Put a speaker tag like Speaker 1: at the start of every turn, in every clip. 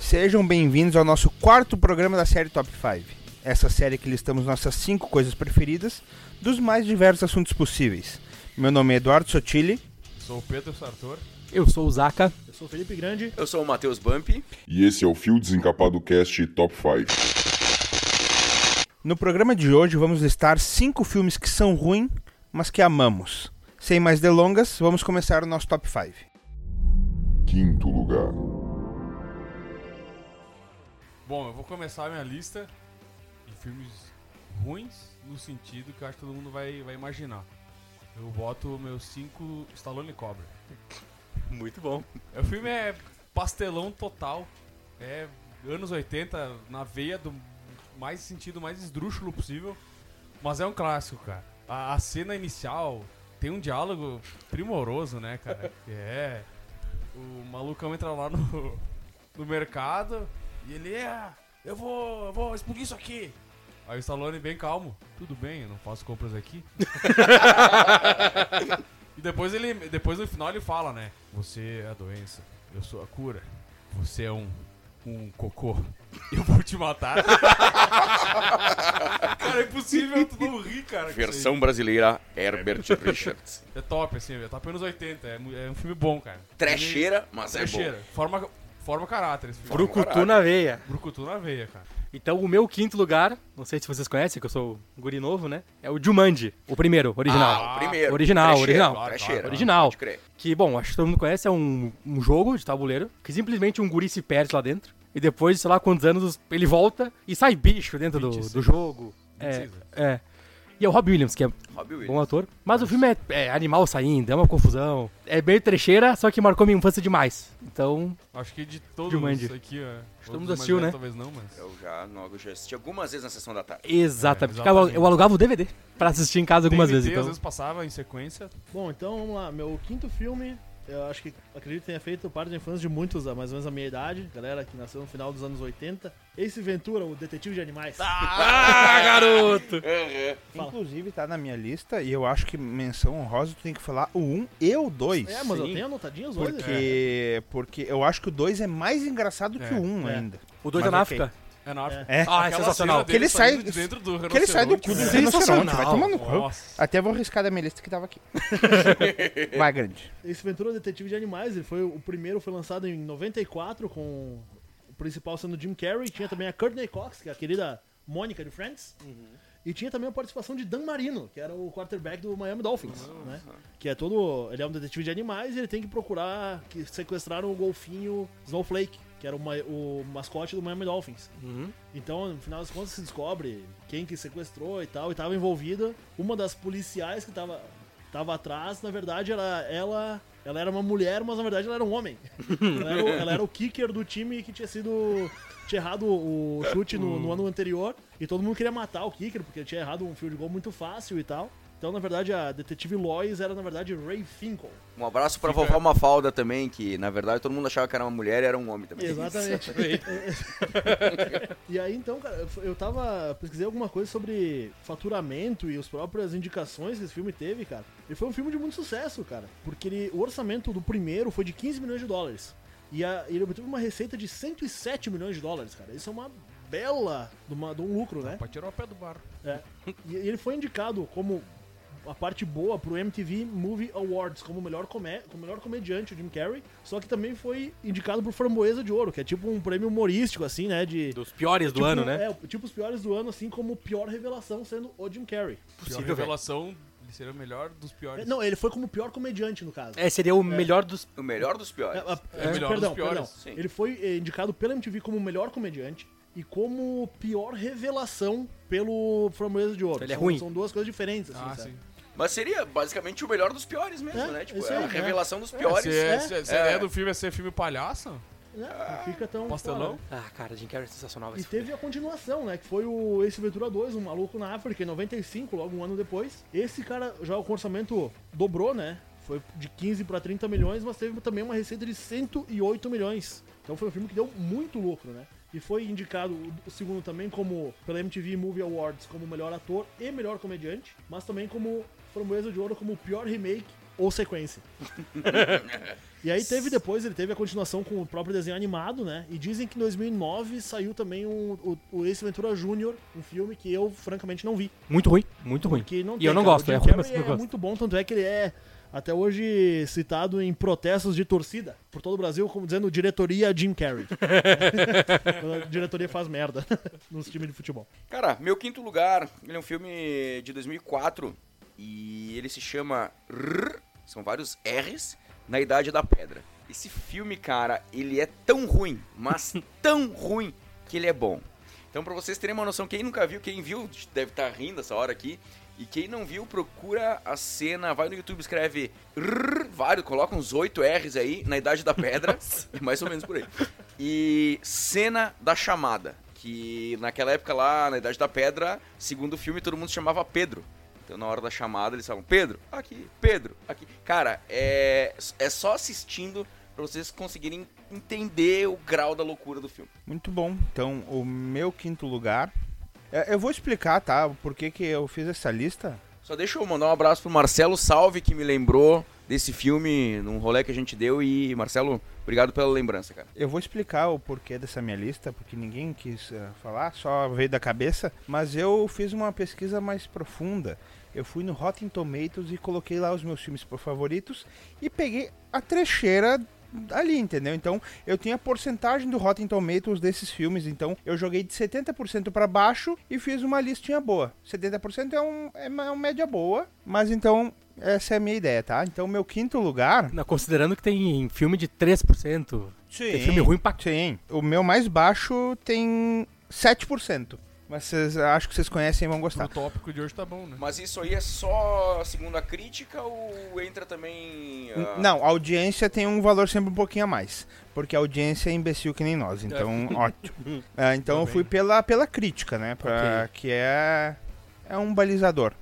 Speaker 1: Sejam bem-vindos ao nosso quarto programa da série Top 5. Essa série que listamos nossas cinco coisas preferidas dos mais diversos assuntos possíveis. Meu nome é Eduardo Sotile.
Speaker 2: Sou o Pedro Sartor.
Speaker 3: Eu sou o Zaca.
Speaker 4: Eu sou o Felipe Grande.
Speaker 5: Eu sou o Matheus Bump.
Speaker 6: E esse é o Fio Desencapado Cast Top 5.
Speaker 1: No programa de hoje vamos listar cinco filmes que são ruins, mas que amamos. Sem mais delongas, vamos começar o nosso Top 5.
Speaker 6: Quinto lugar.
Speaker 2: Bom, eu vou começar a minha lista de filmes ruins, no sentido que eu acho que todo mundo vai, vai imaginar. Eu boto meus cinco Stallone Cobra.
Speaker 5: Muito bom.
Speaker 2: O filme é pastelão total. É anos 80, na veia do mais sentido, mais esdrúxulo possível. Mas é um clássico, cara. A, a cena inicial tem um diálogo primoroso, né, cara? Que É. O malucão entra lá no, no mercado e ele é. Eu vou. Eu vou explodir isso aqui! Aí o Stallone bem calmo. Tudo bem, eu não faço compras aqui. E depois ele. Depois no final ele fala, né? Você é a doença, eu sou a cura. Você é um. um cocô. Eu vou te matar. cara, é impossível tu não rir, cara. com isso aí.
Speaker 5: Versão brasileira Herbert Richards.
Speaker 2: É top, assim, é top anos 80. É, mu- é um filme bom, cara.
Speaker 5: Trecheira, mas é bom.
Speaker 2: Trecheira. Forma, forma caráter esse filme.
Speaker 3: Brucutu na veia.
Speaker 2: Brucutu na veia, cara.
Speaker 3: Então, o meu quinto lugar, não sei se vocês conhecem, que eu sou um guri novo, né? É o Jumanji, o primeiro, original.
Speaker 5: Ah, o primeiro.
Speaker 3: Original, original.
Speaker 5: Trecheira.
Speaker 3: Original.
Speaker 5: Pode crer.
Speaker 3: Que, bom, acho que todo mundo conhece, é um, um jogo de tabuleiro que simplesmente um guri se perde lá dentro. E depois, de sei lá quantos anos, ele volta e sai bicho dentro do, do jogo. É,
Speaker 2: Mentira.
Speaker 3: é. E é o Rob Williams, que é
Speaker 5: Robbie
Speaker 3: bom
Speaker 5: Williams.
Speaker 3: ator. Mas o filme é, é animal saindo, é uma confusão. É meio trecheira, só que marcou minha infância demais. Então,
Speaker 2: Acho que de todos
Speaker 3: Jumanji.
Speaker 2: isso aqui, é. ó.
Speaker 3: todo
Speaker 2: outros
Speaker 3: mundo
Speaker 2: mais
Speaker 3: assistiu,
Speaker 2: velhos
Speaker 3: né?
Speaker 2: Talvez não, mas.
Speaker 5: Eu já, não, eu já assisti algumas vezes na sessão da tarde.
Speaker 3: Exatamente.
Speaker 2: É,
Speaker 3: Ficava-
Speaker 2: exatamente.
Speaker 3: eu alugava o DVD pra assistir em casa algumas
Speaker 2: DVD,
Speaker 3: vezes. Então.
Speaker 2: Às vezes passava em sequência.
Speaker 4: Bom, então vamos lá. Meu quinto filme, eu acho que acredito que tenha feito parte da infância de muitos, ah, mais ou menos a minha idade, galera que nasceu no final dos anos 80. Ace Ventura, o detetive de animais.
Speaker 3: Ah, garoto!
Speaker 4: Fala.
Speaker 1: Inclusive tá na minha lista e eu acho que menção honrosa tu tem que falar o 1 e o 2.
Speaker 4: É, mas eu
Speaker 3: Sim.
Speaker 4: tenho anotadinhos hoje. né?
Speaker 1: Porque, porque eu acho que o 2 é mais engraçado que
Speaker 2: É,
Speaker 1: o 1 um
Speaker 4: é.
Speaker 1: ainda.
Speaker 3: O 2 é
Speaker 1: Mas
Speaker 3: na
Speaker 1: ok.
Speaker 3: África.
Speaker 2: É na África.
Speaker 1: É.
Speaker 3: Ah, é
Speaker 2: Aquela
Speaker 3: sensacional.
Speaker 2: cena
Speaker 1: Que ele
Speaker 2: dele saindo
Speaker 1: sai-
Speaker 2: de dentro do
Speaker 1: Que ele sai do cu do
Speaker 2: rinoceronte,
Speaker 3: né?
Speaker 1: rinoceronte, vai
Speaker 3: Sensacional.
Speaker 1: tomar no
Speaker 2: velho.
Speaker 1: cu.
Speaker 3: né?
Speaker 2: Nossa.
Speaker 1: Até vou riscar da minha lista que tava aqui. vai, grande.
Speaker 4: Ace Ventura, o detetive de animais, ele foi o primeiro, foi lançado em 94 com o principal sendo Jim Carrey. Tinha também a Courtney Cox, que é a querida Mônica de Friends. E tinha também a participação de Dan Marino, que era o quarterback do Miami Dolphins, né? Que é todo. Ele é um detetive de animais e ele tem que procurar que sequestraram o golfinho Snowflake, que era o, ma- o mascote do Miami Dolphins. Então, no final das contas, se descobre quem que sequestrou e tal, e tava envolvida. Uma das policiais que tava, tava atrás, na verdade, era ela. Ela era uma mulher, mas na verdade ela era um homem. ela, era o, ela era o kicker do time que tinha sido. Tinha errado o chute no, no ano anterior. E todo mundo queria matar o kicker, porque ele tinha errado um field goal muito fácil e tal. Então, na verdade, a detetive Lois era, na verdade, Ray Finkel.
Speaker 5: Um abraço pra
Speaker 2: Fica-
Speaker 5: vovó Mafalda também, que na verdade todo mundo achava que era uma mulher e era um homem também.
Speaker 4: Exatamente. e aí, então, cara, eu- eu tava. Pesquisei alguma coisa sobre faturamento e as próprias indicações que esse filme teve, cara. Ele foi um filme de muito sucesso, cara. Porque ele, o orçamento do primeiro foi de 15 milhões de dólares. E a- ele obteve uma receita de 107 milhões de dólares, cara. Isso é uma bela de, uma- de um lucro, né?
Speaker 2: Pra tirar o pé do barro.
Speaker 4: É. E ele foi indicado como a parte boa pro MTV Movie Awards, como o melhor, comé como melhor comediante, o Jim Carrey. Só que também foi indicado pro Framboesa de Ouro, que é tipo um prêmio humorístico, assim, né? De,
Speaker 3: Dos piores do
Speaker 4: tipo,
Speaker 3: ano, né?
Speaker 4: É, tipo os piores do ano, assim, como pior revelação sendo o Jim Carrey.
Speaker 2: Pior
Speaker 3: velho.
Speaker 2: revelação, ele seria o melhor dos
Speaker 4: É,
Speaker 2: piores.
Speaker 4: Não, ele foi como pior comediante, no caso.
Speaker 3: É, seria o melhor dos.
Speaker 5: O melhor dos
Speaker 4: É,
Speaker 5: piores.
Speaker 4: a-
Speaker 2: É o melhor
Speaker 4: perdão,
Speaker 2: dos piores,
Speaker 4: perdão.
Speaker 5: sim.
Speaker 4: Ele foi eh, indicado pela MTV como o melhor comediante e como pior revelação pelo Framboesa de Ouro.
Speaker 3: Ele é
Speaker 4: São-
Speaker 3: ruim.
Speaker 4: São duas coisas diferentes, assim,
Speaker 2: Ah,
Speaker 4: sabe?
Speaker 2: sim.
Speaker 5: Mas seria basicamente o melhor dos piores mesmo,
Speaker 4: É,
Speaker 5: né? Tipo,
Speaker 4: isso
Speaker 5: é
Speaker 4: aí,
Speaker 5: a
Speaker 4: é.
Speaker 5: revelação dos
Speaker 2: É,
Speaker 5: piores.
Speaker 2: se, é, se- se a
Speaker 5: É.
Speaker 2: ideia do filme é ser filme palhaço,
Speaker 4: Né? Não fica tão
Speaker 2: pastelão.
Speaker 4: fora.
Speaker 3: Ah, cara, Jim Carrey é sensacional. vai
Speaker 4: E
Speaker 3: se fuder.
Speaker 4: teve a continuação, né? Que foi o Ace Ventura 2, um maluco na África, em 95, logo um ano depois. Esse cara já o orçamento dobrou, né? Foi de 15 para 30 milhões, mas teve também uma receita de 108 milhões. Então foi um filme que deu muito lucro, né? E foi indicado o- o segundo também como pela MTV Movie Awards como melhor ator e melhor comediante, mas também como Framboesa de Ouro como o pior remake ou sequência. E aí teve depois, ele teve a continuação com o próprio desenho animado, né? E dizem que em 2009 saiu também o, o, o Ace Ventura Jr., um filme que eu francamente não vi.
Speaker 3: Muito ruim, muito ruim.
Speaker 4: Porque não
Speaker 3: E
Speaker 4: tem,
Speaker 3: eu não
Speaker 4: cara.
Speaker 3: gosto,
Speaker 4: O Jim
Speaker 3: é ruim, mas
Speaker 4: Carrey
Speaker 3: eu
Speaker 4: é
Speaker 3: gosto.
Speaker 4: muito bom, tanto é que ele é até hoje citado em protestos de torcida por todo o Brasil, como dizendo diretoria Jim Carrey. Quando a diretoria faz merda nos times de futebol.
Speaker 5: Cara, meu quinto lugar, ele é um filme de 2004 e ele se chama Rrr, são vários R's, na Idade da Pedra. Esse filme, cara, ele é tão ruim, mas tão ruim que ele é bom. Então, pra vocês terem uma noção, quem nunca viu, quem viu deve estar rindo essa hora aqui. E quem não viu, procura a cena, vai no YouTube, escreve Rrr, vários, coloca uns oito R's aí, na Idade da Pedra, é mais ou menos por aí. E cena da chamada, que naquela época lá, na Idade da Pedra, segundo o filme, todo mundo se chamava Pedro. Então na hora da chamada eles falam, Pedro, aqui, Pedro, aqui. Cara, é, é só assistindo pra vocês conseguirem entender o grau da loucura do filme.
Speaker 1: Muito bom. Então, o meu quinto lugar. É, Eu vou explicar, tá? Por que, que eu fiz essa lista.
Speaker 5: Só deixa eu mandar um abraço pro Marcelo Salve, que me lembrou desse filme num rolê que a gente deu. E, Marcelo, obrigado pela lembrança, cara.
Speaker 1: Eu vou explicar o porquê dessa minha lista, porque ninguém quis eh, falar, só veio da cabeça. Mas eu fiz uma pesquisa mais profunda. Eu fui no Rotten Tomatoes e coloquei lá os meus filmes por favoritos e peguei a trecheira ali, entendeu? Então eu tinha a porcentagem do Rotten Tomatoes desses filmes, então eu joguei de 70% pra baixo e fiz uma listinha boa. 70% é, um, é uma é uma média boa, mas então essa é a minha ideia, tá? Então meu quinto lugar
Speaker 3: Não, considerando que tem filme de 3%. Tem filme ruim pra
Speaker 1: Sim. O meu mais baixo tem 7%. Mas vocês acho que vocês conhecem e vão
Speaker 2: O
Speaker 1: gostar.
Speaker 2: tópico de hoje tá bom, né?
Speaker 5: Mas isso aí é só segundo a crítica ou entra também. ah,
Speaker 1: Não, a audiência tem um valor sempre um pouquinho a mais. Porque a audiência é imbecil que nem nós.
Speaker 5: É.
Speaker 1: Então, ótimo. Ah, então eu
Speaker 5: Tá
Speaker 1: fui pela, pela crítica, né? Pra, Que é, é um balizador.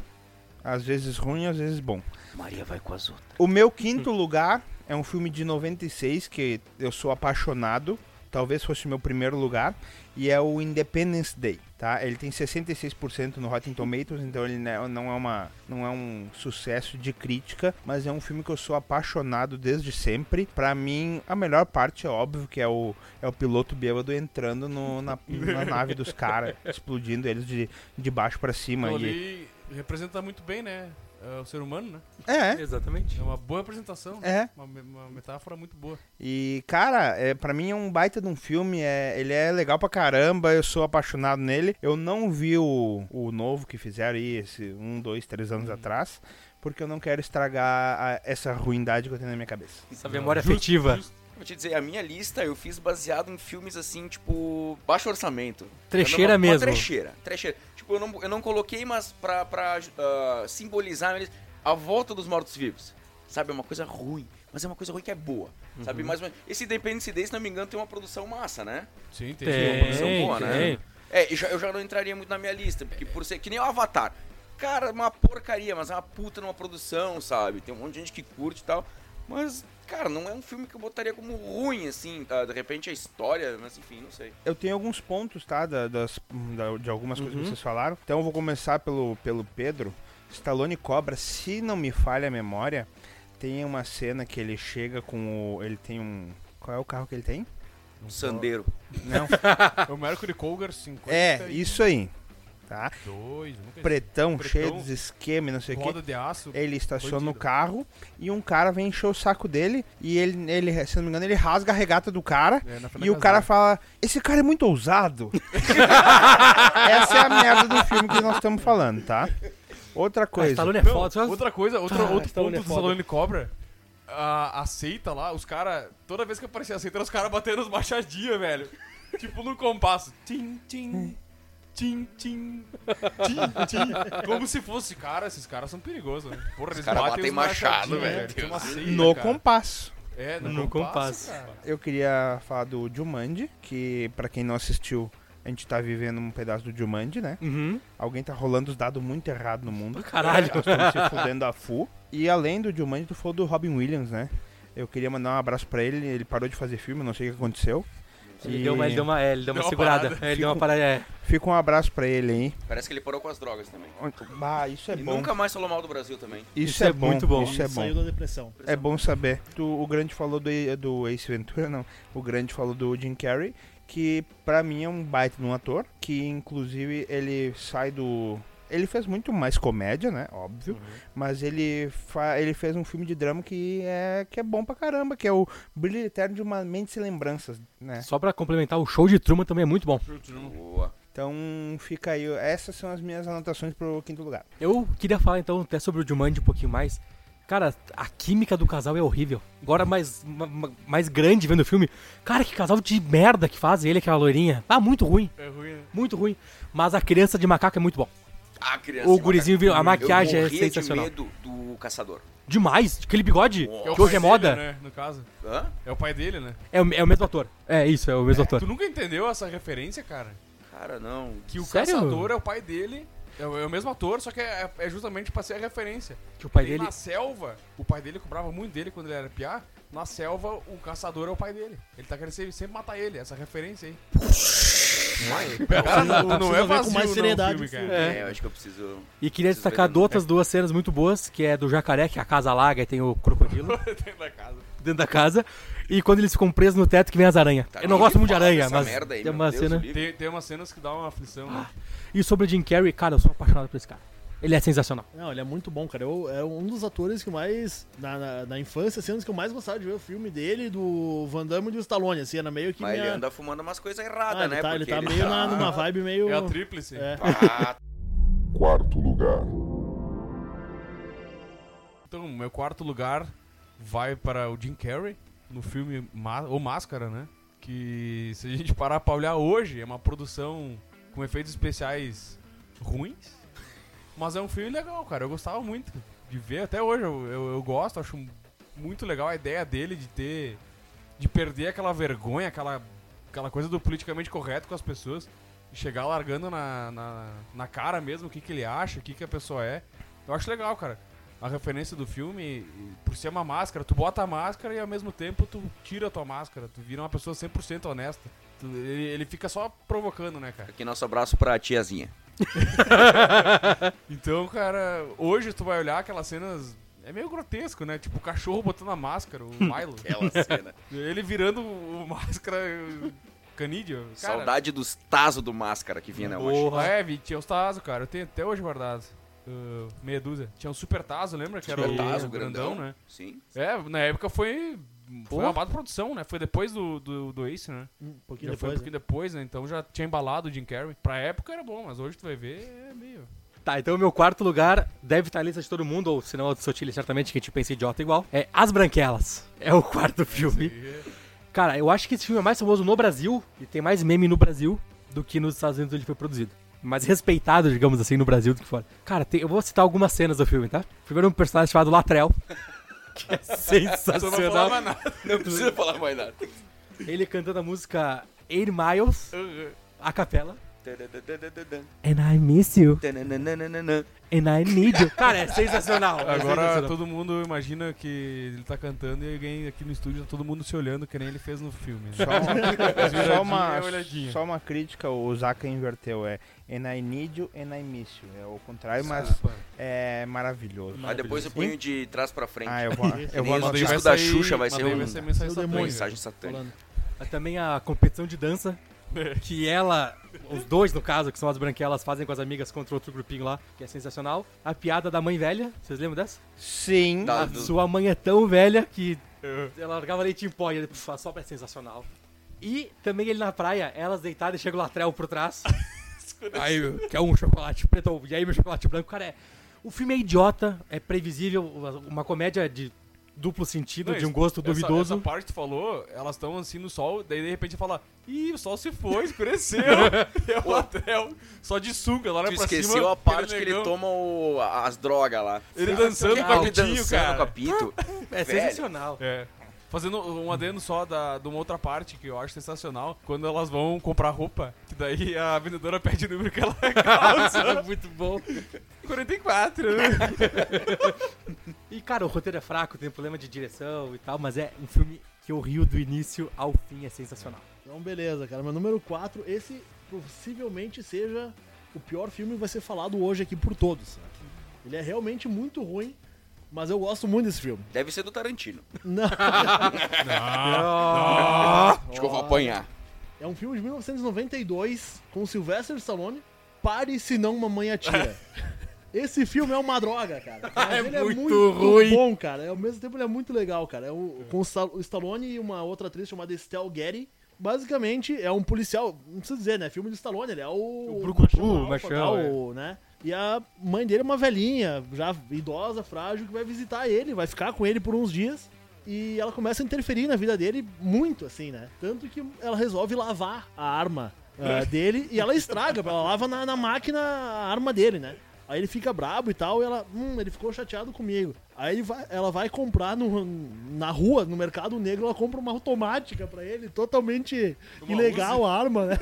Speaker 1: Às vezes ruim, às vezes bom.
Speaker 5: Maria vai com as outras.
Speaker 1: O meu quinto lugar é um filme de 96 que eu sou apaixonado. Talvez fosse o meu primeiro lugar. E é o Independence Day, tá? Ele tem 66% no Rotten Tomatoes, então ele né, não é, uma, não é um sucesso de crítica, mas é um filme que eu sou apaixonado desde sempre. Pra mim, a melhor parte é óbvio que é o, é o piloto bêbado entrando no- na, na nave dos caras, explodindo eles de, de baixo pra cima.
Speaker 2: Então,
Speaker 1: E,
Speaker 2: ali representa muito bem, né? é, o ser humano, né?
Speaker 1: é,
Speaker 3: Exatamente.
Speaker 2: É uma boa apresentação. né?
Speaker 1: é.
Speaker 2: Uma, me- uma metáfora muito boa.
Speaker 1: E, cara, é, para mim é um baita de um filme. É, ele é legal pra caramba, eu sou apaixonado nele. Eu não vi o, o novo que fizeram aí, esse um, dois, três anos atrás, porque eu não quero estragar a- essa ruindade que eu tenho na minha cabeça.
Speaker 3: Essa memória afetiva.
Speaker 5: Vou te dizer, a minha lista eu fiz baseado em filmes assim, tipo, baixo orçamento.
Speaker 3: Trecheira
Speaker 5: Eu não- uma
Speaker 3: mesmo.
Speaker 5: Trecheira, trecheira. Tipo, eu não, eu não coloquei, mas pra, pra ah, simbolizar eles, a volta dos mortos-vivos. Sabe, é uma coisa ruim, mas é uma coisa ruim que é boa. Sabe,
Speaker 3: Uhum.
Speaker 5: mais ou menos. Esse Independence Day, se não me engano, tem uma produção massa, né?
Speaker 2: Sim, tem.
Speaker 3: É,
Speaker 2: um
Speaker 3: Tem,
Speaker 5: opção boa, né?
Speaker 3: tem.
Speaker 5: É, eu já, eu já não entraria muito na minha lista, porque por ser que nem o Avatar. Cara, uma porcaria, mas é uma puta numa produção, sabe? Tem um monte de gente que curte e tal. Mas, cara, não é um filme que eu botaria como ruim, assim. tá? De repente a história, mas enfim, não sei.
Speaker 1: Eu tenho alguns pontos, tá? da- das, da- de algumas coisas que vocês falaram. Então eu vou começar pelo, pelo Pedro. Stallone Cobra, se não me falha a memória, tem uma cena que ele chega com o. Ele tem um. Qual é o carro que ele tem?
Speaker 5: Um sandeiro.
Speaker 1: Não.
Speaker 2: É o Mercury Colgar 50.
Speaker 1: é, isso aí. Tá?
Speaker 2: Dois, nunca
Speaker 1: pretão,
Speaker 2: Pretão.
Speaker 1: cheio dos esquemas, não sei o
Speaker 2: Roda
Speaker 1: que. É,
Speaker 2: de aço.
Speaker 1: Ele estaciona o
Speaker 2: Bandido.
Speaker 1: carro e um cara vem encher o saco dele e ele, ele, se não me engano, ele rasga a regata do cara
Speaker 2: É, na frente
Speaker 1: e o
Speaker 2: da
Speaker 1: cara
Speaker 2: casa.
Speaker 1: fala, esse cara é muito ousado. Essa é a merda do filme que nós estamos falando, tá? Outra
Speaker 3: Ah,
Speaker 1: coisa.
Speaker 3: Stallone é
Speaker 2: Não,
Speaker 3: foda. só-
Speaker 2: Outra coisa, outro, outro
Speaker 4: Stallone
Speaker 2: ponto
Speaker 4: é
Speaker 2: do
Speaker 4: foda.
Speaker 2: Stallone Cobra. A, a seita lá, os caras. Toda vez que aparecia a seita, era os caras batendo as baixadinhas, velho. tipo no compasso. Tim, tim. Tim, tim. Tim, tim. Como se fosse. Cara, esses caras são perigosos, né? Porra, eles
Speaker 5: caras
Speaker 2: batem
Speaker 5: batem
Speaker 2: os
Speaker 5: machado,
Speaker 2: machadinhos, né?
Speaker 5: velho.
Speaker 2: Tem uma seita,
Speaker 1: No
Speaker 2: cara.
Speaker 1: compasso.
Speaker 2: É, no,
Speaker 3: No
Speaker 2: compasso.
Speaker 3: compasso.
Speaker 2: cara.
Speaker 1: Eu queria falar do Jumanji, que pra quem não assistiu, a gente tá vivendo um pedaço do Jumanji, né?
Speaker 3: Uhum.
Speaker 1: Alguém tá rolando os dados muito errado no mundo.
Speaker 3: Caralho.
Speaker 1: Nós estamos se fudendo a full. E além do Jumanji, tu falou do Robin Williams, né? Eu queria mandar um abraço pra ele, ele parou de fazer filme, não sei o que aconteceu.
Speaker 3: Ele deu uma, ele deu uma, é, ele deu uma
Speaker 2: Deu uma
Speaker 3: segurada.
Speaker 2: parada.
Speaker 3: É, ele deu uma parada. É.
Speaker 1: Fica um abraço pra ele, hein?
Speaker 5: Parece que ele parou com as drogas também.
Speaker 1: Ah, isso é
Speaker 5: E
Speaker 1: bom.
Speaker 5: nunca mais falou mal do Brasil também.
Speaker 1: Isso,
Speaker 3: Isso
Speaker 1: é,
Speaker 3: é
Speaker 1: bom.
Speaker 3: muito bom.
Speaker 1: Isso é
Speaker 4: Saiu
Speaker 1: bom.
Speaker 4: da depressão.
Speaker 1: É bom saber. Tu- o Grande falou do, do Ace Ventura, não. O Grande falou do Jim Carrey, que pra mim é um baita de um ator, que inclusive ele sai do... Ele fez muito mais comédia, né? Óbvio. Mas ele, fa- ele fez um filme de drama que é, que é bom pra caramba, que é o Brilho Eterno de uma Mente Sem Lembranças, né?
Speaker 3: É. Só pra complementar, o show de Truman também é muito bom.
Speaker 5: Boa.
Speaker 1: Então fica aí. Essas são as minhas anotações pro quinto lugar.
Speaker 3: Eu queria falar então até sobre o Jumanji um pouquinho mais. Cara, a química do casal é horrível. Agora mais, ma- ma- mais grande vendo o filme. Cara, que casal de merda que faz ele, e aquela loirinha. Ah, muito ruim,
Speaker 2: É ruim, né?
Speaker 3: muito ruim. Mas a criança de macaco é muito bom.
Speaker 5: A Ah, criança.
Speaker 3: O
Speaker 5: de
Speaker 3: gurizinho
Speaker 5: macaco.
Speaker 3: virou- a maquiagem é
Speaker 5: Eu morria
Speaker 3: sensacional.
Speaker 5: De medo do caçador.
Speaker 3: Demais, aquele bigode,
Speaker 5: Nossa.
Speaker 2: É o
Speaker 3: que hoje é
Speaker 2: pai
Speaker 3: moda.
Speaker 2: dele, né, No caso.
Speaker 5: Hã?
Speaker 2: É o pai dele, né?
Speaker 3: é, o, é o mesmo ator. É isso, é o mesmo ator.
Speaker 2: Tu nunca entendeu essa referência, cara?
Speaker 5: Cara, não.
Speaker 2: Que o
Speaker 3: Sério?
Speaker 2: caçador é o pai dele. É o, é o mesmo ator, só que é, é justamente pra ser a referência.
Speaker 3: Que o pai
Speaker 2: Tem
Speaker 3: dele.
Speaker 2: Na selva, o pai dele cobrava muito dele quando ele era piá. Na selva, o caçador é o pai dele. Ele tá querendo sempre, sempre matar ele, essa referência aí. cara, não, não
Speaker 4: Precisa
Speaker 2: é
Speaker 4: ver com
Speaker 2: vazio
Speaker 4: mais
Speaker 2: não, o
Speaker 4: seriedade
Speaker 2: filme,
Speaker 4: o
Speaker 2: cara.
Speaker 4: filme.
Speaker 5: É, eu acho que eu preciso.
Speaker 3: E queria
Speaker 5: Preciso
Speaker 3: destacar
Speaker 5: ver
Speaker 3: de outras duas cenas muito boas, que é do jacaré, que a casa larga e tem o crocodilo
Speaker 2: Dentro da casa.
Speaker 3: dentro da casa. E quando eles ficam presos no teto que vem as aranhas.
Speaker 5: Tá,
Speaker 3: Eu não
Speaker 5: ninguém
Speaker 3: gosto muito de
Speaker 5: fala
Speaker 3: aranha,
Speaker 5: dessa
Speaker 3: mas
Speaker 5: merda aí,
Speaker 3: tem
Speaker 5: meu
Speaker 3: uma
Speaker 5: Deus,
Speaker 3: cena.
Speaker 5: o livro.
Speaker 2: Tem, tem umas cenas que dá uma aflição, né?
Speaker 3: E sobre o Jim Carrey, cara, eu sou apaixonado por esse cara. Ele é sensacional.
Speaker 4: Não, ele é muito bom, cara. Eu era um dos atores que mais. Na, na, na infância, assim, cenas que eu mais gostava de ver o filme dele, do Van Damme e do Stallone, assim, era meio que.
Speaker 5: Mas ele
Speaker 4: minha-
Speaker 5: anda fumando umas coisas
Speaker 4: Ah,
Speaker 5: erradas,
Speaker 4: ele
Speaker 5: né?
Speaker 4: tá, ele
Speaker 5: Porque
Speaker 4: tá meio na- numa vibe meio.
Speaker 2: É a tríplice.
Speaker 4: É.
Speaker 5: Ah,
Speaker 6: Quarto lugar.
Speaker 2: Então, meu quarto lugar vai para o Jim Carrey no filme Ma O Máscara, né? Que se a gente parar pra olhar hoje, é uma produção com efeitos especiais ruins. Mas é um filme legal, cara. Eu gostava muito de ver. Até hoje eu, eu, eu gosto, acho muito legal a ideia dele de ter. de perder aquela vergonha, aquela, aquela coisa do politicamente correto com as pessoas. E chegar largando na, na, na cara mesmo o que, que ele acha, o que, que a pessoa é. Eu acho legal, cara. A referência do filme, e- por ser uma máscara, tu bota a máscara e ao mesmo tempo tu tira a tua máscara. Tu vira uma pessoa 100% honesta. Tu- ele, ele fica só provocando, né, cara?
Speaker 5: aqui nosso abraço pra tiazinha.
Speaker 2: Então, cara, hoje tu vai olhar aquelas cenas. É meio grotesco, né? Tipo, o cachorro botando a máscara, o Milo.
Speaker 5: Aquela cena.
Speaker 2: ele virando o máscara canídeo. Cara,
Speaker 5: Saudade dos tazos do máscara que vinha, né? Hoje.
Speaker 3: Porra.
Speaker 2: É, Vi, tinha os Tazo, cara. Eu tenho até hoje guardado. Uh, meia dúzia. Tinha um Super Tazo, lembra? Que era
Speaker 5: Aquele
Speaker 2: o
Speaker 5: tazo
Speaker 2: o grandão, né?
Speaker 5: Sim.
Speaker 2: É, na época foi. Foi
Speaker 3: Porra.
Speaker 2: uma baita produção, né? Foi depois do, do, do Ace, né?
Speaker 4: Um
Speaker 2: Já
Speaker 4: pouquinho
Speaker 2: foi um
Speaker 4: depois. né?
Speaker 2: pouquinho depois, né? Então já tinha embalado o Jim Carrey. Pra época era bom, mas hoje tu vai ver é meio.
Speaker 3: Tá, então o meu quarto lugar deve estar na lista de todo mundo, ou se não, é do Sotile, certamente, que a gente pensa idiota igual. É As Branquelas. É o quarto filme. Cara, eu acho que esse filme é mais famoso no Brasil, e tem mais meme no Brasil, do que nos Estados Unidos onde ele foi produzido. Mais respeitado, digamos assim, no Brasil do que fora. Cara, tem- eu vou citar algumas cenas do filme, tá? Primeiro um personagem chamado Latrell. Que é
Speaker 2: Tu não falava
Speaker 3: sensacional.
Speaker 2: nada.
Speaker 5: Não precisa falar mais nada.
Speaker 3: Ele cantando a música Eight Miles, a capela. And I miss you. And I need you. Cara, é sensacional. é
Speaker 2: Agora
Speaker 3: sensacional.
Speaker 2: todo mundo imagina que ele tá cantando e alguém aqui no estúdio tá todo mundo se olhando, que nem ele fez no filme. Né?
Speaker 1: Só uma, só, uma,
Speaker 2: Olhadinha, olhadinha.
Speaker 1: só uma crítica, o Zaka inverteu, é and I need you and I miss you. É o
Speaker 2: Ah,
Speaker 1: contrário, mas é maravilhoso.
Speaker 5: Aí depois eu ponho de trás pra frente.
Speaker 1: Ah, eu vou, eu vou
Speaker 5: Nem
Speaker 2: Mas daí
Speaker 5: os
Speaker 1: anotar.
Speaker 5: discos
Speaker 2: vai
Speaker 5: da
Speaker 2: sair-
Speaker 5: Xuxa vai
Speaker 2: mas
Speaker 5: ser
Speaker 2: daí
Speaker 5: um-
Speaker 2: vai ser mensagem
Speaker 4: Seu
Speaker 2: satânica.
Speaker 4: demônio.
Speaker 5: Mensagem satânica.
Speaker 4: Falando.
Speaker 3: Mas Ah, Também a competição de dança, que ela, os dois no caso, que são as branquelas, fazem com as amigas contra outro grupinho lá, que é sensacional. A piada da mãe velha, vocês lembram dessa?
Speaker 1: Sim,
Speaker 5: Tá. Ah,
Speaker 3: a
Speaker 5: do-
Speaker 3: sua mãe é tão velha que
Speaker 2: É.
Speaker 3: ela largava leite em pó e ele "Puf, a sopa é sensacional. E também ele na praia, elas deitadas e chega o latrel por trás. aí, quer um chocolate preto ou- e aí meu chocolate branco, cara, é... O filme é idiota, é previsível, uma comédia de duplo sentido,
Speaker 2: Não,
Speaker 3: de um
Speaker 2: isso-
Speaker 3: gosto
Speaker 2: essa-
Speaker 3: duvidoso.
Speaker 2: Essa, parte que tu falou, elas estão assim no sol, daí de repente fala: Ih, o sol se foi, escureceu. é o hotel. Só de sunga, ela olha
Speaker 5: Tu
Speaker 2: pra cima.
Speaker 5: esqueceu a parte que
Speaker 2: aquele
Speaker 5: ele
Speaker 2: negão,
Speaker 5: toma o- as drogas lá.
Speaker 2: Ele dançando com a
Speaker 5: Ele
Speaker 2: pitinho,
Speaker 5: dançando com a
Speaker 2: cara.
Speaker 5: pito.
Speaker 3: É
Speaker 5: Velho.
Speaker 3: sensacional.
Speaker 2: É. Fazendo um adendo só da, de uma outra parte que eu acho sensacional, quando elas vão comprar roupa, que daí a vendedora pede o número que ela calça.
Speaker 3: Muito bom.
Speaker 2: 44, né?
Speaker 3: E, cara, o roteiro é fraco, tem problema de direção e tal, mas é um filme que eu rio do início ao fim, é sensacional.
Speaker 4: Então, beleza, cara. Meu número 4, esse possivelmente seja o pior filme que vai ser falado hoje aqui por todos. né? Ele é realmente muito ruim, mas eu gosto muito desse filme.
Speaker 5: Deve ser do Tarantino.
Speaker 4: Não,
Speaker 5: Acho que eu vou apanhar.
Speaker 4: é um filme de 1992 com Sylvester Stallone. Pare senão mamãe atira. Esse filme é uma droga, cara. Mas
Speaker 3: É
Speaker 4: ele
Speaker 3: muito
Speaker 4: é muito
Speaker 3: ruim.
Speaker 4: bom, cara. É, Ao mesmo tempo ele é muito legal, cara. É o, com o Sta- o Stallone e uma outra atriz chamada Estelle Getty. Basicamente é um policial, não precisa dizer, né? Filme do Stallone, ele é o
Speaker 3: O Brucutu,
Speaker 4: machão alfa,
Speaker 3: o machão,
Speaker 4: tal,
Speaker 3: é.
Speaker 4: o- né? E a mãe dele é uma velhinha, já idosa, frágil, que vai visitar ele, vai ficar com ele por uns dias. E ela começa a interferir na vida dele muito, assim, né? Tanto que ela resolve lavar a arma ah, dele e ela estraga, ela lava na, na máquina a arma dele, né? Aí ele fica brabo e tal, e ela, hum, ele ficou chateado comigo. Aí ele vai- ela vai comprar no, na rua, no mercado negro, ela compra uma automática pra ele, totalmente ilegal a arma, né?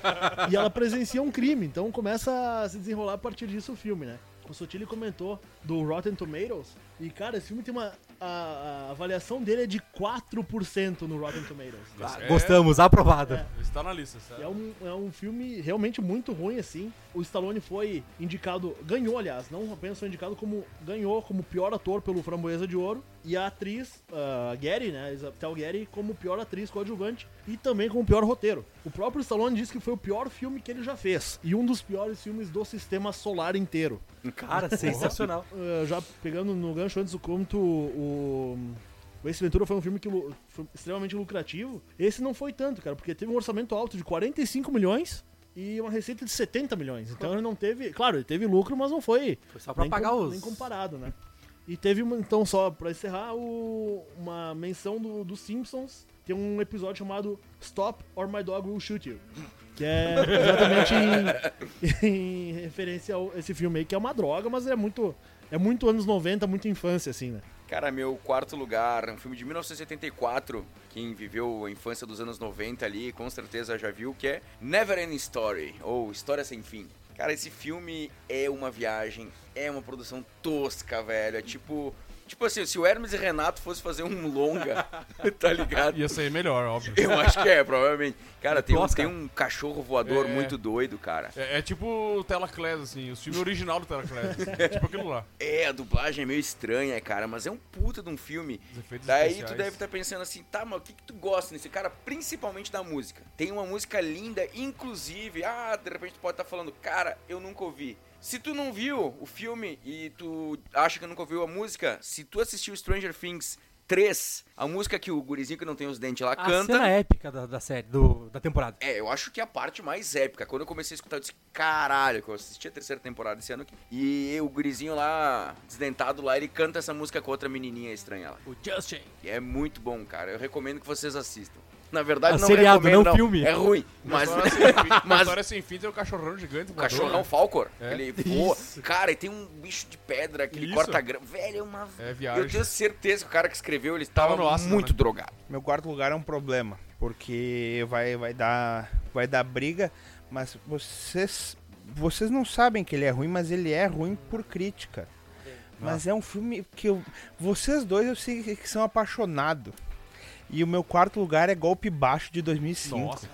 Speaker 4: e ela presencia um crime, então começa a se desenrolar a partir disso o filme, né? O Sotile comentou do Rotten Tomatoes, e cara, esse filme tem uma. A, a avaliação dele é de 4% no Rotten Tomatoes. né?
Speaker 3: Ah, Gostamos, aprovado.
Speaker 2: Está tá na lista, certo?
Speaker 4: É um, é um filme realmente muito ruim, assim. O Stallone foi indicado, ganhou, aliás, não apenas foi indicado, como ganhou como pior ator pelo Framboesa de Ouro. E a atriz, ah, Gary, né, Isabel Gary, como pior atriz coadjuvante e também como pior roteiro. O próprio Stallone disse que foi o pior filme que ele já fez e um dos piores filmes do sistema solar inteiro.
Speaker 3: Cara, sensacional.
Speaker 4: Ah, já pegando no gancho antes do conto, o. O Ace Ventura foi um filme que lu- foi extremamente lucrativo. Esse não foi tanto, cara, porque teve um orçamento alto de 45 milhões e uma receita de 70 milhões. Então ele não teve. Claro, ele teve lucro, mas não foi.
Speaker 3: Foi só pra
Speaker 4: nem
Speaker 3: pagar
Speaker 4: com-
Speaker 3: os-
Speaker 4: Nem comparado, né? E teve, uma- então, só pra encerrar, o- uma menção do, dos Simpsons. Tem um episódio chamado Stop or My Dog Will Shoot You. Que é exatamente em, em referência a esse filme aí, que é uma droga, mas é muito. É muito anos 90, muito infância, assim, né?
Speaker 5: Cara, meu quarto lugar, um filme de 1974, quem viveu a infância dos anos 90 ali, com certeza já viu, que é Never Ending Story, ou História Sem Fim. Cara, esse filme é uma viagem, é uma produção tosca, velho. É tipo. Tipo assim, se o Hermes e Renato fosse fazer um longa, tá ligado?
Speaker 2: Ia sair é melhor, óbvio.
Speaker 5: Eu acho que é, provavelmente. Cara, tem um,
Speaker 3: Oscar.
Speaker 5: tem um cachorro voador
Speaker 2: É.
Speaker 5: muito doido, cara.
Speaker 2: É, é tipo o Telaclés, assim, o filme original do Telaclés. assim, tipo aquilo lá.
Speaker 5: É, a dublagem é meio estranha, cara, mas é um puta de um filme.
Speaker 2: Os efeitos
Speaker 5: Daí tu
Speaker 2: especiais.
Speaker 5: deve estar pensando assim, tá, mas o que, que tu gosta nesse cara? Principalmente da música. Tem uma música linda, inclusive. Ah, de repente tu pode estar falando, cara, eu nunca ouvi. Se tu não viu o filme e tu acha que nunca ouviu a música, se tu assistiu Stranger Things 3, a música que o gurizinho que não tem os dentes lá
Speaker 3: A
Speaker 5: canta.
Speaker 3: Ah, cena é- épica da, da série, do- da temporada.
Speaker 5: É, eu acho que é a parte mais épica. Quando eu comecei a escutar, eu disse, caralho, que eu assisti a terceira temporada esse ano aqui. E o gurizinho lá, desdentado lá, ele canta essa música com outra menininha estranha lá.
Speaker 3: O Justin.
Speaker 5: E é muito bom, cara. Eu recomendo que vocês assistam. Na verdade,
Speaker 3: Ah,
Speaker 5: não
Speaker 3: seriado,
Speaker 5: recomendo,
Speaker 3: não filme.
Speaker 5: É ruim, mas...
Speaker 2: História sem fim,
Speaker 5: mas-
Speaker 2: História sem fim tem o cachorrão gigante.
Speaker 5: O cachorrão
Speaker 2: voador,
Speaker 5: Falcor,
Speaker 2: É.
Speaker 5: ele voa. Cara, e tem um bicho de pedra que ele
Speaker 2: Isso.
Speaker 5: corta grama. Velho, é uma...
Speaker 2: É viagem.
Speaker 5: Eu tenho certeza que o cara que escreveu, ele estava
Speaker 2: no ácido,
Speaker 5: muito
Speaker 2: né?
Speaker 5: drogado.
Speaker 1: Meu quarto lugar é um problema, porque vai, vai, dar, vai dar briga, mas vocês, vocês não sabem que ele é ruim, mas ele é ruim por crítica. Mas é um filme que eu, vocês dois eu sei que que são apaixonados. E o meu quarto lugar é Golpe Baixo de 2005.
Speaker 2: Nossa.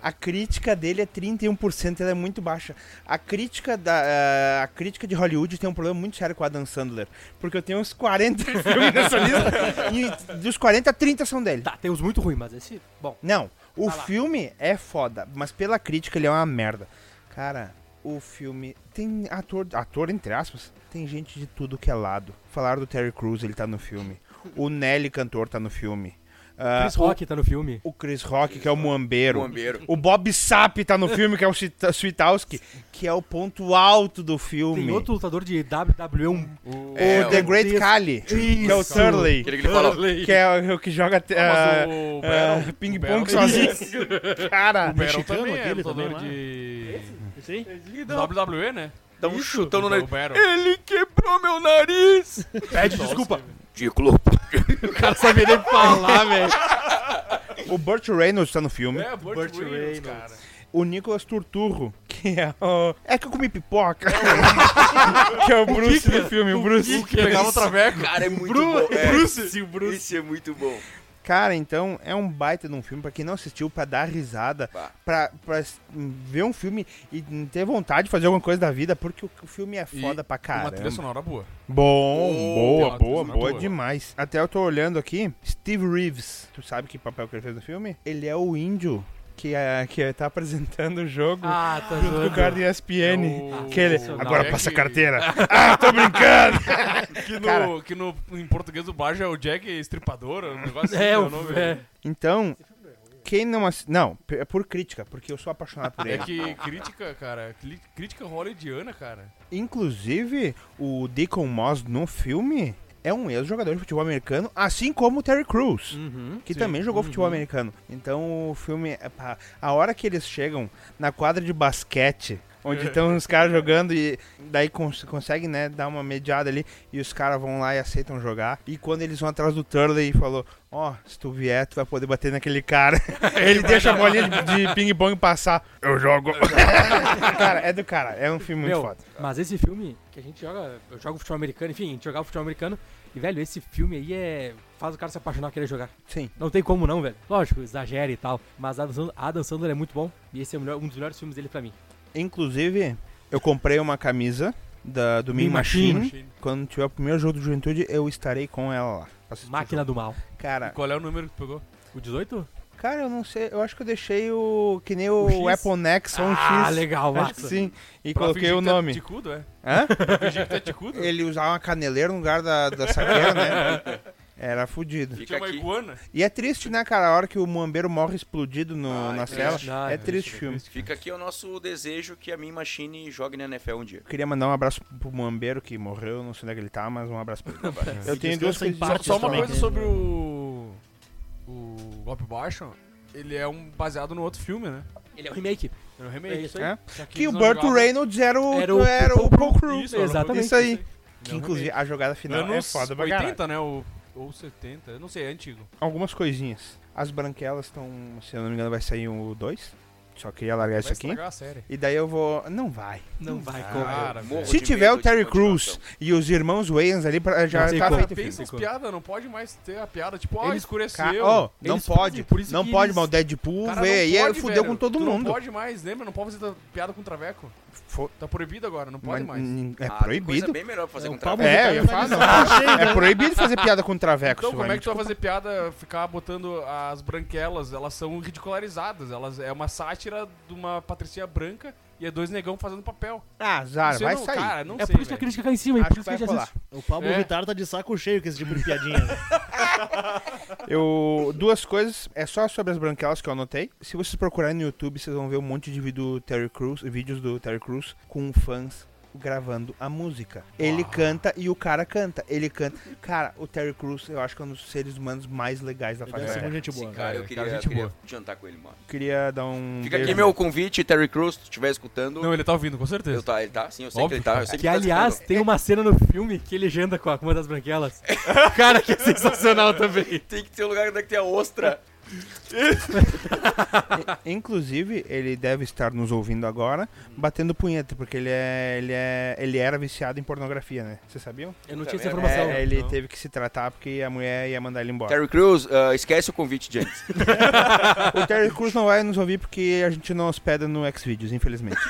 Speaker 1: A crítica dele é 31%, ela é muito baixa. A crítica da eh, a crítica de Hollywood tem um problema muito sério com o Adam Sandler, porque eu tenho uns 40 filmes nessa lista e dos 40, 30 são dele.
Speaker 3: Tá, tem uns muito ruins, mas esse. Bom,
Speaker 1: Não, o
Speaker 3: Vai lá.
Speaker 1: filme é foda, mas pela crítica ele é uma merda. Cara, o filme tem ator, ator entre aspas, tem gente de tudo que é lado. Falaram do Terry Crews, ele tá no filme. O Nelly cantor tá no filme. Ah,
Speaker 3: Chris Rock tá no filme.
Speaker 1: o Chris Rock, que é o muambeiro.
Speaker 5: Bombeiro.
Speaker 1: O Bob Sapp tá no filme, que é o Chita- Switowski, que é o ponto alto do filme.
Speaker 3: Tem outro lutador de WWE, um
Speaker 1: O
Speaker 2: O...
Speaker 5: É,
Speaker 1: The
Speaker 5: o-
Speaker 1: Great
Speaker 3: Isso.
Speaker 1: Kali, que é o Surley,
Speaker 5: Aquele que ele é, falou.
Speaker 1: que é o que joga
Speaker 2: Ah, mas
Speaker 1: ah,
Speaker 2: o
Speaker 1: ah,
Speaker 5: um
Speaker 2: Barrel- o Barrel-
Speaker 1: ping-pong sozinho. Cara,
Speaker 2: O Barrel
Speaker 4: Mexicano,
Speaker 2: também é
Speaker 4: aquele
Speaker 2: lutador
Speaker 4: também lá.
Speaker 2: de...
Speaker 5: né?
Speaker 4: Isso aí?
Speaker 2: WWE, né?
Speaker 5: Dá um chutão no
Speaker 2: O
Speaker 5: nariz.
Speaker 2: Barrel.
Speaker 5: Ele quebrou meu nariz!
Speaker 3: pede desculpa.
Speaker 5: De clube.
Speaker 3: O cara sabia nem falar, velho.
Speaker 1: o Burt Reynolds tá no filme.
Speaker 2: É, Burt,
Speaker 3: Burt
Speaker 2: Reynolds,
Speaker 3: Reynolds.
Speaker 2: cara.
Speaker 1: O Nicolas Turturro, que é o... É que eu comi pipoca. que é o Bruce
Speaker 2: é?
Speaker 1: do filme, o Bruce. um-
Speaker 2: Pegava o traveco.
Speaker 5: Cara, é muito bom. É. Esse é muito bom.
Speaker 1: Cara, então é um baita de um filme pra quem não assistiu, pra dar risada,
Speaker 5: Bah.
Speaker 1: pra, pra s- ver um filme e ter vontade de fazer alguma coisa da vida, porque o o filme é
Speaker 2: E
Speaker 1: foda pra
Speaker 2: Uma trilha
Speaker 1: caramba.
Speaker 2: sonora boa.
Speaker 1: Bom,
Speaker 2: tem uma
Speaker 1: boa, boa,
Speaker 2: trilha
Speaker 1: boa
Speaker 2: boa.
Speaker 1: demais. Até eu tô olhando aqui, Steve Reeves, tu sabe que papel que ele fez no filme? Ele é o índio que, é, que tá apresentando o jogo.
Speaker 3: Ah, tá
Speaker 1: Junto com o cara do ESPN.
Speaker 2: É o-
Speaker 1: Que ele,
Speaker 3: Não,
Speaker 1: agora
Speaker 2: é
Speaker 1: passa a
Speaker 2: que-
Speaker 1: carteira. ah, tô brincando!
Speaker 2: Que,
Speaker 1: Cara.
Speaker 2: no, que no, em português do Barge é o Jack Estripador, um negócio assim,
Speaker 3: É,
Speaker 2: é
Speaker 3: o,
Speaker 2: o nome.
Speaker 3: é.
Speaker 1: Então, quem não ass... Não, p- é por crítica, porque eu sou apaixonado por
Speaker 2: É
Speaker 1: ele.
Speaker 2: que crítica, cara, cli- crítica hollywoodiana, cara.
Speaker 1: Inclusive, o Deacon Moss no filme é um ex-jogador de futebol americano, assim como o Terry Crews, que também jogou futebol americano. Então, o filme... é pá, A hora que eles chegam na quadra de basquete... Onde estão os caras jogando e daí cons consegue, né, dar uma mediada ali e os caras vão lá e aceitam jogar. E quando eles vão atrás do Turley e falou, ó, se tu vier, tu vai poder bater naquele cara. Ele deixa a bolinha de, de ping-pong passar. Eu jogo. cara, é do cara. É um filme muito
Speaker 3: Meu,
Speaker 1: foda.
Speaker 3: Mas esse filme que a gente joga, eu jogo futebol americano, enfim, a gente jogava futebol americano. E, velho, esse filme aí é. faz o cara se apaixonar por querer jogar.
Speaker 1: Sim.
Speaker 3: Não tem como não, velho. Lógico, exagera e tal. Mas Adam Sandler, Adam Sandler é muito bom. E esse é o melhor- um dos melhores filmes dele pra mim.
Speaker 1: Inclusive, eu comprei uma camisa da, do Mean
Speaker 3: Mean
Speaker 1: Machine.
Speaker 3: Machine.
Speaker 1: Quando tiver o primeiro jogo do Juventude, eu estarei com ela lá. pra assistir o
Speaker 3: Máquina do Mal.
Speaker 1: jogo. Cara,
Speaker 2: Qual é o número que tu pegou?
Speaker 3: O 18?
Speaker 1: cara, eu não sei. Eu acho que eu deixei o... Que nem o,
Speaker 3: O X?
Speaker 1: Apple Nex ou um
Speaker 3: Ah,
Speaker 1: X.
Speaker 3: legal,
Speaker 1: Acho que
Speaker 3: massa.
Speaker 1: sim. E
Speaker 2: Pra
Speaker 1: coloquei
Speaker 2: fingir
Speaker 1: o
Speaker 2: que tu é
Speaker 1: nome.
Speaker 2: Ticudo, é?
Speaker 1: Hã?
Speaker 2: Pra fingir que tu é ticudo?
Speaker 1: Ele usava uma caneleira no lugar da, da saqueira, né? Era fudido.
Speaker 5: Fica
Speaker 2: Tinha uma
Speaker 5: aqui.
Speaker 2: iguana.
Speaker 1: E é triste, né, cara? A hora que o muambeiro morre explodido no,
Speaker 5: Ah,
Speaker 1: na
Speaker 5: é
Speaker 1: cela.
Speaker 3: triste. Ah,
Speaker 1: é
Speaker 3: é
Speaker 1: triste o filme.
Speaker 5: Fica aqui o nosso desejo que a minha machine jogue na NFL um dia.
Speaker 1: Eu queria mandar um abraço pro Muambeiro, que morreu, não sei onde é que ele tá, mas um abraço pra ele. Eu tenho duas
Speaker 4: Descansa em
Speaker 1: coisas.
Speaker 4: paz.
Speaker 1: Só,
Speaker 2: Só, só
Speaker 4: Partes
Speaker 2: uma
Speaker 4: também,
Speaker 2: coisa
Speaker 4: né?
Speaker 2: sobre o. O Golpe Baixo. Ele é um baseado no outro filme, né?
Speaker 3: Ele é o remake.
Speaker 2: É um remake.
Speaker 3: É isso aí.
Speaker 1: é?
Speaker 2: Só
Speaker 1: Que o
Speaker 2: eles não
Speaker 1: Burt
Speaker 2: jogavam-
Speaker 1: Reynolds era o, era o, Paul Crew.
Speaker 2: Isso, era o Paul
Speaker 3: Exatamente.
Speaker 2: Crew.
Speaker 1: Isso aí.
Speaker 2: Ele é
Speaker 1: Que
Speaker 2: um
Speaker 1: inclusive
Speaker 2: remake.
Speaker 1: a jogada final é
Speaker 2: Anos
Speaker 1: foda pra
Speaker 2: 80,
Speaker 1: caralho.
Speaker 2: né? Ou, ou 70, eu não sei, é antigo.
Speaker 1: Algumas coisinhas. As branquelas estão, se eu não me engano, vai sair o 2. Só queria largar isso
Speaker 2: Vai
Speaker 1: aqui.
Speaker 2: estragar a série.
Speaker 1: E daí eu vou. Não vai.
Speaker 3: Não vai,
Speaker 2: vai.
Speaker 3: como.
Speaker 2: Cara,
Speaker 5: Eu morro
Speaker 1: Se
Speaker 5: de
Speaker 1: tiver
Speaker 5: medo
Speaker 1: o
Speaker 5: de
Speaker 1: Terry
Speaker 5: continuação.
Speaker 1: Crews e os irmãos Wayans ali, pra- já
Speaker 3: sei
Speaker 1: tá
Speaker 3: como.
Speaker 1: feito o
Speaker 2: Tem
Speaker 1: filme.
Speaker 2: essas
Speaker 3: Ficou.
Speaker 2: piadas, não pode mais ter a piada, tipo, ó,
Speaker 3: Eles-
Speaker 1: Ca-
Speaker 2: escureceu.
Speaker 1: ó, não
Speaker 3: Eles
Speaker 1: pode.
Speaker 3: fazem, por isso
Speaker 1: não
Speaker 3: que
Speaker 1: pode,
Speaker 3: eles-
Speaker 1: mas o Deadpool
Speaker 2: Cara, não
Speaker 1: veio aí e
Speaker 2: pode,
Speaker 1: fudeu
Speaker 2: velho.
Speaker 1: com todo
Speaker 2: Tu
Speaker 1: mundo.
Speaker 2: Não pode mais, lembra? Não pode fazer piada com traveco.
Speaker 1: Fo-
Speaker 2: Tá proibido agora, não pode
Speaker 1: mas
Speaker 2: mais.
Speaker 1: n- É
Speaker 5: Ah, Coisa
Speaker 1: proibido.
Speaker 5: bem melhor pra fazer
Speaker 4: É,
Speaker 5: com
Speaker 4: o Pablo
Speaker 5: trabalho.
Speaker 1: É, eu ia
Speaker 4: Vittar
Speaker 1: falar,
Speaker 4: vai
Speaker 1: não.
Speaker 4: nesse carro cheio, né?
Speaker 1: É proibido fazer piada com traveco.
Speaker 2: Então,
Speaker 1: Silvani.
Speaker 2: como é que tu vai fazer piada, ficar botando as branquelas? Elas são ridicularizadas. Elas é uma sátira de uma patricinha branca e é dois negão fazendo papel.
Speaker 1: Ah, Zara,
Speaker 2: Isso
Speaker 1: vai
Speaker 2: não,
Speaker 1: sair.
Speaker 2: Cara, não
Speaker 3: É
Speaker 2: sei,
Speaker 3: por isso que a
Speaker 2: velho.
Speaker 3: crítica cai em cima, é
Speaker 1: Acho
Speaker 3: por
Speaker 1: que
Speaker 3: isso que a
Speaker 1: vai
Speaker 3: gente
Speaker 1: rolar.
Speaker 3: assiste.
Speaker 4: O Pablo
Speaker 2: É.
Speaker 4: Vittar tá de saco cheio com esse tipo de piadinha. né?
Speaker 1: Eu, duas coisas, é só sobre as branquelas que eu anotei. Se vocês procurarem no YouTube, vocês vão ver um monte de vídeo do Terry Crews, vídeos do Terry Crews com fãs gravando a música. Ele canta e o cara canta. Ele canta. Cara, o Terry Crews, eu acho que é um dos seres humanos mais legais da
Speaker 4: Ele deve ser
Speaker 1: face.
Speaker 4: muito
Speaker 1: É.
Speaker 4: gente boa.
Speaker 5: Esse cara, eu
Speaker 2: cara,
Speaker 5: queria,
Speaker 2: gente
Speaker 5: queria
Speaker 2: boa.
Speaker 5: jantar com ele, mano.
Speaker 1: Queria dar um
Speaker 5: Fica aqui
Speaker 1: beijo.
Speaker 5: meu convite, Terry Crews, se tu estiver escutando.
Speaker 2: Não, ele tá ouvindo, com certeza.
Speaker 5: eu tá, ele tá, sim, eu sei
Speaker 2: Óbvio.
Speaker 5: que ele tá. Eu sei
Speaker 3: Que,
Speaker 5: ele tá
Speaker 3: aliás,
Speaker 5: escutando.
Speaker 3: tem uma cena no filme que ele janta com a- com uma das branquelas. Cara, que é sensacional também.
Speaker 5: tem que ter um lugar onde é que tem a ostra.
Speaker 1: Inclusive, ele deve estar nos ouvindo agora, batendo punheta, porque ele é ele é ele era viciado em pornografia, né? Vocês sabiam?
Speaker 3: Eu não tinha essa
Speaker 5: É,
Speaker 3: informação.
Speaker 1: É, ele teve que se tratar porque a mulher ia mandar ele embora.
Speaker 5: Terry Crews, ah, esquece o convite de antes.
Speaker 1: O Terry Crews não vai nos ouvir porque a gente não hospeda no Xvideos, infelizmente.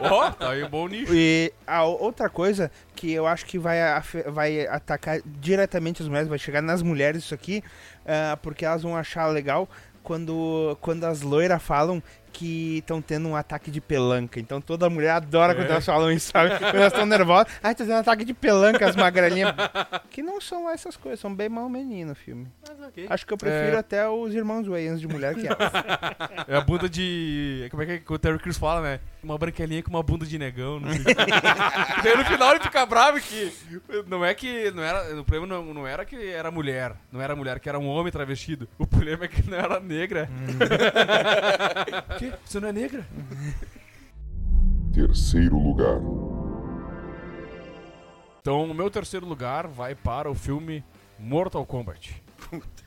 Speaker 2: Ó, tá aí um bom nicho.
Speaker 1: E a o- outra coisa que eu acho que vai, afe- vai atacar diretamente as mulheres, vai chegar nas mulheres isso aqui, ah, porque elas vão achar legal quando, quando as loiras falam que estão tendo um ataque de pelanca. Então toda mulher adora quando elas falam isso, sabe? Quando elas estão nervosas. Ai, tá tendo um ataque de pelanca, as magrelinhas. que não são lá essas coisas, são bem mal menino o filme.
Speaker 3: Mas ok. Tá
Speaker 1: Acho que eu prefiro até os irmãos Wayans de mulher que elas.
Speaker 2: É a bunda de. Como é que, é que o Terry Crews fala, né? Uma branquelinha com uma bunda de negão, não sei. Daí no final ele fica bravo que. Não é que. Não era, o problema não, não era que era mulher. Não era mulher, que era um homem travestido. O problema é que não era negra. que? Você não é negra?
Speaker 6: Terceiro lugar.
Speaker 2: Então, o meu terceiro lugar vai para o filme Mortal Kombat.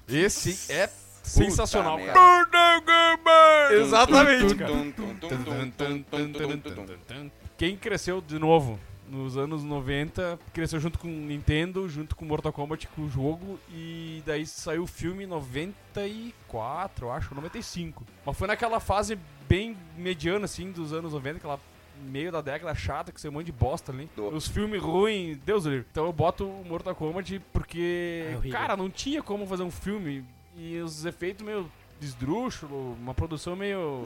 Speaker 2: Esse é sensacional,
Speaker 5: merda.
Speaker 2: cara. Mortal Kombat! Exatamente, cara.
Speaker 5: Tum, tum, tum, tum, tum, tum, tum, tum, tum, tum, tum, tum.
Speaker 2: Quem cresceu de novo nos anos 90, cresceu junto com Nintendo, junto com Mortal Kombat, com o jogo, e daí saiu o filme em 94, eu acho, 95. Mas foi naquela fase bem mediana, assim, dos anos 90, aquela meio da década chata, que saiu um monte de bosta ali.
Speaker 5: Do-
Speaker 2: Os filmes ruins, Deus do livro. Então eu boto o Mortal Kombat porque,
Speaker 3: É horrível.
Speaker 2: cara, não tinha como fazer um filme, e os efeitos meio esdrúxulo, uma produção meio...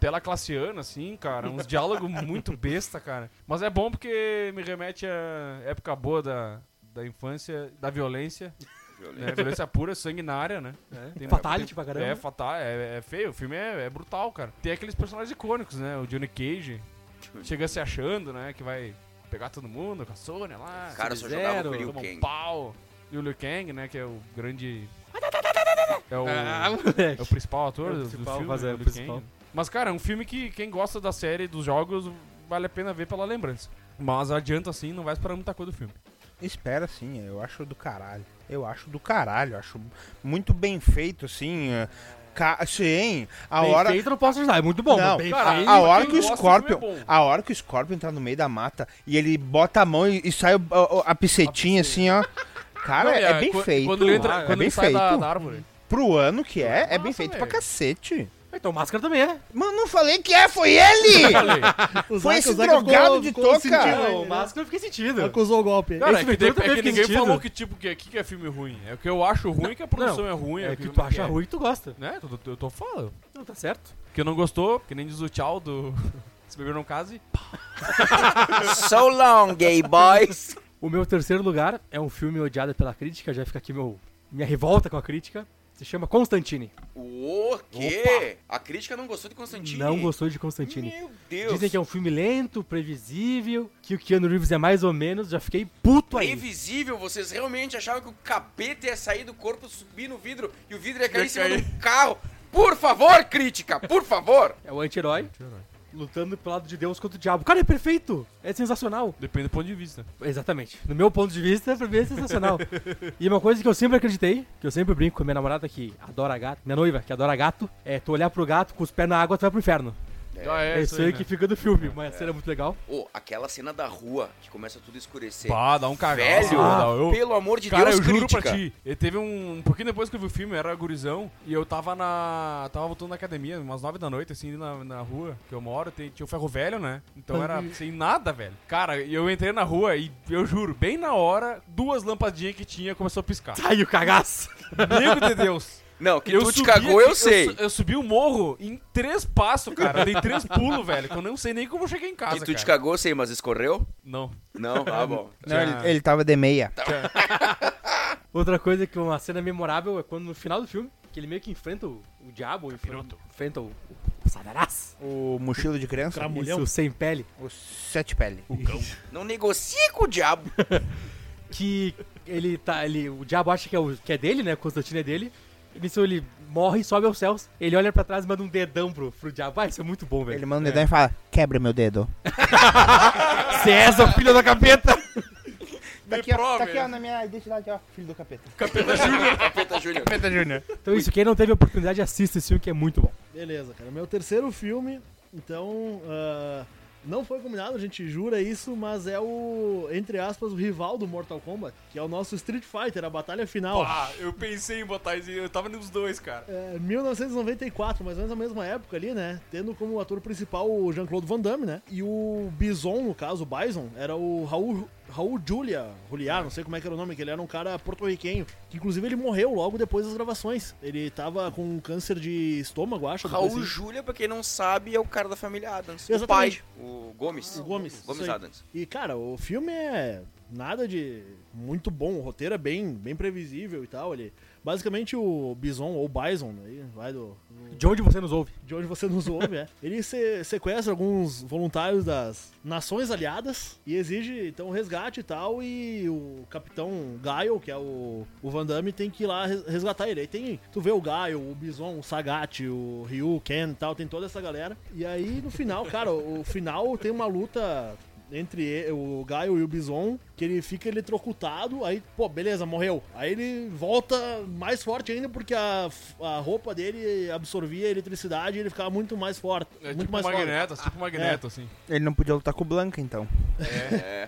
Speaker 2: tela classiana, assim, cara. Uns diálogos muito besta, cara. Mas é bom porque me remete à época boa da, da infância, da violência.
Speaker 3: É.
Speaker 2: Né? Violência pura, sanguinária, né? É, tem-
Speaker 3: Fatality pra caramba.
Speaker 2: É fatal, é, é feio. O filme é, é brutal, cara. Tem aqueles personagens icônicos, né? O Johnny Cage chega se achando, né? Que vai pegar todo mundo com a Sônia lá.
Speaker 5: O cara só
Speaker 2: Sub-Zero,
Speaker 5: jogava com o Liu
Speaker 2: toma um
Speaker 5: Kang.
Speaker 2: pau. E o Liu Kang, né? Que é o grande... É o...
Speaker 3: Ah, moleque.
Speaker 2: É o principal ator
Speaker 3: É o
Speaker 2: do-
Speaker 3: principal,
Speaker 2: do filme,
Speaker 3: mas é
Speaker 2: né,
Speaker 3: o
Speaker 2: Liu
Speaker 3: principal.
Speaker 2: Kang. Mas, cara, é um filme que quem gosta da série, dos jogos, vale a pena ver pela lembrança. Mas adianta assim, não vai esperar muita coisa do filme.
Speaker 1: Espera sim, eu acho do caralho. Eu acho do caralho, eu acho muito bem feito, assim. é, ca- Sim, a
Speaker 3: bem
Speaker 1: hora.
Speaker 3: feito eu não posso ajudar, é muito bom.
Speaker 1: Não,
Speaker 3: mas bem
Speaker 2: cara,
Speaker 3: feito.
Speaker 1: A
Speaker 2: Quem
Speaker 1: hora que o
Speaker 2: gosta,
Speaker 1: Scorpion.
Speaker 2: filme é bom.
Speaker 1: A hora que o Scorpion tá no meio da mata e ele bota a mão e, e sai o- o- a, picetinha assim, ó. Cara,
Speaker 2: Não,
Speaker 1: é,
Speaker 2: e a-
Speaker 1: bem
Speaker 2: quan-
Speaker 1: feito.
Speaker 2: Quando ele, entra,
Speaker 1: é
Speaker 2: quando
Speaker 1: bem
Speaker 2: ele sai
Speaker 1: feito.
Speaker 2: da, da árvore.
Speaker 1: Pro ano que é, é bem
Speaker 2: Nossa,
Speaker 1: feito
Speaker 2: velho.
Speaker 1: pra cacete.
Speaker 3: Então máscara também é.
Speaker 1: Mano, não falei que é, foi ele!
Speaker 2: Falei.
Speaker 1: Foi
Speaker 4: O Zaca-
Speaker 1: esse
Speaker 4: o Zaca ficou-
Speaker 1: drogado de
Speaker 4: ficou
Speaker 1: touca.
Speaker 4: sentindo
Speaker 1: É,
Speaker 4: ele,
Speaker 3: o
Speaker 4: né?
Speaker 3: máscara eu fiquei sentido.
Speaker 4: Acusou o golpe aí.
Speaker 3: Cara,
Speaker 2: Esse filme
Speaker 3: que deu-
Speaker 2: tem- é
Speaker 3: deu
Speaker 2: que ninguém
Speaker 3: sentido.
Speaker 2: falou que tipo que, que, que é filme ruim. É o que eu acho ruim que a produção é ruim.
Speaker 3: É
Speaker 2: o
Speaker 3: que tu acha
Speaker 2: é.
Speaker 3: ruim que tu gosta.
Speaker 2: Né? Eu, tô- eu tô falando.
Speaker 3: Não, tá certo.
Speaker 2: Que não gostou, que nem diz o tchau do... Se beber não case.
Speaker 5: So long, gay boys.
Speaker 3: O meu terceiro lugar é um filme odiado pela crítica, já fica aqui meu, minha revolta com a crítica. Se chama Constantine.
Speaker 5: O quê? A crítica não gostou de Constantine?
Speaker 3: Não gostou de Constantine.
Speaker 5: Meu Deus.
Speaker 3: Dizem que é um filme lento, previsível, que o Keanu Reeves é mais ou menos, já fiquei puto aí.
Speaker 5: Previsível, vocês realmente achavam que o capeta ia sair do corpo, subir no vidro e o vidro ia cair
Speaker 2: Ia
Speaker 5: em cima
Speaker 2: cair.
Speaker 5: do carro. Por favor, crítica, por favor.
Speaker 3: É o anti-herói lutando pelo lado de Deus contra o diabo. Cara, é perfeito! É sensacional!
Speaker 2: Depende do ponto de vista.
Speaker 3: Exatamente. No meu ponto de vista, pra mim é sensacional. e uma coisa que eu sempre acreditei, que eu sempre brinco com a minha namorada que adora gato, minha noiva que adora gato, é tu olhar pro gato com os pés na água, tu vai pro inferno.
Speaker 2: Ah,
Speaker 3: É, isso aí,
Speaker 2: né?
Speaker 3: que fica do filme, mas a cena é muito legal.
Speaker 5: Ô, aquela cena da rua que começa tudo a escurecer.
Speaker 2: Pá, dá um cagão.
Speaker 5: Velho,
Speaker 2: dá- eu-
Speaker 5: pelo amor de
Speaker 2: Cara,
Speaker 5: Deus,
Speaker 2: eu juro
Speaker 5: crítica.
Speaker 2: pra ti. Ele teve um. Um pouquinho depois que eu vi o filme, eu era gurizão. E eu tava na. Tava voltando da academia, umas 9 da noite, assim, na, na rua que eu moro. Tem, tinha o ferro velho, né? Então era
Speaker 1: Uhum.
Speaker 2: sem nada, velho. Cara, e eu entrei na rua e eu juro, bem na hora, duas lampadinhas que tinha começou a piscar.
Speaker 3: Ai, o cagaço!
Speaker 2: Amigo de Deus.
Speaker 5: Não, que tu te
Speaker 2: subi
Speaker 5: cagou,
Speaker 2: aqui-
Speaker 5: eu sei.
Speaker 2: su- Eu, subi o morro em três passos, cara. Eu dei três pulos, velho. Que eu não sei nem como eu cheguei em casa.
Speaker 5: que tu te
Speaker 2: cara.
Speaker 5: cagou, eu sei, mas escorreu?
Speaker 2: Não.
Speaker 5: Não, ah, bom.
Speaker 1: Não, ele, ele tava de meia.
Speaker 3: Outra coisa que é uma cena memorável é quando no final do filme, que ele meio que enfrenta o, o diabo, enfrenta, enfrenta o, o Satanás.
Speaker 1: O mochila de criança,
Speaker 4: Cramulhão.
Speaker 3: Isso, sem pele.
Speaker 1: o sete pele.
Speaker 5: Não negocia com o diabo.
Speaker 3: Que ele tá. Ele, o diabo acha que é, o, que é dele, né? Constantino é dele. E nisso ele morre e sobe aos céus. Ele olha pra trás e manda um dedão pro, pro diabo. Ah, isso é muito bom,
Speaker 1: Ele
Speaker 3: velho.
Speaker 1: manda o dedão e fala, quebra meu dedo.
Speaker 3: César, filho da capeta!
Speaker 1: Tá aqui, ó,
Speaker 2: prove,
Speaker 1: tá aqui, ó,
Speaker 2: né?
Speaker 1: na minha identidade, ó, filho do capeta.
Speaker 5: Capeta Júnior.
Speaker 1: Capeta é Júnior.
Speaker 3: Então isso, quem não teve a oportunidade, assista esse filme que é muito bom.
Speaker 4: Beleza, cara. Meu terceiro filme, então. ah, não foi combinado, a gente jura isso, mas é o, entre aspas, o rival do Mortal Kombat, que é o nosso Street Fighter, a batalha final.
Speaker 2: Ah, eu pensei em botar isso. Eu tava nos dois, cara.
Speaker 4: É, 1994, mais ou menos a mesma época ali, né? Tendo como ator principal o Jean-Claude Van Damme, né? E o Bison, no caso, o Bison, era o Raul, Raul Julia, Juliar, não sei como é que era o nome, que ele era um cara porto-riquenho, que inclusive ele morreu logo depois das gravações. Ele tava com um câncer de estômago, acho. alguma
Speaker 5: Raul
Speaker 4: coisa assim.
Speaker 5: Júlia, pra quem não sabe, é o cara da família Adams.
Speaker 4: Exatamente.
Speaker 5: O pai, o Gomes.
Speaker 4: O Gomes,
Speaker 5: Gomes
Speaker 4: isso aí.
Speaker 5: Adams.
Speaker 4: E, cara, o filme é nada de muito bom. O roteiro é bem, bem previsível e tal. Ele, basicamente, o Bison, ou Bison, né? aí vai do,
Speaker 3: De onde você nos ouve?
Speaker 4: de onde você nos ouve, é. Ele se- sequestra alguns voluntários das nações aliadas e exige, então, resgate e tal. E o capitão Gaio, que é o, o Van Damme, tem que ir lá res- resgatar ele. Aí tem, tu vê o Gaio, o Bison, o Sagat, o Ryu, o Ken e tal, tem toda essa galera. E aí, no final, cara, o o final tem uma luta entre e- o Gaio e o Bison, que ele fica eletrocutado, aí, pô, beleza, morreu. Aí ele volta mais forte ainda porque a, f- a roupa dele absorvia a eletricidade e ele ficava muito mais forte.
Speaker 2: É
Speaker 4: muito
Speaker 2: tipo
Speaker 4: mais forte.
Speaker 3: Ah, é.
Speaker 2: magneto, tipo magneto, assim.
Speaker 1: Ele não podia lutar com o Blanca, então.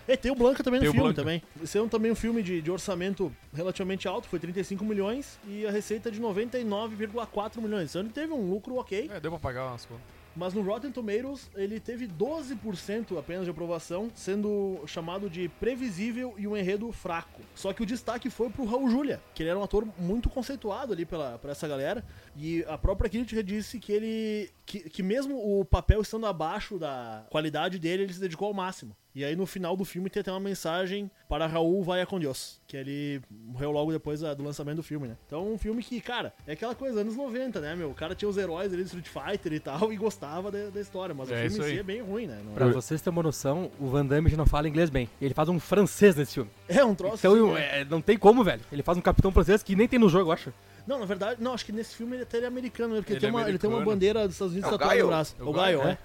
Speaker 4: É, tem o Blanca também
Speaker 2: Tem
Speaker 4: no
Speaker 2: o
Speaker 4: filme
Speaker 2: Blanca.
Speaker 4: também. Esse é um, também um filme de, de orçamento relativamente alto, foi 35 milhões e a receita é de 99,4 milhões. Então ele teve um lucro ok,
Speaker 2: É, deu pra pagar umas contas.
Speaker 4: mas no Rotten Tomatoes ele teve 12% apenas de aprovação, sendo chamado de previsível e um enredo fraco. Só que o destaque foi pro Raul Júlia, que ele era um ator muito conceituado ali pela, pra essa galera, e a própria crítica disse que ele que, que mesmo o papel estando abaixo da qualidade dele, ele se dedicou ao máximo. E aí no final do filme tem até uma mensagem para Raul Vai com Deus, que ele morreu logo depois da- do lançamento do filme, né? Então um filme que, cara, é aquela coisa, anos 90, né, meu? O cara tinha os heróis ali do Street Fighter e tal e gostava da, da história, mas
Speaker 2: É
Speaker 4: o
Speaker 2: isso
Speaker 4: filme em si
Speaker 2: aí.
Speaker 4: é bem ruim, né? Não-
Speaker 3: Pra vocês terem uma noção, o Van Damme já não fala inglês bem. Ele faz um francês nesse filme.
Speaker 4: É um troço...
Speaker 3: Então
Speaker 4: assim,
Speaker 3: é, não tem como, velho. Ele faz um capitão francês que nem tem no jogo, eu acho.
Speaker 4: Não, na verdade, não, acho que nesse filme ele até ele é americano, né? Porque
Speaker 2: Ele
Speaker 4: tem
Speaker 2: é
Speaker 4: uma, ele tem uma
Speaker 2: americano.
Speaker 4: bandeira dos Estados Unidos
Speaker 5: É o
Speaker 4: tatuada no
Speaker 5: Gaio? Ah.
Speaker 4: braço.
Speaker 2: É o
Speaker 4: o Gaio,
Speaker 2: Gaio,
Speaker 4: é.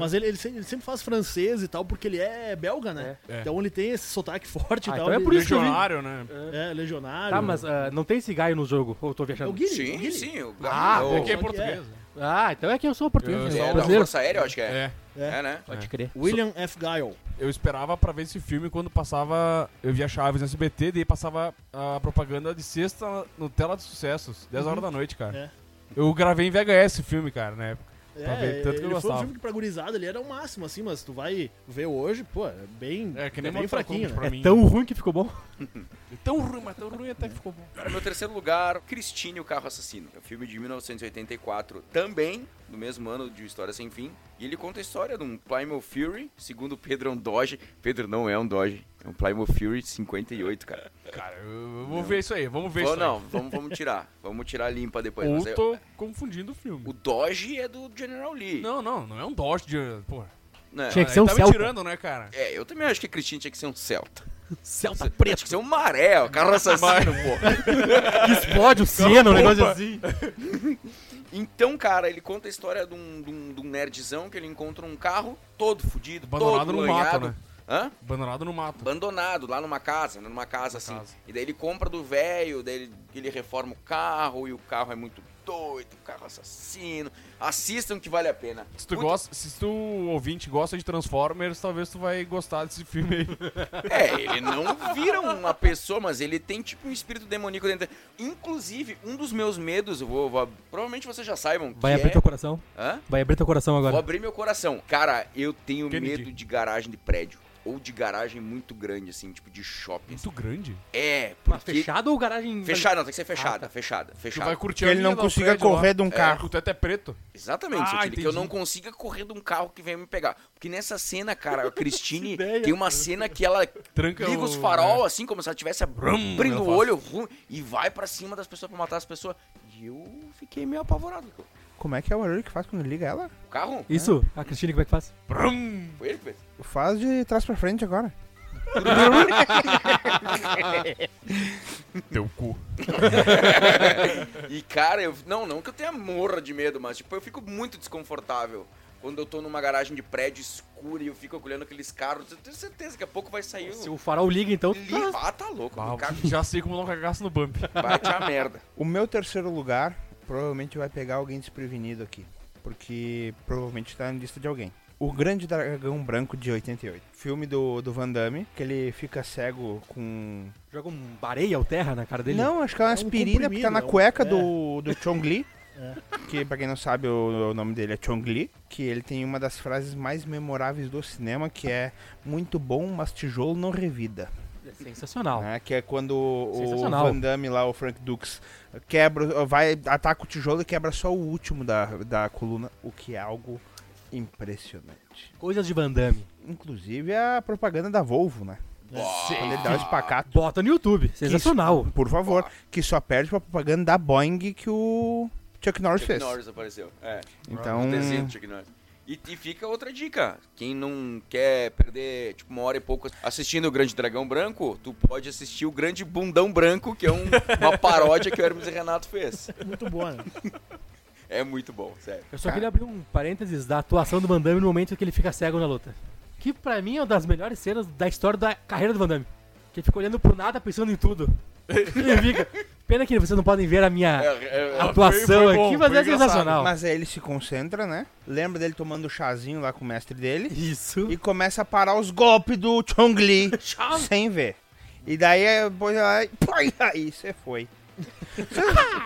Speaker 4: Mas ele, ele sempre ele sempre faz francês e tal, porque ele é belga, né?
Speaker 2: É.
Speaker 4: Então ele tem esse sotaque forte
Speaker 3: Ah,
Speaker 4: e tal.
Speaker 3: então é
Speaker 4: ele-
Speaker 3: por isso que eu vi.
Speaker 2: Legionário, né?
Speaker 4: É, legionário.
Speaker 3: Tá, mas ah, não tem esse gaio no jogo, ou eu tô
Speaker 4: É o
Speaker 3: viajando.
Speaker 4: Guilherme. é o
Speaker 5: Sim,
Speaker 4: Guilherme.
Speaker 5: sim. O
Speaker 3: Ah,
Speaker 5: o-
Speaker 2: É que é
Speaker 4: Só
Speaker 2: em
Speaker 4: que
Speaker 2: português.
Speaker 3: Ah, então é que eu sou
Speaker 2: Eu
Speaker 3: português,
Speaker 2: sou
Speaker 3: eu
Speaker 5: É, da
Speaker 3: brasileiro.
Speaker 5: Força Aérea, eu acho que é.
Speaker 2: É.
Speaker 5: É, né?
Speaker 3: Pode crer.
Speaker 4: William F. Guile.
Speaker 2: Eu esperava pra ver esse filme quando passava. Eu via Chaves no SBT, daí passava a propaganda de sexta no Tela de Sucessos, 10
Speaker 3: Uhum.
Speaker 2: horas da noite, cara.
Speaker 4: É.
Speaker 2: Eu gravei em VHS esse filme, cara, né? na época. Pra ver tanto que eu
Speaker 4: ele foi um
Speaker 2: gostava.
Speaker 4: filme que pra gurizada ele era o máximo, assim, mas tu vai ver hoje, pô, é bem, é bem
Speaker 2: Mortal
Speaker 4: fraquinho,
Speaker 2: Kombat
Speaker 4: né?
Speaker 2: pra mim. É
Speaker 3: Tão ruim que ficou bom.
Speaker 2: Tão ruim, mas tão ruim até que ficou bom.
Speaker 5: No meu terceiro lugar, Christine, o Carro Assassino. É um filme de 1984, também do mesmo ano de História Sem Fim. E ele conta a história de um Primal Fury, segundo Pedro é um Dodge. Pedro não é um Dodge, é um Primal Fury 58, cara.
Speaker 2: Cara, eu, eu vou ver isso aí, vamos ver
Speaker 5: Ou
Speaker 2: isso
Speaker 5: não, vamos, vamos tirar. Vamos tirar a limpa depois.
Speaker 2: aí.
Speaker 5: mas é-
Speaker 2: Ou tô confundindo o filme.
Speaker 5: o Dodge é do General Lee.
Speaker 2: Não, não, não é um Dodge de. Pô,
Speaker 5: Né?
Speaker 3: Tinha que ser
Speaker 2: aí
Speaker 3: um
Speaker 2: tá
Speaker 3: Celta.
Speaker 2: me tirando, né, cara?
Speaker 5: É, eu também acho que Christine tinha que ser um Celta.
Speaker 3: Celta
Speaker 5: Você preto. Tinha que ser um maré, o carro assassino, pô.
Speaker 3: que explode o Senna, um negócio assim.
Speaker 5: Então, cara, ele conta a história de um, de um- de um nerdzão que ele encontra um carro todo fudido,
Speaker 2: Abandonado
Speaker 5: todo
Speaker 2: no mato,
Speaker 5: lanhado.
Speaker 2: né?
Speaker 5: Hã?
Speaker 2: Abandonado no mato.
Speaker 5: abandonado lá numa casa, né, numa casa assim.
Speaker 2: casa.
Speaker 5: E daí ele compra do velho, daí ele, ele reforma o carro e o carro é muito doido, o carro é assassino. Assistam que vale a pena.
Speaker 2: Se tu,
Speaker 5: Puta-
Speaker 2: gosta, se tu ouvinte gosta de Transformers, talvez tu vai gostar desse filme aí.
Speaker 5: É, ele não vira uma pessoa, mas ele tem tipo um espírito demoníaco dentro. Inclusive, um dos meus medos, eu vou, vou- provavelmente vocês já saibam, que
Speaker 3: Vai abrir
Speaker 5: é...
Speaker 3: teu coração.
Speaker 5: Hã?
Speaker 3: Vai abrir teu coração
Speaker 5: Vou
Speaker 3: agora.
Speaker 5: abrir meu coração. Cara, eu tenho
Speaker 2: Kennedy.
Speaker 5: medo de garagem de prédio. Ou de garagem muito grande, assim, tipo de shopping.
Speaker 2: Muito grande.
Speaker 5: É,
Speaker 3: Mas
Speaker 5: porque...
Speaker 3: fechado ou garagem...
Speaker 5: Fechada, não, tem que ser fechada,
Speaker 3: Ah, tá.
Speaker 5: fechada,
Speaker 2: Tu
Speaker 5: fechada.
Speaker 2: vai curtir
Speaker 1: Que
Speaker 2: a
Speaker 1: ele
Speaker 2: linha
Speaker 1: não
Speaker 2: do
Speaker 1: consiga
Speaker 2: prédio lá.
Speaker 1: correr de um carro.
Speaker 2: O teto é preto.
Speaker 5: Exatamente,
Speaker 2: Ah,
Speaker 5: seu Tilly, que eu
Speaker 2: entendi.
Speaker 5: não consiga correr de um carro que vem me pegar. Porque nessa cena, cara, a Christine tem uma cena que ela
Speaker 2: Tranca
Speaker 5: liga
Speaker 2: o-
Speaker 5: os farol, assim, como se ela tivesse
Speaker 2: Brum,
Speaker 5: abrindo
Speaker 2: ela
Speaker 5: o
Speaker 2: faz.
Speaker 5: olho vum, e vai pra cima das pessoas pra matar as pessoas. E eu fiquei meio apavorado. cara.
Speaker 1: Como é que é o barulho que faz quando liga ela?
Speaker 5: O carro?
Speaker 3: Isso, a Cristina como é que faz?
Speaker 2: Brum.
Speaker 5: Foi ele que fez.
Speaker 1: Faz de trás pra frente agora.
Speaker 2: É, Teu cu.
Speaker 5: E, cara, eu. Não, não que eu tenha morra de medo, mas, tipo, eu fico muito desconfortável. Quando eu tô numa garagem de prédio escura e eu fico olhando aqueles carros, eu tenho certeza que daqui a pouco vai sair
Speaker 3: Se
Speaker 5: o.
Speaker 3: o farol liga, então...
Speaker 5: Li- Ah, tá louco,
Speaker 2: Bah,
Speaker 5: meu carro
Speaker 2: já sei como não cagaço no bump.
Speaker 5: bate a merda.
Speaker 1: O meu terceiro lugar provavelmente vai pegar alguém desprevenido aqui. Porque provavelmente tá na lista de alguém. O Grande Dragão Branco de 88. Filme do, do Van Damme, que ele fica cego com.
Speaker 3: Joga um areia ou terra na cara dele?
Speaker 1: Não, acho que é uma
Speaker 4: É um
Speaker 1: aspirina que tá
Speaker 4: comprimido,
Speaker 1: na
Speaker 4: é um-
Speaker 1: cueca
Speaker 4: é.
Speaker 1: do, do Chong Li. Que, pra quem não sabe, o, o nome dele é Chong Li. Que ele tem uma das frases mais memoráveis do cinema, que é muito bom, mas tijolo não revida.
Speaker 3: É sensacional.
Speaker 1: né? Que é quando o
Speaker 3: Sensacional.
Speaker 1: Van Damme lá, o Frank Dux, quebra, vai, ataca o tijolo e quebra só o último da, da coluna, o que é algo impressionante.
Speaker 3: Coisas de Van Damme.
Speaker 1: Inclusive é a propaganda da Volvo, né?
Speaker 4: É.
Speaker 1: Quando ele dá o espacato.
Speaker 3: Bota no YouTube. Sensacional.
Speaker 1: Por favor, que só perde pra propaganda da Boeing que o Chuck Norris
Speaker 5: Chuck
Speaker 1: fez.
Speaker 5: Norris apareceu. É.
Speaker 1: Então,
Speaker 5: Um desenho do Chuck Norris. E, e fica outra dica. Quem não quer perder, tipo, uma hora e pouco assistindo o Grande Dragão Branco, tu pode assistir o Grande Bundão Branco, que é um- uma paródia que o Hermes e Renato fez.
Speaker 4: Muito boa, né?
Speaker 5: É muito bom, sério.
Speaker 3: Eu só queria abrir um parênteses da atuação do Van Damme no momento que ele fica cego na luta. Que pra mim é uma das melhores cenas da história da carreira do Van Damme. Que ele fica olhando pro nada, pensando em tudo. ele fica Pena que vocês não podem ver a
Speaker 1: Ah,
Speaker 3: minha
Speaker 5: É, é,
Speaker 3: atuação
Speaker 2: foi- foi bom,
Speaker 3: aqui, mas
Speaker 2: foi
Speaker 3: é sensacional.
Speaker 1: Mas aí ele se concentra, né? Lembra dele tomando o chazinho lá com o mestre dele.
Speaker 3: Isso.
Speaker 1: E começa a parar os golpes do Chongli sem ver. E daí eh, depois ela. pô, e Aí você foi.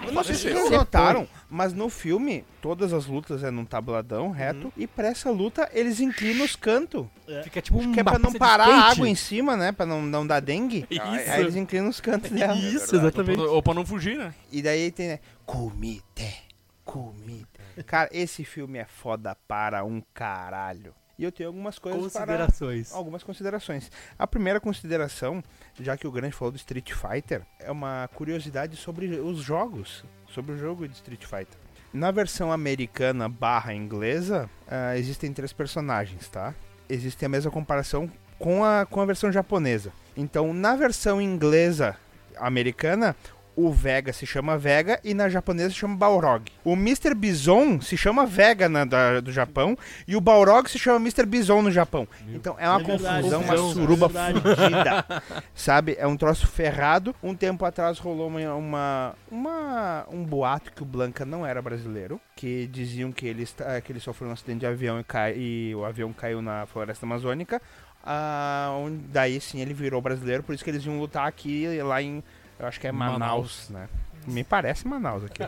Speaker 1: Eu não sei se vocês notaram, mas no filme todas as lutas é num tabuladão
Speaker 5: Uhum.
Speaker 1: reto. E pra essa luta eles inclinam os cantos.
Speaker 3: Fica tipo um
Speaker 1: Que é pra não
Speaker 3: bagunça de
Speaker 1: parar a
Speaker 3: skate.
Speaker 1: água em cima, né? Pra não, não dar dengue.
Speaker 3: Isso.
Speaker 1: Aí, aí eles inclinam os cantos dela.
Speaker 3: Isso,
Speaker 2: Ou pra,
Speaker 3: exatamente.
Speaker 2: ou pra não fugir, né?
Speaker 1: E daí tem, né? Comité, comité. Cara, esse filme é foda para um caralho. E eu tenho algumas coisas para...
Speaker 3: Considerações.
Speaker 1: Algumas considerações. A primeira consideração, já que o Grande falou do Street Fighter, é uma curiosidade sobre os jogos. Sobre o jogo de Street Fighter. Na versão americana barra inglesa, ah, existem três personagens, tá? Existe a mesma comparação com a, com a versão japonesa. Então, na versão inglesa americana, o Vega se chama Vega e na japonesa se chama Balrog. O Mr. Bison se chama Vega na, da- do Japão e o Balrog se chama Mr. Bison no Japão. Então é uma
Speaker 4: É verdade,
Speaker 1: confusão,
Speaker 4: cara,
Speaker 1: uma
Speaker 4: é
Speaker 1: suruba
Speaker 4: verdade.
Speaker 1: fudida. Sabe? É um troço ferrado. Um tempo atrás rolou uma, uma, uma- um boato que o Blanca não era brasileiro, que diziam que ele, está- que ele sofreu um acidente de avião e, cai, e o avião caiu na floresta amazônica. Ah, onde- daí sim ele virou brasileiro, por isso que eles iam lutar aqui lá em. Eu acho que é Manaus, né? Me parece Manaus aqui.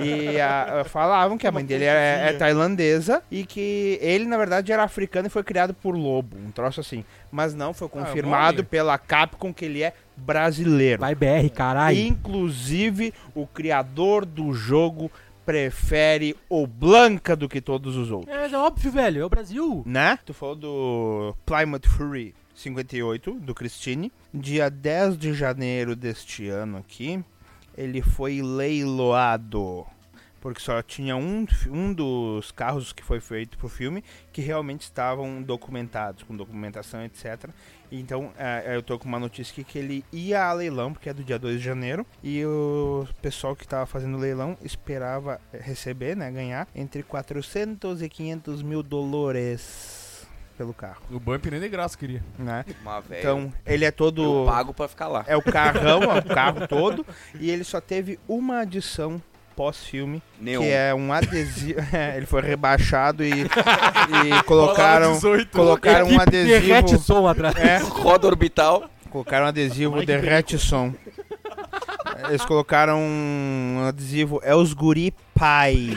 Speaker 1: E ah, falavam que a mãe dele é, é tailandesa e que ele, na verdade, era africano e foi criado por lobo, um troço assim. Mas não,
Speaker 3: Ah, é
Speaker 1: foi
Speaker 3: um
Speaker 1: confirmado
Speaker 2: mole.
Speaker 1: pela Capcom que ele é brasileiro.
Speaker 3: Vai BR, caralho.
Speaker 1: Inclusive, o criador do jogo prefere o Blanca do que todos os outros.
Speaker 3: É, mas é óbvio, velho. É o Brasil.
Speaker 1: Né? Tu falou do Plymouth Fury 58, do Christine. Dia 10 de janeiro deste ano aqui, ele foi leiloado. Porque só tinha um, fi- um dos carros que foi feito pro filme que realmente estavam documentados, com documentação, etc. Então, é, eu tô com uma notícia aqui que ele ia a leilão, porque é do dia 2 de janeiro, e o pessoal que tava fazendo o leilão esperava receber, né, ganhar, entre 400 e 500 mil dólares pelo carro,
Speaker 2: O Bump nem de graça queria.
Speaker 1: né?
Speaker 5: Uma velha.
Speaker 1: Então, ele é todo...
Speaker 5: eu pago pra ficar lá.
Speaker 1: É o carrão, é o carro todo, e ele só teve uma adição pós-filme,
Speaker 5: Neon.
Speaker 1: que é um adesivo... É, ele foi rebaixado e, e colocaram...
Speaker 2: 18.
Speaker 1: Colocaram um
Speaker 3: Equipe Derrete o
Speaker 1: adesivo...
Speaker 3: som atrás.
Speaker 1: É,
Speaker 5: Roda orbital.
Speaker 1: Colocaram um adesivo
Speaker 4: Mike
Speaker 1: derrete som. Eles colocaram um adesivo é os guri pai.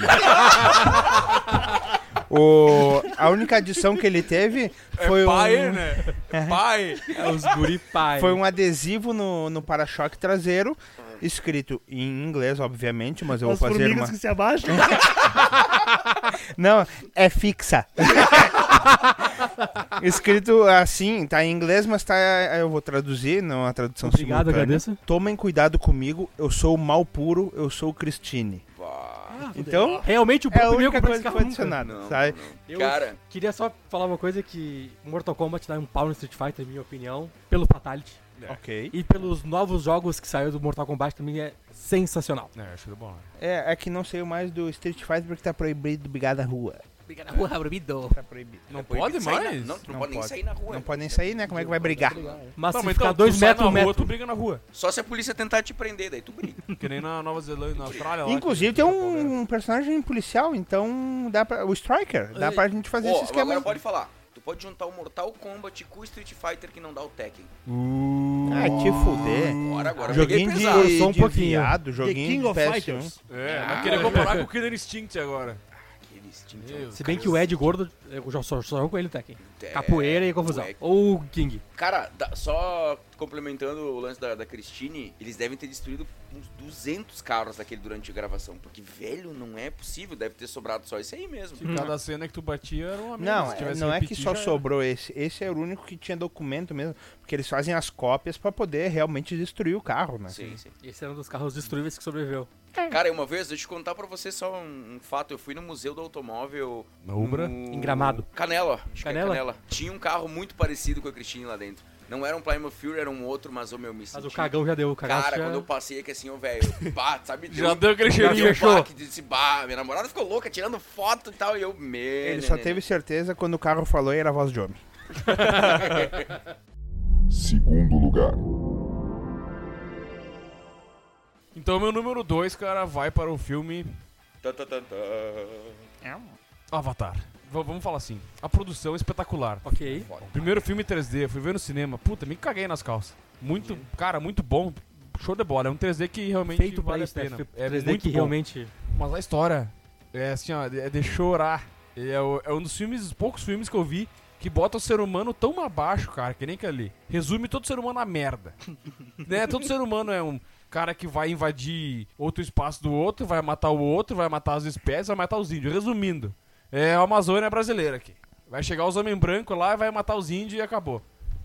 Speaker 1: o, a única adição que ele teve foi,
Speaker 2: é pai,
Speaker 1: um,
Speaker 2: né? É pai.
Speaker 3: É os guri pai.
Speaker 1: foi um adesivo no, no para-choque traseiro, escrito em inglês, obviamente, mas eu vou
Speaker 4: As
Speaker 1: fazer
Speaker 4: formigas
Speaker 1: uma...
Speaker 4: que se abaixam.
Speaker 1: Não, é fixa. Escrito assim, tá em inglês, mas tá. Eu vou traduzir, não a tradução
Speaker 3: Obrigado,
Speaker 1: simultânea.
Speaker 3: agradeço.
Speaker 1: Tomem cuidado comigo, eu sou o mal puro, eu sou o Christine.
Speaker 4: Ah,
Speaker 1: então,
Speaker 3: Realmente o
Speaker 1: é a
Speaker 3: Bump veio
Speaker 1: única
Speaker 3: comprar
Speaker 1: coisa
Speaker 3: esse
Speaker 1: que
Speaker 3: carro
Speaker 1: foi
Speaker 3: nunca.
Speaker 1: adicionada,
Speaker 5: Não,
Speaker 1: sabe?
Speaker 3: Eu
Speaker 5: Cara,
Speaker 3: queria só falar uma coisa que Mortal Kombat dá um pau no Street Fighter, na minha opinião, pelo Fatality.
Speaker 5: É.
Speaker 1: Ok.
Speaker 3: E pelos novos jogos que saiu do Mortal Kombat também é sensacional.
Speaker 2: É, acho que é bom. né?
Speaker 1: É, é que não saiu mais do Street Fighter porque tá proibido do Brigada Rua. Tá proibido.
Speaker 2: Não
Speaker 5: proibido
Speaker 2: pode
Speaker 5: de sair na-
Speaker 2: mais?
Speaker 5: né? Não, tu não,
Speaker 1: Não
Speaker 5: pode nem
Speaker 1: pode.
Speaker 5: sair na rua.
Speaker 1: Não podem sair, né? Como é que vai brigar?
Speaker 3: Mas
Speaker 2: Tá,
Speaker 3: se
Speaker 2: mas
Speaker 3: ficar
Speaker 2: então,
Speaker 3: dois
Speaker 2: tu sai
Speaker 3: metros, um
Speaker 2: na rua,
Speaker 3: metro.
Speaker 2: tu briga na rua.
Speaker 5: Só se a polícia tentar te prender, daí tu briga.
Speaker 2: Que nem na Nova Zelândia, na Austrália. lá, né?
Speaker 1: Inclusive
Speaker 2: que-
Speaker 5: tá
Speaker 1: tem
Speaker 5: né?
Speaker 1: um, um personagem policial, então dá pra, o Striker, dá pra gente fazer esse
Speaker 5: Ó,
Speaker 1: esquema.
Speaker 3: é
Speaker 5: agora
Speaker 1: aí.
Speaker 5: pode falar. Tu pode juntar o Mortal Kombat com o Street Fighter que não dá o Tekken.
Speaker 1: Ai, Ah, te fuder.
Speaker 5: Bora agora. eu peguei
Speaker 1: Joguinho de,
Speaker 5: pesado.
Speaker 1: de,
Speaker 3: Só um pouquinho.
Speaker 1: viado,
Speaker 4: The
Speaker 1: joguinho
Speaker 4: King
Speaker 1: de assim,
Speaker 4: of
Speaker 1: PS1.
Speaker 4: Fighters.
Speaker 2: É, vai
Speaker 1: Ah,
Speaker 2: querer comparar com o Killer Instinct agora.
Speaker 5: Aquele instinto.
Speaker 2: Meu
Speaker 3: Se bem que o Ed
Speaker 2: assim.
Speaker 3: gordo, eu já só, só jogo com ele, Tekken.
Speaker 5: É,
Speaker 3: Capoeira e confusão.
Speaker 5: o Ed-
Speaker 3: Ou o King.
Speaker 5: Cara, da- só complementando o lance da, da Christine, eles devem ter destruído uns 200 carros daquele durante a gravação. Porque, velho, não é possível. Deve ter sobrado só esse aí mesmo.
Speaker 2: Se
Speaker 3: um, né?
Speaker 2: cada cena que tu batia era uma merda.
Speaker 1: Não,
Speaker 2: Se
Speaker 1: é-
Speaker 2: tivesse
Speaker 1: não é que
Speaker 2: repetir,
Speaker 1: só
Speaker 2: já era.
Speaker 1: sobrou esse. Esse era o único que tinha documento mesmo. Porque eles fazem as cópias pra poder realmente destruir o carro, né?
Speaker 5: Sim, sim.
Speaker 3: Esse era um dos carros destruíveis que sobreviveu.
Speaker 5: Cara, uma vez, deixa eu contar pra você só um, um fato. Eu fui no Museu do Automóvel.
Speaker 2: Na Ubra?
Speaker 5: no-
Speaker 3: Em Gramado.
Speaker 5: Canela. Acho
Speaker 3: Canela?
Speaker 5: Que é Canela. Tinha um carro muito parecido com a Christine lá dentro. Não era um Plymouth Fury, era um outro, mas o meu me
Speaker 3: Mas
Speaker 5: senti.
Speaker 3: o cagão já deu. O cagão
Speaker 5: Cara,
Speaker 3: já...
Speaker 5: quando eu passei aqui assim, ô velho, pá, sabe?
Speaker 2: Já deu aquele
Speaker 5: já
Speaker 2: cheirinho.
Speaker 5: deu um
Speaker 3: fechou.
Speaker 5: baque, disse, bah, minha namorada ficou louca tirando foto e tal, e eu, né, meu.
Speaker 1: Ele só teve certeza quando o carro falou e era a voz de homem.
Speaker 6: Segundo lugar.
Speaker 2: Então meu número 2, cara, vai para o filme
Speaker 5: Tá, tá, tá, tá.
Speaker 2: Avatar. V- vamos falar assim, a produção é espetacular.
Speaker 3: Ok.
Speaker 2: Primeiro filme 3D, fui ver no cinema. Puta, me caguei nas calças. Muito, cara, muito bom. Show de bola. É um 3D que realmente
Speaker 3: Feito pra
Speaker 2: vale
Speaker 3: isso,
Speaker 2: a
Speaker 3: né?
Speaker 2: pena.
Speaker 3: Feito-
Speaker 2: É
Speaker 3: 3D
Speaker 2: muito
Speaker 3: que
Speaker 2: bom.
Speaker 3: realmente...
Speaker 2: Mas a história é assim, ó, é de chorar. E É, o- é um dos filmes, dos poucos filmes que eu vi que bota o ser humano tão abaixo, cara, que nem que ali. Resume todo ser humano na merda. né? Todo ser humano é um cara que vai invadir outro espaço do outro, vai matar o outro, vai matar as espécies, vai matar os índios. Resumindo, é a Amazônia brasileira aqui. Vai chegar os homens brancos lá e vai matar os índios e acabou.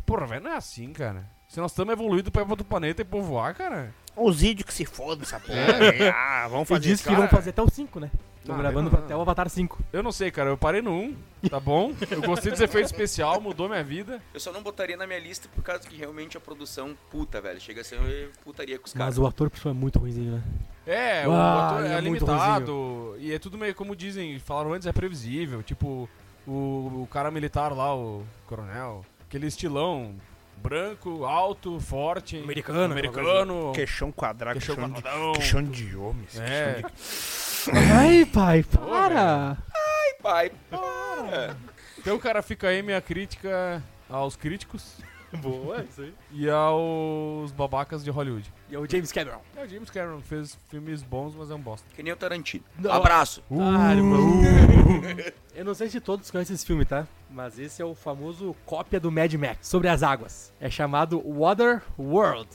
Speaker 2: Porra, velho, não é assim, cara. Se nós estamos evoluídos pra ir pra outro planeta e povoar, cara.
Speaker 1: Os índios que se fodam essa porra. É. Ah, vamos
Speaker 3: E
Speaker 1: fazer
Speaker 3: diz
Speaker 1: isso.
Speaker 3: que vão fazer até o 5, né? Estão
Speaker 2: Ah,
Speaker 3: gravando
Speaker 2: não, não.
Speaker 3: até o Avatar 5.
Speaker 2: Eu não sei, cara. Eu parei no 1, tá bom? Eu gostei dos efeitos especial, mudou minha vida.
Speaker 5: Eu só não botaria na minha lista por causa que realmente a produção puta, velho. Chega a ser putaria com os caras.
Speaker 3: Mas o ator pessoal é muito ruimzinho, né?
Speaker 2: É,
Speaker 3: Ah,
Speaker 2: o motor
Speaker 3: ele
Speaker 2: é,
Speaker 3: é muito
Speaker 2: limitado. E é tudo meio, como dizem, falaram antes, é previsível. Tipo, o, o cara militar lá, o coronel, aquele estilão branco, alto, forte.
Speaker 3: Americano, né?
Speaker 2: Americano.
Speaker 1: um Queixão quadrado,
Speaker 2: Queixão
Speaker 1: queixão,
Speaker 2: quadradão.
Speaker 1: de, queixão de homens.
Speaker 2: É.
Speaker 1: queixão
Speaker 3: Ai, pai, para!
Speaker 5: Pai,
Speaker 2: Então o cara fica aí minha crítica aos críticos
Speaker 3: Boa, isso aí.
Speaker 2: e aos babacas de Hollywood.
Speaker 3: E é o James Cameron.
Speaker 2: É, o James Cameron fez filmes bons, mas é um bosta.
Speaker 5: que nem o Tarantino.
Speaker 3: Não.
Speaker 5: Abraço.
Speaker 3: Ah,
Speaker 2: Uh.
Speaker 3: irmão. Eu não sei se todos conhecem esse filme, tá? Mas esse é o famoso cópia do Mad Max, Sobre as Águas. É chamado Water World,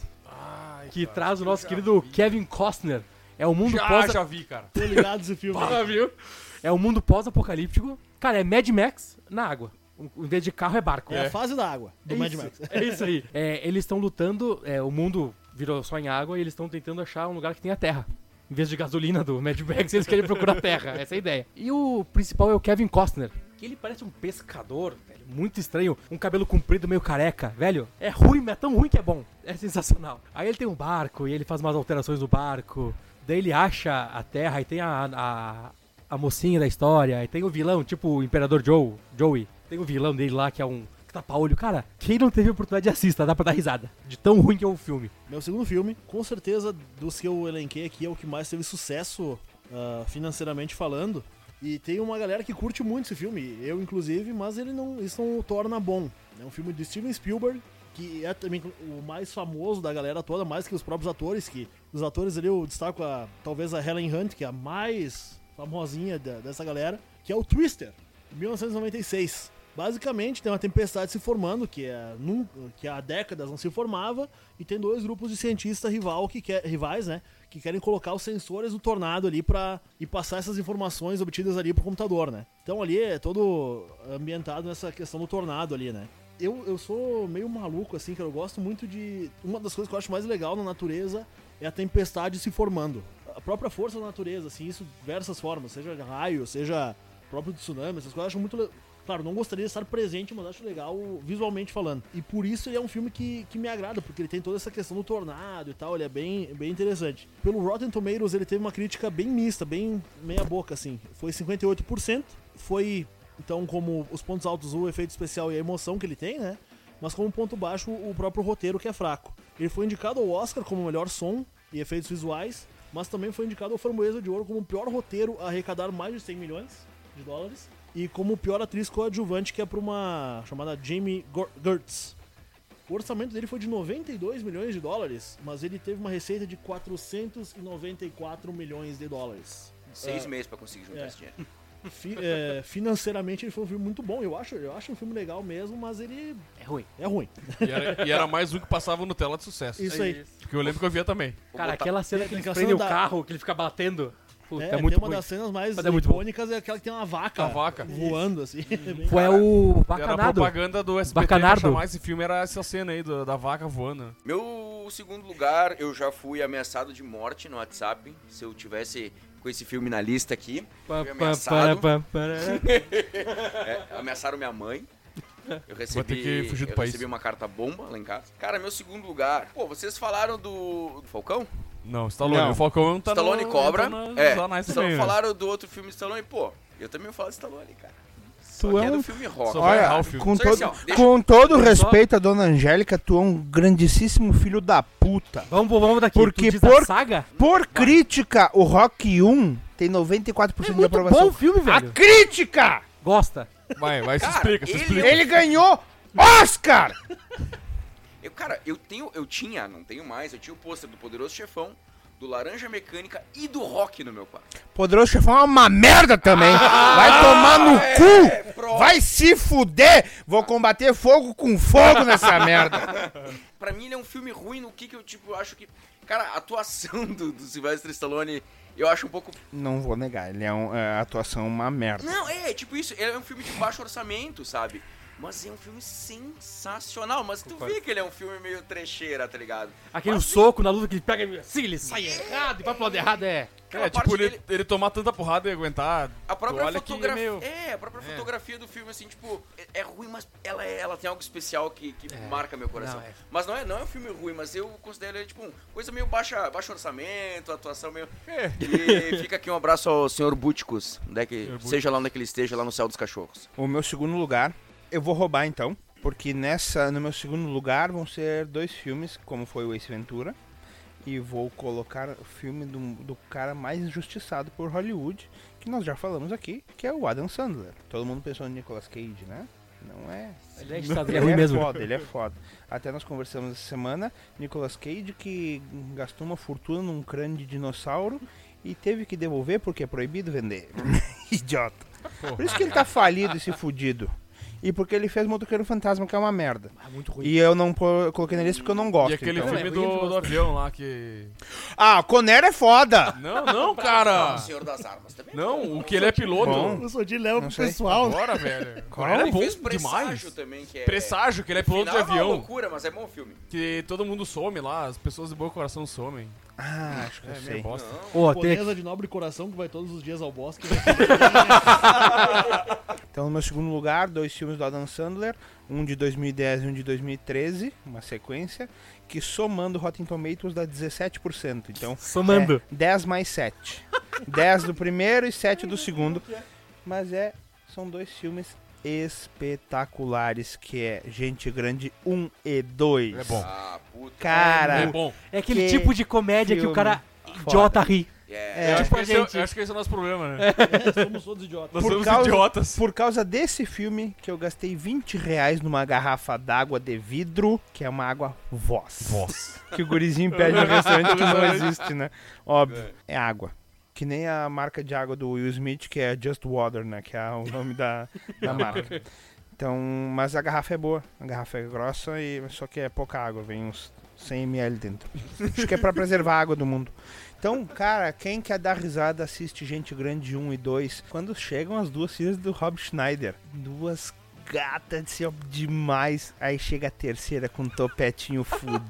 Speaker 3: que traz o nosso querido Kevin Costner. É o mundo
Speaker 2: Já,
Speaker 3: pós...
Speaker 2: já vi, cara.
Speaker 4: Tô ligado esse filme.
Speaker 3: Ah, viu? É o mundo pós-apocalíptico. Cara, é Mad Max na água. Em vez de carro, é barco.
Speaker 4: É a fase da água, do
Speaker 3: É
Speaker 4: Mad
Speaker 3: isso,
Speaker 4: Max.
Speaker 3: É isso aí. É, eles estão lutando, é, o mundo virou só em água e eles estão tentando achar um lugar que tenha terra. Em vez de gasolina do Mad Max, eles querem procurar terra. Essa é a ideia. E o principal é o Kevin Costner. Que ele parece um pescador, velho. Muito estranho. Um cabelo comprido, meio careca, velho. É ruim, mas é tão ruim que é bom. É sensacional. Aí ele tem um barco e ele faz umas alterações no barco. Daí ele acha a terra e tem a, a, a mocinha da história. E tem o vilão, tipo o Imperador Joe, Joey. Tem o vilão dele lá que é um que tapa-olho. Cara, quem não teve a oportunidade de assista, dá pra dar risada. De tão ruim que é o filme.
Speaker 4: Meu segundo filme, com certeza, dos que eu elenquei aqui, é o que mais teve sucesso ah, financeiramente falando. E tem uma galera que curte muito esse filme, eu inclusive, mas ele não, isso não o torna bom. É um filme de Steven Spielberg, que é também o mais famoso da galera toda, mais que os próprios atores, que os atores ali eu destaco a, talvez a Helen Hunt, que é a mais famosinha da- dessa galera, que é o Twister, de 1996. Basicamente, tem uma tempestade se formando, que, é, num- que há décadas não se formava, e tem dois grupos de cientistas rival que quer, rivais, né? Que querem colocar os sensores do tornado ali para e passar essas informações obtidas ali pro computador, né? Então ali é todo ambientado nessa questão do tornado ali, né? Eu, eu sou meio maluco, assim, que eu gosto muito de. Uma das coisas que eu acho mais legal na natureza é a tempestade se formando. A própria força da natureza, assim, isso de diversas formas, seja raio, seja próprio tsunami, essas coisas eu acho muito. le- Claro, não gostaria de estar presente, mas acho legal visualmente falando. E por isso ele é um filme que, que me agrada, porque ele tem toda essa questão do tornado e tal, ele é bem, bem interessante. Pelo Rotten Tomatoes, ele teve uma crítica bem mista, bem meia boca, assim. Foi 58%, foi, então, como os pontos altos, o efeito especial e a emoção que ele tem, né? mas como ponto baixo o próprio roteiro que é fraco. Ele foi indicado ao Oscar como melhor som e efeitos visuais, mas também foi indicado ao Framboesa de Ouro como o pior roteiro a arrecadar mais de 100 milhões de dólares e como pior atriz coadjuvante que é para uma chamada Jamie Gor- Gertz. O orçamento dele foi de 92 milhões de dólares, mas ele teve uma receita de 494 milhões de dólares.
Speaker 5: Seis
Speaker 4: É.
Speaker 5: meses pra conseguir juntar
Speaker 4: É.
Speaker 5: esse dinheiro.
Speaker 4: Fi- é, financeiramente ele foi um filme muito bom, eu acho, eu acho um filme legal mesmo, mas ele
Speaker 3: É ruim.
Speaker 4: é ruim.
Speaker 2: E era, e era mais um que passava no tela de sucesso.
Speaker 4: Isso aí.
Speaker 2: Porque eu lembro que eu via também.
Speaker 5: Vou
Speaker 3: Cara,
Speaker 5: botar-
Speaker 3: aquela cena
Speaker 4: Tem
Speaker 3: que ele
Speaker 4: aquela
Speaker 3: prende o
Speaker 4: cena da-
Speaker 3: carro, que ele fica batendo. Puta, é,
Speaker 4: É,
Speaker 3: muito
Speaker 4: tem uma
Speaker 3: ruim.
Speaker 4: das cenas mais
Speaker 3: Mas é muito bom.
Speaker 4: icônicas é aquela que tem uma vaca.
Speaker 2: A vaca.
Speaker 4: Voando, assim. É bem-
Speaker 3: Foi o
Speaker 2: Era a
Speaker 3: Bacanado.
Speaker 2: propaganda do SBT
Speaker 3: Bacanardo.
Speaker 2: pra chamar esse filme, era essa cena aí do- da vaca voando.
Speaker 5: Meu segundo lugar, eu já fui ameaçado de morte no WhatsApp. Se eu tivesse com esse filme na lista aqui,
Speaker 3: Pá,
Speaker 5: Fui
Speaker 3: pá,
Speaker 5: ameaçado.
Speaker 3: pá, pá, pá.
Speaker 5: É, ameaçaram minha mãe. Eu recebi,
Speaker 2: ter que fugir do
Speaker 5: eu
Speaker 2: país.
Speaker 5: recebi uma carta bomba lá em casa. Cara, meu segundo lugar. Pô, vocês falaram do, do Falcão?
Speaker 2: Não, Stallone.
Speaker 1: Não.
Speaker 2: O Falcão tá
Speaker 5: Stallone
Speaker 2: no,
Speaker 5: Cobra.
Speaker 2: Tá na,
Speaker 5: é,
Speaker 2: lá na-
Speaker 5: vocês
Speaker 2: também, né?
Speaker 5: falaram do outro filme de Stallone. Pô, eu também falo de Stallone, cara. Só
Speaker 1: Tu
Speaker 5: que
Speaker 1: é
Speaker 5: é
Speaker 1: um-
Speaker 5: do filme rock.
Speaker 2: Só vai
Speaker 1: Olha,
Speaker 2: errar o filme.
Speaker 1: com
Speaker 5: Só que
Speaker 1: todo,
Speaker 5: assim, ó, deixa-
Speaker 1: com todo
Speaker 3: Só-
Speaker 1: respeito à dona Angélica, tu é um grandíssimo filho da puta.
Speaker 3: Vamos, vamos daqui.
Speaker 1: Porque
Speaker 3: tu diz
Speaker 1: por-
Speaker 3: a saga?
Speaker 1: Por crítica, o Rock 1 tem 94%
Speaker 3: É
Speaker 1: de
Speaker 3: muito
Speaker 1: aprovação.
Speaker 3: bom o filme,
Speaker 1: A
Speaker 3: velho.
Speaker 1: crítica!
Speaker 3: Gosta.
Speaker 2: né? Vai, vai, se
Speaker 5: Cara,
Speaker 2: explica, se
Speaker 5: ele- é
Speaker 2: explica.
Speaker 1: Ele ganhou Oscar!
Speaker 5: Eu, cara, eu tenho, eu tinha, não tenho mais, eu tinha o pôster do Poderoso Chefão, do Laranja Mecânica e do Rock no meu quarto.
Speaker 1: Poderoso Chefão é uma merda também. Vai tomar no cu!
Speaker 5: pro-
Speaker 1: Vai se fuder! Vou combater fogo com fogo nessa merda.
Speaker 5: Pra mim ele é um filme ruim no que que eu, tipo, acho que... Cara, a atuação do, do Sylvester Stallone, eu acho um pouco...
Speaker 1: Não vou negar, ele é um- é, a atuação é uma merda.
Speaker 5: Não, é, tipo isso, é um filme de baixo orçamento, sabe? Mas é um filme sensacional, mas tu vê que ele é um filme meio trecheira, tá ligado?
Speaker 3: Aquele
Speaker 5: Mas-
Speaker 3: soco na luta que ele pega e assim, ele sai errado e vai pro lado errado, é.
Speaker 5: Aquela
Speaker 2: É, tipo,
Speaker 5: parte
Speaker 2: ele,
Speaker 5: dele-
Speaker 2: ele tomar tanta porrada e aguentar.
Speaker 5: A própria
Speaker 2: Olha que
Speaker 5: fotografia.
Speaker 2: meio-
Speaker 5: É, a própria fotografia do filme, assim, tipo, é- é ruim, mas ela, é- ela tem algo especial que, que marca meu coração.
Speaker 3: Não, é.
Speaker 5: Mas não é, não é um filme ruim, mas eu considero ele, tipo, um- coisa meio baixa, baixo orçamento, atuação meio.
Speaker 2: É.
Speaker 5: E fica aqui um abraço ao senhor Búticos, onde é que- seja lá onde é que ele esteja, lá no céu dos cachorros.
Speaker 1: O meu segundo lugar, eu vou roubar então, porque nessa, no meu segundo lugar vão ser dois filmes, como foi o Ace Ventura, e vou colocar o filme do, do cara mais injustiçado por Hollywood, que nós já falamos aqui, que é o Adam Sandler. Todo mundo pensou no Nicolas Cage, né? Não é.
Speaker 3: Ele é ditador, é ruim mesmo.
Speaker 1: foda, ele é foda. Até nós conversamos essa semana, Nicolas Cage que gastou uma fortuna num crânio de dinossauro e teve que devolver porque é proibido vender. Idiota. Por isso que ele tá falido, esse fudido. E porque ele fez Motoqueiro Fantasma, que é uma merda.
Speaker 3: Ah, muito ruim.
Speaker 1: E eu não po- coloquei na lista porque eu não gosto.
Speaker 2: E aquele
Speaker 1: então.
Speaker 3: Não,
Speaker 2: filme
Speaker 3: é ruim,
Speaker 2: do,
Speaker 3: mas-
Speaker 2: do avião lá que.
Speaker 1: Ah, Conner é foda!
Speaker 2: Não, não, cara!
Speaker 5: Senhor das Armas também.
Speaker 2: Não, o que ele é piloto.
Speaker 1: Bom.
Speaker 4: O Sodir leva
Speaker 1: Não
Speaker 4: pro
Speaker 1: sei. Tá
Speaker 4: pessoal.
Speaker 2: Bora, velho.
Speaker 1: Qual?
Speaker 2: Ele é
Speaker 5: Fez
Speaker 2: bom
Speaker 5: Presságio
Speaker 2: demais.
Speaker 5: também, que é.
Speaker 2: Presságio, que ele é piloto de
Speaker 5: Final É uma
Speaker 2: avião.
Speaker 5: loucura, mas é bom filme.
Speaker 2: Que todo mundo some lá, as pessoas de bom coração somem.
Speaker 1: Ah, acho que eu
Speaker 2: É, meio
Speaker 1: sei.
Speaker 2: bosta.
Speaker 3: Ó, tem aqui-
Speaker 4: Polonesa de nobre coração que vai todos os dias ao bosque. né?
Speaker 1: Então, no meu segundo lugar, dois filmes do Adam Sandler, um de 2010 e um de 2013, uma sequência, que somando Rotten Tomatoes dá 17%. Então,
Speaker 3: Somando.
Speaker 1: é 10 mais 7. 10 do primeiro e 7 do segundo. Mas é, são dois filmes espetaculares, que é Gente Grande 1 e 2.
Speaker 2: É bom.
Speaker 5: Ah, puta.
Speaker 1: Cara,
Speaker 2: É bom.
Speaker 3: É aquele
Speaker 1: Que
Speaker 3: tipo de comédia que o
Speaker 1: filme
Speaker 3: cara idiota ri.
Speaker 5: É.
Speaker 1: É,
Speaker 2: eu, acho
Speaker 3: tipo
Speaker 2: que
Speaker 3: a
Speaker 2: esse é,
Speaker 3: gente.
Speaker 2: eu acho que esse é o nosso problema, né?
Speaker 4: Somos todos idiotas.
Speaker 2: Nós
Speaker 1: Por
Speaker 2: somos
Speaker 1: causa-
Speaker 2: idiotas.
Speaker 1: Por causa desse filme que eu gastei 20 reais numa garrafa d'água de vidro, que é uma água voz. Que o gurizinho pede no restaurante que não existe, né? Óbvio. É água. Que nem a marca de água do Will Smith, que é Just Water, né? Que é o nome da, da marca. Então, mas a garrafa é boa. A garrafa é grossa, e só que é pouca água. Vem uns 100 ml dentro. Acho que é pra preservar a água do mundo. Então, cara, quem quer dar risada assiste Gente Grande 1 e 2. Quando chegam as duas filhas do Rob Schneider. Duas gatas de ser demais. Aí chega a terceira com um topetinho fudido.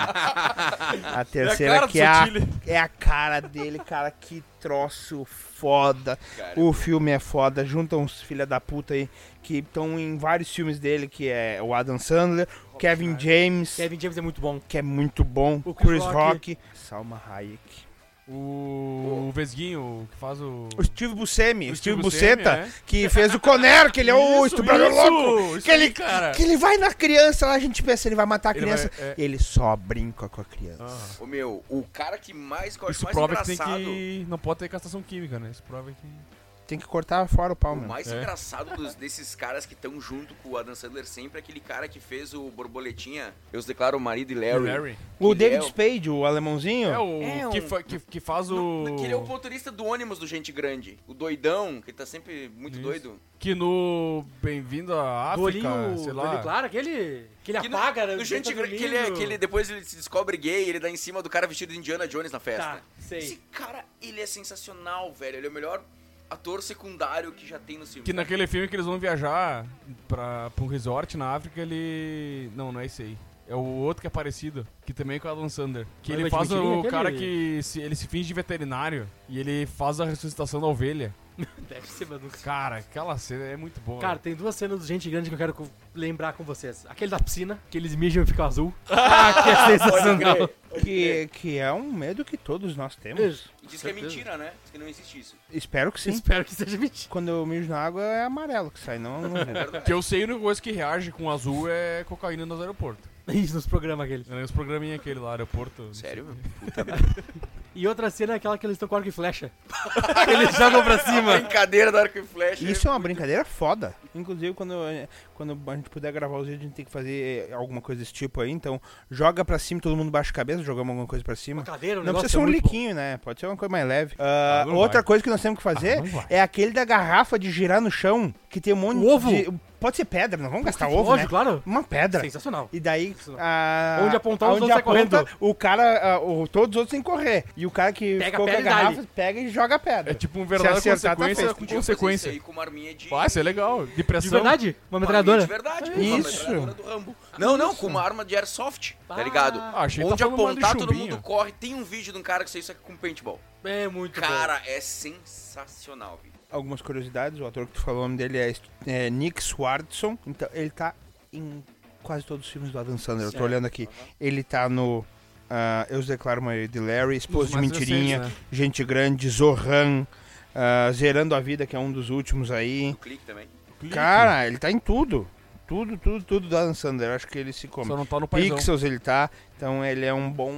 Speaker 1: A terceira
Speaker 2: cara do
Speaker 1: que é a,
Speaker 2: Sotile.
Speaker 1: é a cara dele, cara. Que troço foda.
Speaker 5: Cara,
Speaker 1: O filme é foda, juntam os filha da puta aí que estão em vários filmes dele, que é o Adam Sandler, o Kevin James,
Speaker 3: Kevin James é muito bom.
Speaker 1: que é muito bom,
Speaker 3: O
Speaker 1: Chris,
Speaker 3: Chris
Speaker 1: Rock, Salma Hayek.
Speaker 2: O, o Vesguinho, que faz o.
Speaker 1: O Steve Buscemi, o Steve,
Speaker 2: O Steve
Speaker 1: Buceta,
Speaker 2: Buscemi, é.
Speaker 1: que fez o Conner, que ele é o estuprador
Speaker 2: isso,
Speaker 1: louco.
Speaker 2: isso
Speaker 1: que, ele,
Speaker 2: aí, cara.
Speaker 1: que ele vai na criança lá, a gente pensa, ele vai matar a
Speaker 2: Ele
Speaker 1: criança.
Speaker 2: vai- é.
Speaker 1: Ele só brinca com a criança.
Speaker 2: Ah.
Speaker 5: Ô, meu, o cara que mais que eu acho
Speaker 2: Isso
Speaker 5: mais
Speaker 2: prova que tem
Speaker 5: engraçado.
Speaker 2: que. Não pode ter castração química, né? Isso prova que.
Speaker 1: Tem que cortar fora o pau,
Speaker 5: O
Speaker 1: meu.
Speaker 5: mais
Speaker 2: É.
Speaker 5: engraçado dos- desses caras que estão junto com o Adam Sandler sempre é aquele cara que fez o Borboletinha, Eu Os Declaro Marido e Larry.
Speaker 1: O
Speaker 5: que
Speaker 1: David
Speaker 5: é o-
Speaker 1: Spade, o alemãozinho.
Speaker 2: É o.
Speaker 5: É,
Speaker 2: que,
Speaker 5: o-
Speaker 2: fa- que, que faz o.
Speaker 5: No- Que ele é o motorista do ônibus do Gente Grande. O doidão, que tá sempre muito
Speaker 2: Isso.
Speaker 5: doido.
Speaker 2: Que no Bem-vindo à
Speaker 3: Do
Speaker 2: África,
Speaker 3: olhinho,
Speaker 2: sei
Speaker 3: do olhinho
Speaker 2: lá.
Speaker 3: claro, aquele que ele
Speaker 5: que no-
Speaker 3: apaga.
Speaker 5: no,
Speaker 3: né,
Speaker 5: Gente
Speaker 3: tá
Speaker 5: Grande, que ele, é-
Speaker 3: dormindo.
Speaker 5: que ele- depois ele se descobre gay ele dá em cima do cara vestido de Indiana Jones na festa.
Speaker 3: Tá, sei.
Speaker 5: Esse cara, ele é sensacional, velho. Ele é o melhor ator secundário que já tem no filme.
Speaker 2: Que naquele filme que eles vão viajar pra, pra um resort na África, ele. Não, não é esse aí. É o outro que é parecido, que também é com o Alan Sander. Que
Speaker 3: Mas
Speaker 2: ele
Speaker 3: o
Speaker 2: faz
Speaker 3: Admirinho é
Speaker 2: o
Speaker 3: aquele-
Speaker 2: cara que se, ele se finge de veterinário e ele faz a ressuscitação da ovelha.
Speaker 3: Deve ser, mas nunca.
Speaker 2: Cara, aquela cena é muito boa.
Speaker 3: Cara, tem duas cenas de gente grande que eu quero co- lembrar com vocês. Aquele da piscina, que eles mijam e ficam azul. Ah, que é sensacional.
Speaker 1: Que, que é um medo que todos nós temos.
Speaker 5: E diz que é
Speaker 3: Certeza.
Speaker 5: mentira, né? Diz que não existe isso.
Speaker 1: Espero que sim.
Speaker 3: Espero que seja mentira.
Speaker 1: Quando eu mijo na água é amarelo que sai, não. não
Speaker 5: É verdade.
Speaker 2: que eu sei, a única coisa que reage com azul é cocaína nos aeroportos.
Speaker 3: Isso, nos programas aqueles.
Speaker 2: É Os programinha aquele lá, aeroporto. não sei
Speaker 3: é
Speaker 5: Sério?
Speaker 2: o quê.
Speaker 3: E outra cena é aquela que eles estão com arco e flecha. eles jogam pra
Speaker 5: A
Speaker 3: cima.
Speaker 5: Brincadeira da arco e flecha.
Speaker 1: Isso é uma brincadeira foda. Inclusive, quando, quando a gente puder gravar os vídeos, a gente tem que fazer eh, alguma coisa desse tipo aí. Então, joga pra cima, todo mundo baixa a cabeça, jogamos alguma coisa pra cima.
Speaker 3: Uma cadeira, um
Speaker 1: Não
Speaker 3: negócio
Speaker 1: precisa ser
Speaker 3: é
Speaker 1: um
Speaker 3: muito bom.
Speaker 1: liquinho, né? Pode ser uma coisa mais leve. Ah,
Speaker 2: Ah, não
Speaker 1: outra
Speaker 2: vai.
Speaker 1: coisa que nós temos que
Speaker 2: Ah,
Speaker 1: fazer
Speaker 2: não vai.
Speaker 1: é aquele da garrafa de girar no chão, que tem um monte
Speaker 3: O ovo?
Speaker 1: de. Pode ser pedra, não vamos gastar ovo,
Speaker 3: Lógico,
Speaker 1: né?
Speaker 3: claro.
Speaker 1: Uma pedra.
Speaker 3: Sensacional.
Speaker 1: E daí.
Speaker 3: Isso.
Speaker 1: a-
Speaker 3: Onde apontar, os
Speaker 1: aonde
Speaker 3: outros saem
Speaker 1: aponta,
Speaker 3: correndo.
Speaker 1: O cara. ah, o, todos os outros têm que correr. E o cara que
Speaker 3: Pega a
Speaker 1: ficou com a
Speaker 3: pedra e
Speaker 1: garrafa
Speaker 3: dá-lhe.
Speaker 1: pega e joga a pedra.
Speaker 2: É tipo um verdadeiro
Speaker 1: acertar, tá
Speaker 2: consequência
Speaker 1: feito.
Speaker 2: com
Speaker 5: Podia fazer
Speaker 2: consequência.
Speaker 5: Isso aí com uma arminha de.
Speaker 2: Ah, isso é legal. De
Speaker 3: De
Speaker 2: pressão.
Speaker 3: verdade? Uma
Speaker 5: Uma arminha
Speaker 3: metralhadora?
Speaker 2: É
Speaker 5: De verdade,
Speaker 1: Isso.
Speaker 5: com uma metralhadora do Rambo. Não, não, com uma arma de airsoft, tá
Speaker 3: Ah.
Speaker 5: ligado?
Speaker 2: Ah, achei que
Speaker 5: Onde
Speaker 2: tá falando uma de
Speaker 5: apontar, todo
Speaker 2: chumbinho.
Speaker 5: mundo corre. Tem um vídeo de um cara que fez isso aqui com paintball.
Speaker 3: É muito
Speaker 5: Cara, é sensacional, velho.
Speaker 1: Algumas curiosidades, o ator que tu falou o nome dele é, St- é Nick Swardson. Então, ele tá em quase todos os filmes do Adam Sandler. Eu tô
Speaker 3: Certo.
Speaker 1: olhando aqui. Ele tá no. ah, eu os declaro Maria de Larry, Esposo de
Speaker 2: mais
Speaker 1: Mentirinha,
Speaker 3: né?
Speaker 2: recentes,
Speaker 1: Gente Grande, Zohan, ah, Zerando a Vida, que é um dos últimos aí.
Speaker 3: É
Speaker 5: O clique também.
Speaker 3: um
Speaker 1: Cara, ele tá em tudo. Tudo, tudo, tudo do Adam Sandler. Acho que ele se come.
Speaker 2: Só não tá
Speaker 3: um
Speaker 2: no paizão.
Speaker 1: Pixels ele tá. Então ele é um bom.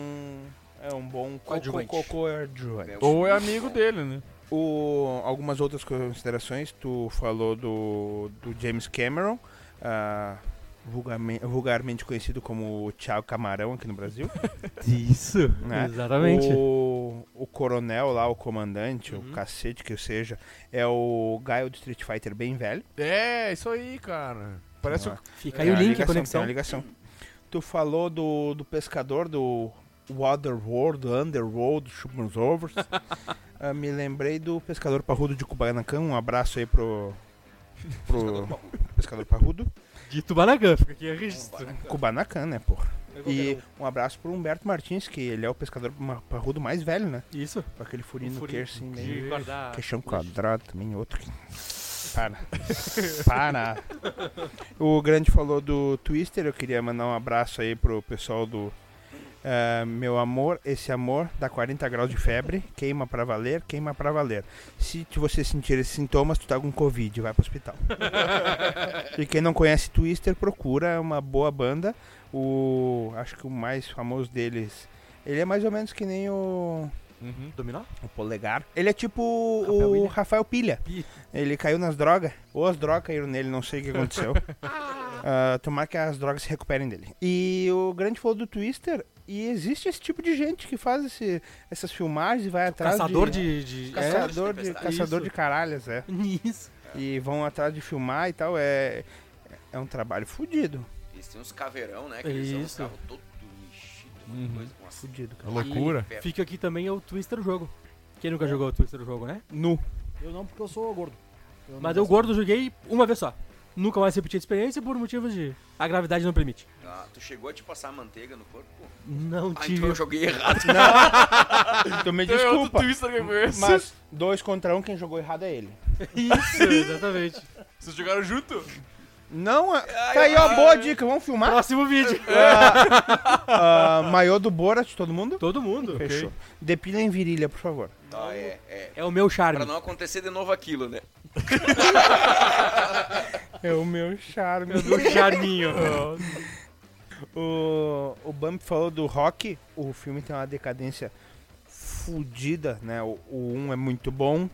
Speaker 1: É um bom
Speaker 3: Coadjuvante.
Speaker 1: cocô adjuvante.
Speaker 5: né?
Speaker 2: Ou é amigo dele, né?
Speaker 1: O, algumas outras considerações, tu falou do, do James Cameron, ah, vulgarme- vulgarmente conhecido como o Thiago Camarão aqui no Brasil.
Speaker 3: Isso.
Speaker 1: Né?
Speaker 3: Exatamente.
Speaker 1: O, o coronel lá, o comandante, o cacete que seja, é o Gaio do Street Fighter bem velho.
Speaker 2: É, isso aí, cara. Parece
Speaker 1: Ah.
Speaker 2: o
Speaker 3: Fica aí
Speaker 1: Tem
Speaker 3: o
Speaker 1: uma
Speaker 3: link,
Speaker 1: ligação,
Speaker 3: a conexão.
Speaker 1: tem uma ligação. Tu falou do, do pescador do Waterworld, Underworld, Shumers Overs. Ah, me lembrei do pescador parrudo de Kubanacan. Um abraço aí pro. pro pescador parrudo.
Speaker 3: De Tubanagã, fica aqui registro.
Speaker 1: Kubanacan, né, porra? E um abraço pro Humberto Martins, que ele é o pescador ma- parrudo mais velho, né?
Speaker 3: Isso.
Speaker 1: Com aquele furinho no queixo, assim, meio.
Speaker 3: De guardar.
Speaker 1: Queixão um quadrado também, outro que. Para. Para. O Grande falou do Twister, eu queria mandar um abraço aí pro pessoal do eh, Meu Amor, Esse Amor, dá 40 graus de febre, queima pra valer, queima pra valer. Se tu- você sentir esses sintomas, tu tá com Covid, vai pro hospital. e quem não conhece Twister, procura, é uma boa banda. O. Acho que o mais famoso deles. Ele é mais ou menos que nem o.
Speaker 3: Dominar?
Speaker 1: O polegar. Ele é tipo
Speaker 3: Rafael
Speaker 1: o
Speaker 3: Willian.
Speaker 1: Rafael Pilha.
Speaker 3: Ih.
Speaker 1: Ele caiu nas drogas. Ou as drogas caíram nele, não sei o que aconteceu. Ah, tomara que as drogas se recuperem dele. E o grande falou do Twister. E existe esse tipo de gente que faz esse- essas filmagens e vai atrás
Speaker 3: Caçador de. de...
Speaker 1: Caçador, de,
Speaker 5: Tempestade.
Speaker 1: caçador
Speaker 3: Isso.
Speaker 1: de caralhas, é.
Speaker 3: É. Isso.
Speaker 1: E vão atrás de filmar e tal. É, é um trabalho fudido.
Speaker 5: Eles têm uns caveirão, né? Que eles são uns
Speaker 3: Isso.
Speaker 5: carros todo mexido, uma
Speaker 2: Uhum.
Speaker 5: coisa com assim.
Speaker 1: Fudido, cara.
Speaker 2: loucura.
Speaker 5: Ferro.
Speaker 3: Fica aqui também é o Twister Jogo. Quem nunca jogou o Twister Jogo, né?
Speaker 1: Nu.
Speaker 4: Eu não, porque eu sou gordo. não
Speaker 3: Mas eu
Speaker 4: gosto.
Speaker 3: gordo joguei uma vez só. Nunca mais repeti a experiência por motivos de. A gravidade não permite.
Speaker 5: Ah, tu chegou a te passar manteiga no corpo?
Speaker 3: Não
Speaker 5: Ah, então
Speaker 3: tive.
Speaker 5: eu joguei errado.
Speaker 1: Então me
Speaker 2: É outro
Speaker 1: desculpa.
Speaker 2: Twister que eu conheço.
Speaker 1: Mas dois contra um, quem jogou errado é ele.
Speaker 3: Isso, exatamente.
Speaker 2: Vocês jogaram junto?
Speaker 1: Não, é- tá aí, ó, boa dica. Vamos filmar? É.
Speaker 3: Próximo vídeo.
Speaker 1: Ah, maiô do Borat, todo mundo?
Speaker 3: Todo mundo.
Speaker 1: Fechou. Depila em virilha, por favor.
Speaker 5: Ah, é, é.
Speaker 3: É o meu
Speaker 5: Pra
Speaker 3: charme.
Speaker 5: não acontecer de novo aquilo, né?
Speaker 1: É o meu charme.
Speaker 3: É o meu charminho.
Speaker 1: o, o Bump falou do rock. O filme tem uma decadência fodida, né? O, o 1 um é muito bom.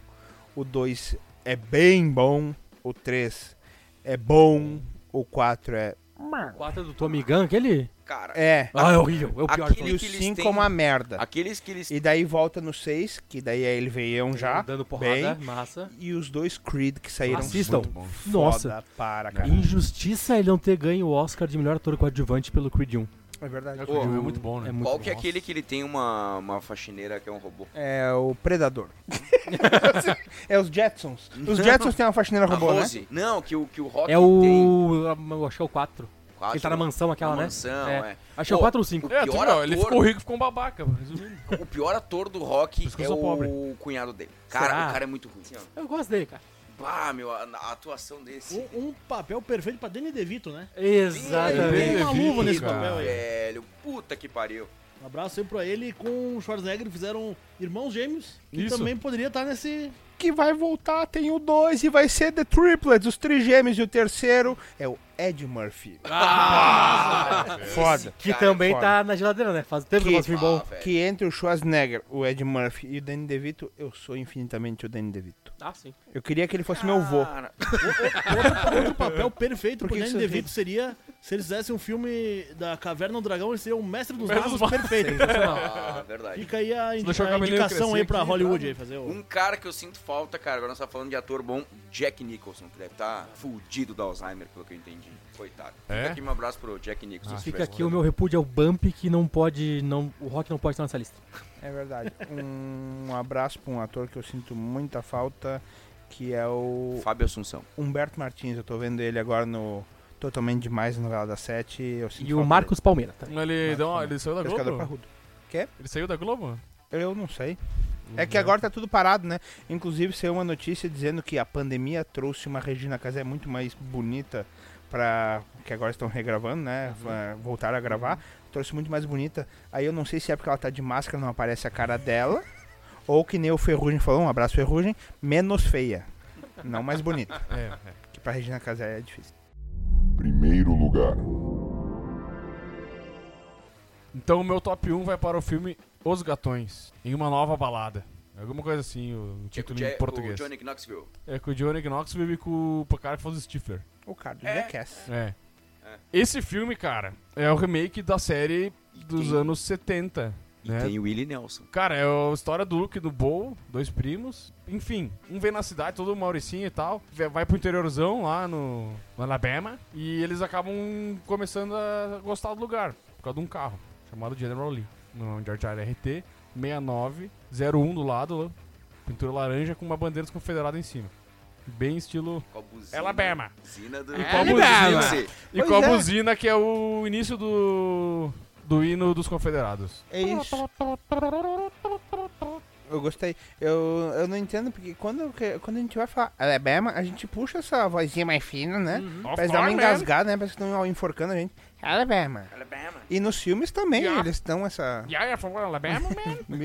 Speaker 1: O 2 é bem bom. O 3 é bom. O 4 é.
Speaker 3: O 4 do Tommy Gun, aquele.
Speaker 5: Cara,
Speaker 1: É.
Speaker 3: Ah, é horrível. É o pior.
Speaker 5: Aquele
Speaker 1: E o
Speaker 5: que eles
Speaker 1: 5 é
Speaker 5: têm-
Speaker 1: uma merda.
Speaker 5: aqueles que eles.
Speaker 1: E daí volta no 6, que daí é ele veião já.
Speaker 3: Dando porrada,
Speaker 1: bem.
Speaker 3: massa.
Speaker 1: E os dois Creed que saíram
Speaker 3: Assistam.
Speaker 1: muito
Speaker 3: Nossa.
Speaker 1: foda para, cara.
Speaker 3: Injustiça é ele não ter ganho o Oscar de melhor ator coadjuvante pelo Creed 1.
Speaker 1: É verdade.
Speaker 5: Pô,
Speaker 2: é muito bom, né?
Speaker 3: É muito
Speaker 5: qual que é
Speaker 3: bom.
Speaker 5: aquele que ele tem uma, uma faxineira que é um robô?
Speaker 1: É o Predador. é os Jetsons. Os Jetsons têm uma faxineira
Speaker 5: A
Speaker 1: É robô, né?
Speaker 5: Rose? Não, que o, que o Rock
Speaker 3: É
Speaker 5: tem.
Speaker 3: o. Eu acho que é o 4.
Speaker 5: quatro.
Speaker 3: Ele tá na mansão aquela,
Speaker 5: na
Speaker 3: né?
Speaker 5: mansão, é.
Speaker 3: Acho que é o
Speaker 5: Pô,
Speaker 3: 4 ou 5.
Speaker 2: É, tu
Speaker 5: Pior
Speaker 2: viu, ele
Speaker 5: ator.
Speaker 2: ficou rico e ficou um babaca, resumindo.
Speaker 5: O pior ator do rock
Speaker 2: isso que eu
Speaker 5: é
Speaker 2: sou pobre.
Speaker 5: o cunhado dele. Cara,
Speaker 3: Será?
Speaker 5: o cara é muito ruim. Assim, ó.
Speaker 3: Eu gosto dele, cara.
Speaker 5: Bah, meu, a, a atuação desse.
Speaker 4: Um, um papel perfeito pra Danny DeVito, né?
Speaker 1: É,
Speaker 3: Exatamente.
Speaker 2: Danny
Speaker 4: Tem uma
Speaker 2: DeVito,
Speaker 4: luva nesse
Speaker 2: cara.
Speaker 4: papel aí.
Speaker 5: Velho, puta que pariu.
Speaker 4: Um abraço aí pra ele e com o Schwarzenegger fizeram irmãos gêmeos que
Speaker 2: Isso.
Speaker 4: também poderia estar nesse.
Speaker 1: Que vai voltar, tem o 2 e vai ser The Triplets, os trigêmeos e o terceiro é o Ed Murphy.
Speaker 3: Ah,
Speaker 1: Foda.
Speaker 3: Que
Speaker 5: Cara,
Speaker 3: também
Speaker 1: foda.
Speaker 3: tá na geladeira, né? Faz tempo que eu
Speaker 1: Que-
Speaker 3: gosto de filme bom.
Speaker 5: Ah, velho.
Speaker 1: Que entre o Schwarzenegger, o Ed Murphy e o Danny DeVito, eu sou infinitamente o Danny DeVito.
Speaker 3: Ah, sim.
Speaker 1: Eu queria que ele
Speaker 3: é
Speaker 1: fosse meu vô.
Speaker 3: Ah.
Speaker 5: Cara,
Speaker 4: Outro papel perfeito
Speaker 1: Por
Speaker 4: pro
Speaker 1: que
Speaker 4: Danny
Speaker 1: isso é aqui?
Speaker 4: DeVito seria se eles fizessem um filme da Caverna do Dragão, ele seria o mestre dos
Speaker 2: Mestre
Speaker 4: magos
Speaker 2: dos
Speaker 4: perfeito.
Speaker 5: ah, verdade.
Speaker 4: Fica aí a, indi
Speaker 2: deixou o
Speaker 4: a
Speaker 2: cabelinho
Speaker 4: indicação
Speaker 2: crescer
Speaker 4: aí pra
Speaker 2: aqui,
Speaker 4: Hollywood
Speaker 2: tá?
Speaker 4: aí fazer o.
Speaker 5: Um cara que eu sinto falta, cara, agora nós tá falando de ator bom, Jack Nicholson, que deve estar tá fudido da Alzheimer, pelo que eu entendi. Coitado.
Speaker 2: É? Ah,
Speaker 5: Fica aqui um abraço pro Jack Nicholson. se
Speaker 3: Fica
Speaker 5: tivesse
Speaker 3: aqui o meu repúdio ao Bump que não pode. Não, o rock não pode estar nessa lista.
Speaker 1: É verdade. Um abraço pra um ator que eu sinto muita falta, que é o
Speaker 5: Fábio Assunção.
Speaker 1: Humberto Martins. Eu tô vendo ele agora no Totalmente Demais, na novela da Sete. Eu sinto
Speaker 3: E o
Speaker 1: falta
Speaker 3: Marcos Palmeira, tá?
Speaker 2: Ele, deu uma-
Speaker 5: né?
Speaker 2: ele saiu da
Speaker 1: dele. Pescador
Speaker 2: Globo?
Speaker 1: Parrudo.
Speaker 2: Ele saiu da Globo?
Speaker 1: Eu não sei. É que agora tá tudo parado, né? Inclusive saiu uma notícia dizendo que a pandemia trouxe uma Regina Casé muito mais bonita pra. que agora estão regravando, né? Va- Voltaram a gravar. Trouxe muito mais bonita. Aí eu não sei se é porque ela tá de máscara, não aparece a cara dela. Ou que nem o Ferrugem falou, um abraço Ferrugem, menos feia. Não mais bonita.
Speaker 2: É,
Speaker 1: Que pra Regina Casé é difícil.
Speaker 6: Primeiro lugar.
Speaker 2: Então o meu top 1 vai para o filme Os Gatões, em uma nova balada. Alguma coisa assim, o o
Speaker 5: É com
Speaker 2: título
Speaker 5: Ja-
Speaker 2: em português.
Speaker 5: O Johnny Knoxville.
Speaker 2: É com o Johnny Knoxville e com o cara que faz o Stifler.
Speaker 1: O cara do
Speaker 5: É.
Speaker 1: Jackass.
Speaker 2: É.
Speaker 5: É.
Speaker 2: Esse filme, cara, é o remake da série
Speaker 5: E
Speaker 2: dos
Speaker 5: tem-
Speaker 2: anos 70.
Speaker 5: E
Speaker 2: né?
Speaker 5: tem o Willie Nelson.
Speaker 2: Cara, é a história do Luke e do Bo, dois primos. Enfim, um vem na cidade, todo mauricinho e tal. vai- Vai pro interiorzão lá no, no Alabama. E eles acabam começando a gostar do lugar. Por causa de um carro, chamado General Lee. No George RT 6901 do lado, pintura laranja com uma bandeira dos confederados em cima. Bem estilo.
Speaker 5: Com a buzina.
Speaker 2: Alabama.
Speaker 5: Buzina do...
Speaker 2: E com a
Speaker 5: Alabama.
Speaker 2: buzina. E
Speaker 1: Pois
Speaker 2: com a
Speaker 1: é.
Speaker 2: buzina que é o início do. do hino dos confederados.
Speaker 1: É isso. Eu gostei. Eu, eu não entendo porque quando, que- quando a gente vai falar Alabama, a gente puxa essa vozinha mais fina, né?
Speaker 2: Of
Speaker 1: Parece dar uma
Speaker 2: course, man.
Speaker 1: engasgada, né? Parece que estão enforcando a gente. Alabama.
Speaker 5: Alabama.
Speaker 1: E nos filmes também,
Speaker 2: Yeah.
Speaker 1: eles estão essa.
Speaker 2: Yeah, yeah, from Alabama, man.
Speaker 1: Meu,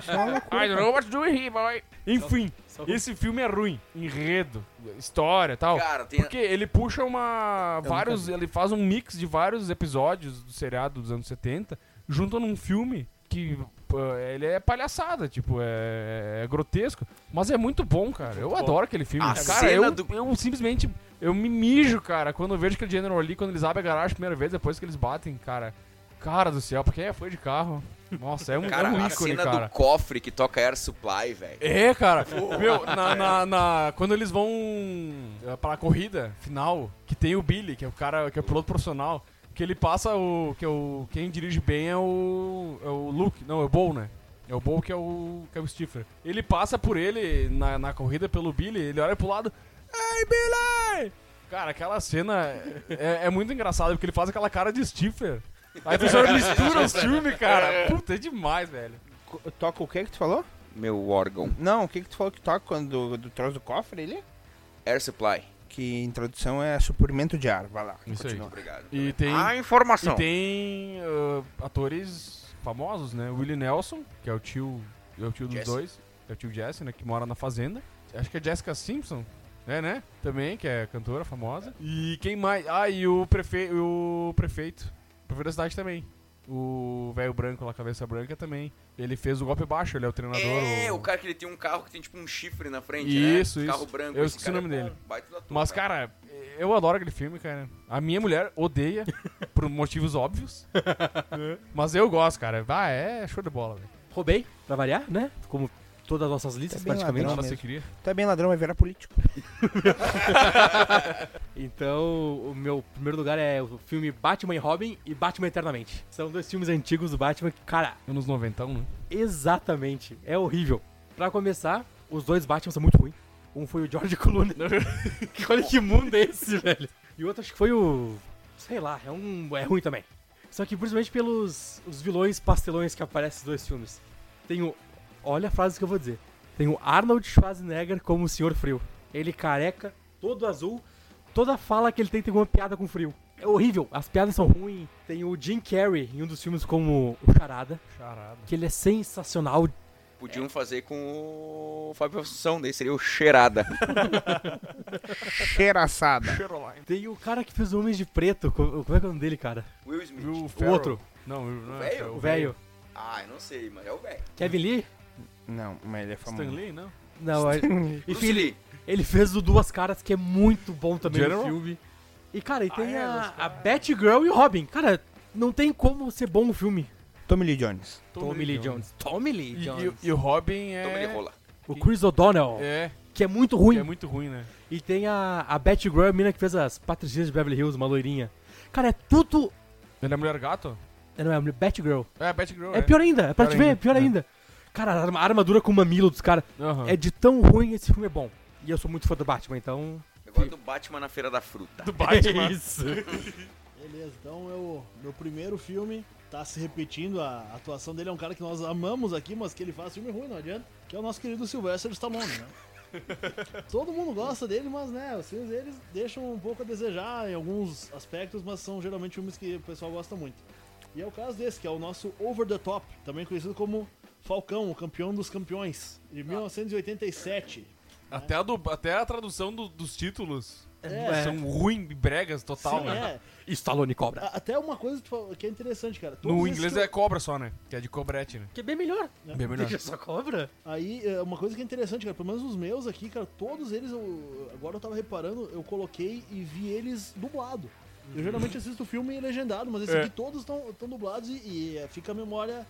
Speaker 1: isso é uma loucura.
Speaker 2: I don't know what to do here, boy. Enfim, esse filme é ruim. Enredo, história e tal.
Speaker 5: Cara, tem...
Speaker 2: Porque ele puxa uma. vários. Ele faz um mix de vários episódios do seriado dos anos 70, junto num filme que. pô, ele é palhaçada, tipo, é, é grotesco. Mas é muito bom, cara. Eu adoro aquele filme.
Speaker 5: A
Speaker 2: cara,
Speaker 5: cena
Speaker 2: eu,
Speaker 5: do-
Speaker 2: eu simplesmente. Eu me mijo, cara, quando eu vejo aquele General Lee, quando eles abrem a garagem a primeira vez, depois que eles batem, cara. Cara do céu, porque é foi de carro. Nossa, é um,
Speaker 5: Cara,
Speaker 2: é um
Speaker 5: a
Speaker 2: ícone,
Speaker 5: cena
Speaker 2: cara.
Speaker 5: do cofre que toca Air Supply, velho.
Speaker 2: É, cara. Meu, na, na- na- quando eles vão eh, pra corrida final, que tem o Billy, que é o cara, que é o piloto profissional, que ele passa o. que é o quem dirige bem é o. é o Luke, não, é o Bo, né? É o Bo que é o. que é o Stifler. Ele passa por ele na, na corrida pelo Billy, ele olha pro lado. Ei, Billy! Cara, aquela cena é, é muito engraçada, porque ele faz aquela cara de Stifler. Aí o pessoal mistura os filmes, cara. Puta, é demais, velho.
Speaker 1: Co- Toca o que que tu falou?
Speaker 5: Meu órgão.
Speaker 1: Não, o que que tu falou que toca quando do, do troço do cofre ele?
Speaker 5: Air Supply.
Speaker 1: Que introdução é suprimento de ar, vai lá.
Speaker 2: Isso aí.
Speaker 1: continua.
Speaker 5: Obrigado.
Speaker 2: E tem.
Speaker 5: informação.
Speaker 2: E tem ah, atores famosos, né? O Willie Nelson, que é o tio, é o tio dos
Speaker 5: Jesse.
Speaker 2: dois, que é o tio Jesse, né? Que mora na fazenda. Acho que é Jessica Simpson, né, né? Também, que é cantora famosa. E quem mais? Ah, e o, prefe... o prefeito. O prefeito da cidade também. O velho branco lá, cabeça branca também. Ele fez o golpe baixo, ele é o treinador.
Speaker 5: É,
Speaker 2: o-
Speaker 5: o cara que ele tem um carro que tem tipo um chifre na frente,
Speaker 2: Isso,
Speaker 5: né?
Speaker 2: isso.
Speaker 5: Carro branco.
Speaker 2: Eu
Speaker 5: esse
Speaker 2: esqueci o
Speaker 5: cara
Speaker 2: nome
Speaker 5: é
Speaker 2: dele.
Speaker 5: um baita do ator,
Speaker 2: Mas, cara, eu adoro aquele filme, cara. A minha mulher odeia, por motivos óbvios. né? Mas eu gosto, cara. Ah, é show de bola, velho.
Speaker 3: Roubei, pra variar, né? Como todas as nossas listas,
Speaker 1: É bem
Speaker 3: praticamente.
Speaker 1: ladrão.
Speaker 2: Nada
Speaker 1: mesmo.
Speaker 2: se cria.
Speaker 1: Tu é bem ladrão, vai virar político.
Speaker 3: Então, o meu primeiro lugar é o filme Batman e Robin e Batman Eternamente. São dois filmes antigos do Batman que, cara,
Speaker 2: Anos 90, né?
Speaker 3: exatamente, é horrível. Pra começar, os dois Batman são muito ruins. Um foi o George Clooney. Que- Olha que mundo é esse, velho. E o outro acho que foi o sei lá, é, um, é ruim também. Só que principalmente pelos os vilões pastelões que aparecem nos dois filmes. Tem o. Olha a frase que eu vou dizer. Tem o Arnold Schwarzenegger como o Senhor Frio. Ele careca, todo azul, toda fala que ele tem tem uma piada com frio. É horrível, as piadas são ruins. Tem o Jim Carrey em um dos filmes como o Charada,
Speaker 2: Charada.
Speaker 3: que ele é sensacional.
Speaker 5: Podiam fazer com o Fábio Assunção, daí seria o Cheirada.
Speaker 1: Cheiraçada.
Speaker 2: Caroline.
Speaker 3: Tem o cara que fez o Homens de Preto, co- como é que é o nome dele, cara?
Speaker 5: Will Smith.
Speaker 2: O,
Speaker 3: O outro,
Speaker 2: Não, o- não
Speaker 5: velho?
Speaker 2: é,
Speaker 3: o velho.
Speaker 5: Ah, eu não sei, mano. É o velho.
Speaker 3: Kevin Lee?
Speaker 1: Não, mas ele é famoso.
Speaker 2: Stanley, não?
Speaker 3: Não, é... enfim,
Speaker 5: Bruce
Speaker 3: ele,
Speaker 5: Lee.
Speaker 3: ele fez o Duas Caras, que é muito bom também
Speaker 2: General?
Speaker 3: no filme. E, cara, e tem
Speaker 2: Ah, é,
Speaker 3: a,
Speaker 2: Duas
Speaker 3: a Batgirl e o Robin. Cara, não tem como ser bom o filme.
Speaker 1: Tommy Lee Jones.
Speaker 3: Tommy Lee Jones. Tommy Lee
Speaker 2: E,
Speaker 3: Jones.
Speaker 2: e o- e o Robin é...
Speaker 5: Toma ele rola.
Speaker 3: O Chris O'Donnell,
Speaker 2: É,
Speaker 3: que é muito ruim.
Speaker 2: é muito ruim, né?
Speaker 3: E tem a, a Batgirl, a mina que fez as Patricinhas de Beverly Hills, uma loirinha. Cara, é tudo...
Speaker 2: Ele é mulher gato?
Speaker 3: é, Não, é Batgirl.
Speaker 2: É, Batgirl,
Speaker 3: É pior ainda, é pra
Speaker 2: Pior
Speaker 3: te ver,
Speaker 2: ainda,
Speaker 3: é pior
Speaker 2: é.
Speaker 3: ainda. Cara, a arma- a armadura com o mamilo dos caras.
Speaker 2: Aham.
Speaker 3: É de tão ruim, esse filme é bom. E eu sou muito fã do Batman, então...
Speaker 5: Eu gosto do Batman na Feira da Fruta.
Speaker 2: do Batman.
Speaker 3: É Isso.
Speaker 4: Beleza, então eu, meu primeiro filme tá se repetindo, a atuação dele é um cara que nós amamos aqui, mas que ele faz filme ruim, não adianta, que é o nosso querido Sylvester Stallone, né? Todo mundo gosta dele, mas né, os filmes deles deixam um pouco a desejar em alguns aspectos, mas são geralmente filmes que o pessoal gosta muito. E é o caso desse, que é o nosso Over the Top, também conhecido como Falcão, o campeão dos campeões,
Speaker 2: Ah.
Speaker 4: de 1987.
Speaker 2: Até, a do- até a tradução do- dos títulos
Speaker 4: É.
Speaker 2: são ruim, bregas, total,
Speaker 4: Sim,
Speaker 2: né?
Speaker 4: é.
Speaker 3: Stallone Cobra.
Speaker 4: A- Até uma coisa que tu falou que é interessante, cara. Todos
Speaker 2: No
Speaker 4: esses
Speaker 2: inglês
Speaker 4: que eu-
Speaker 2: é cobra só, né? Que é de cobrete, né?
Speaker 3: Que é bem melhor.
Speaker 2: Bem melhor.
Speaker 3: Deixa só cobra.
Speaker 4: Aí, é, uma coisa que é interessante, cara, pelo menos os meus aqui, cara, todos eles, eu, agora eu tava reparando, eu coloquei e vi eles dublado. Eu geralmente assisto filme legendado, mas esse
Speaker 2: É.
Speaker 4: aqui todos estão dublados e, e, é, fica a memória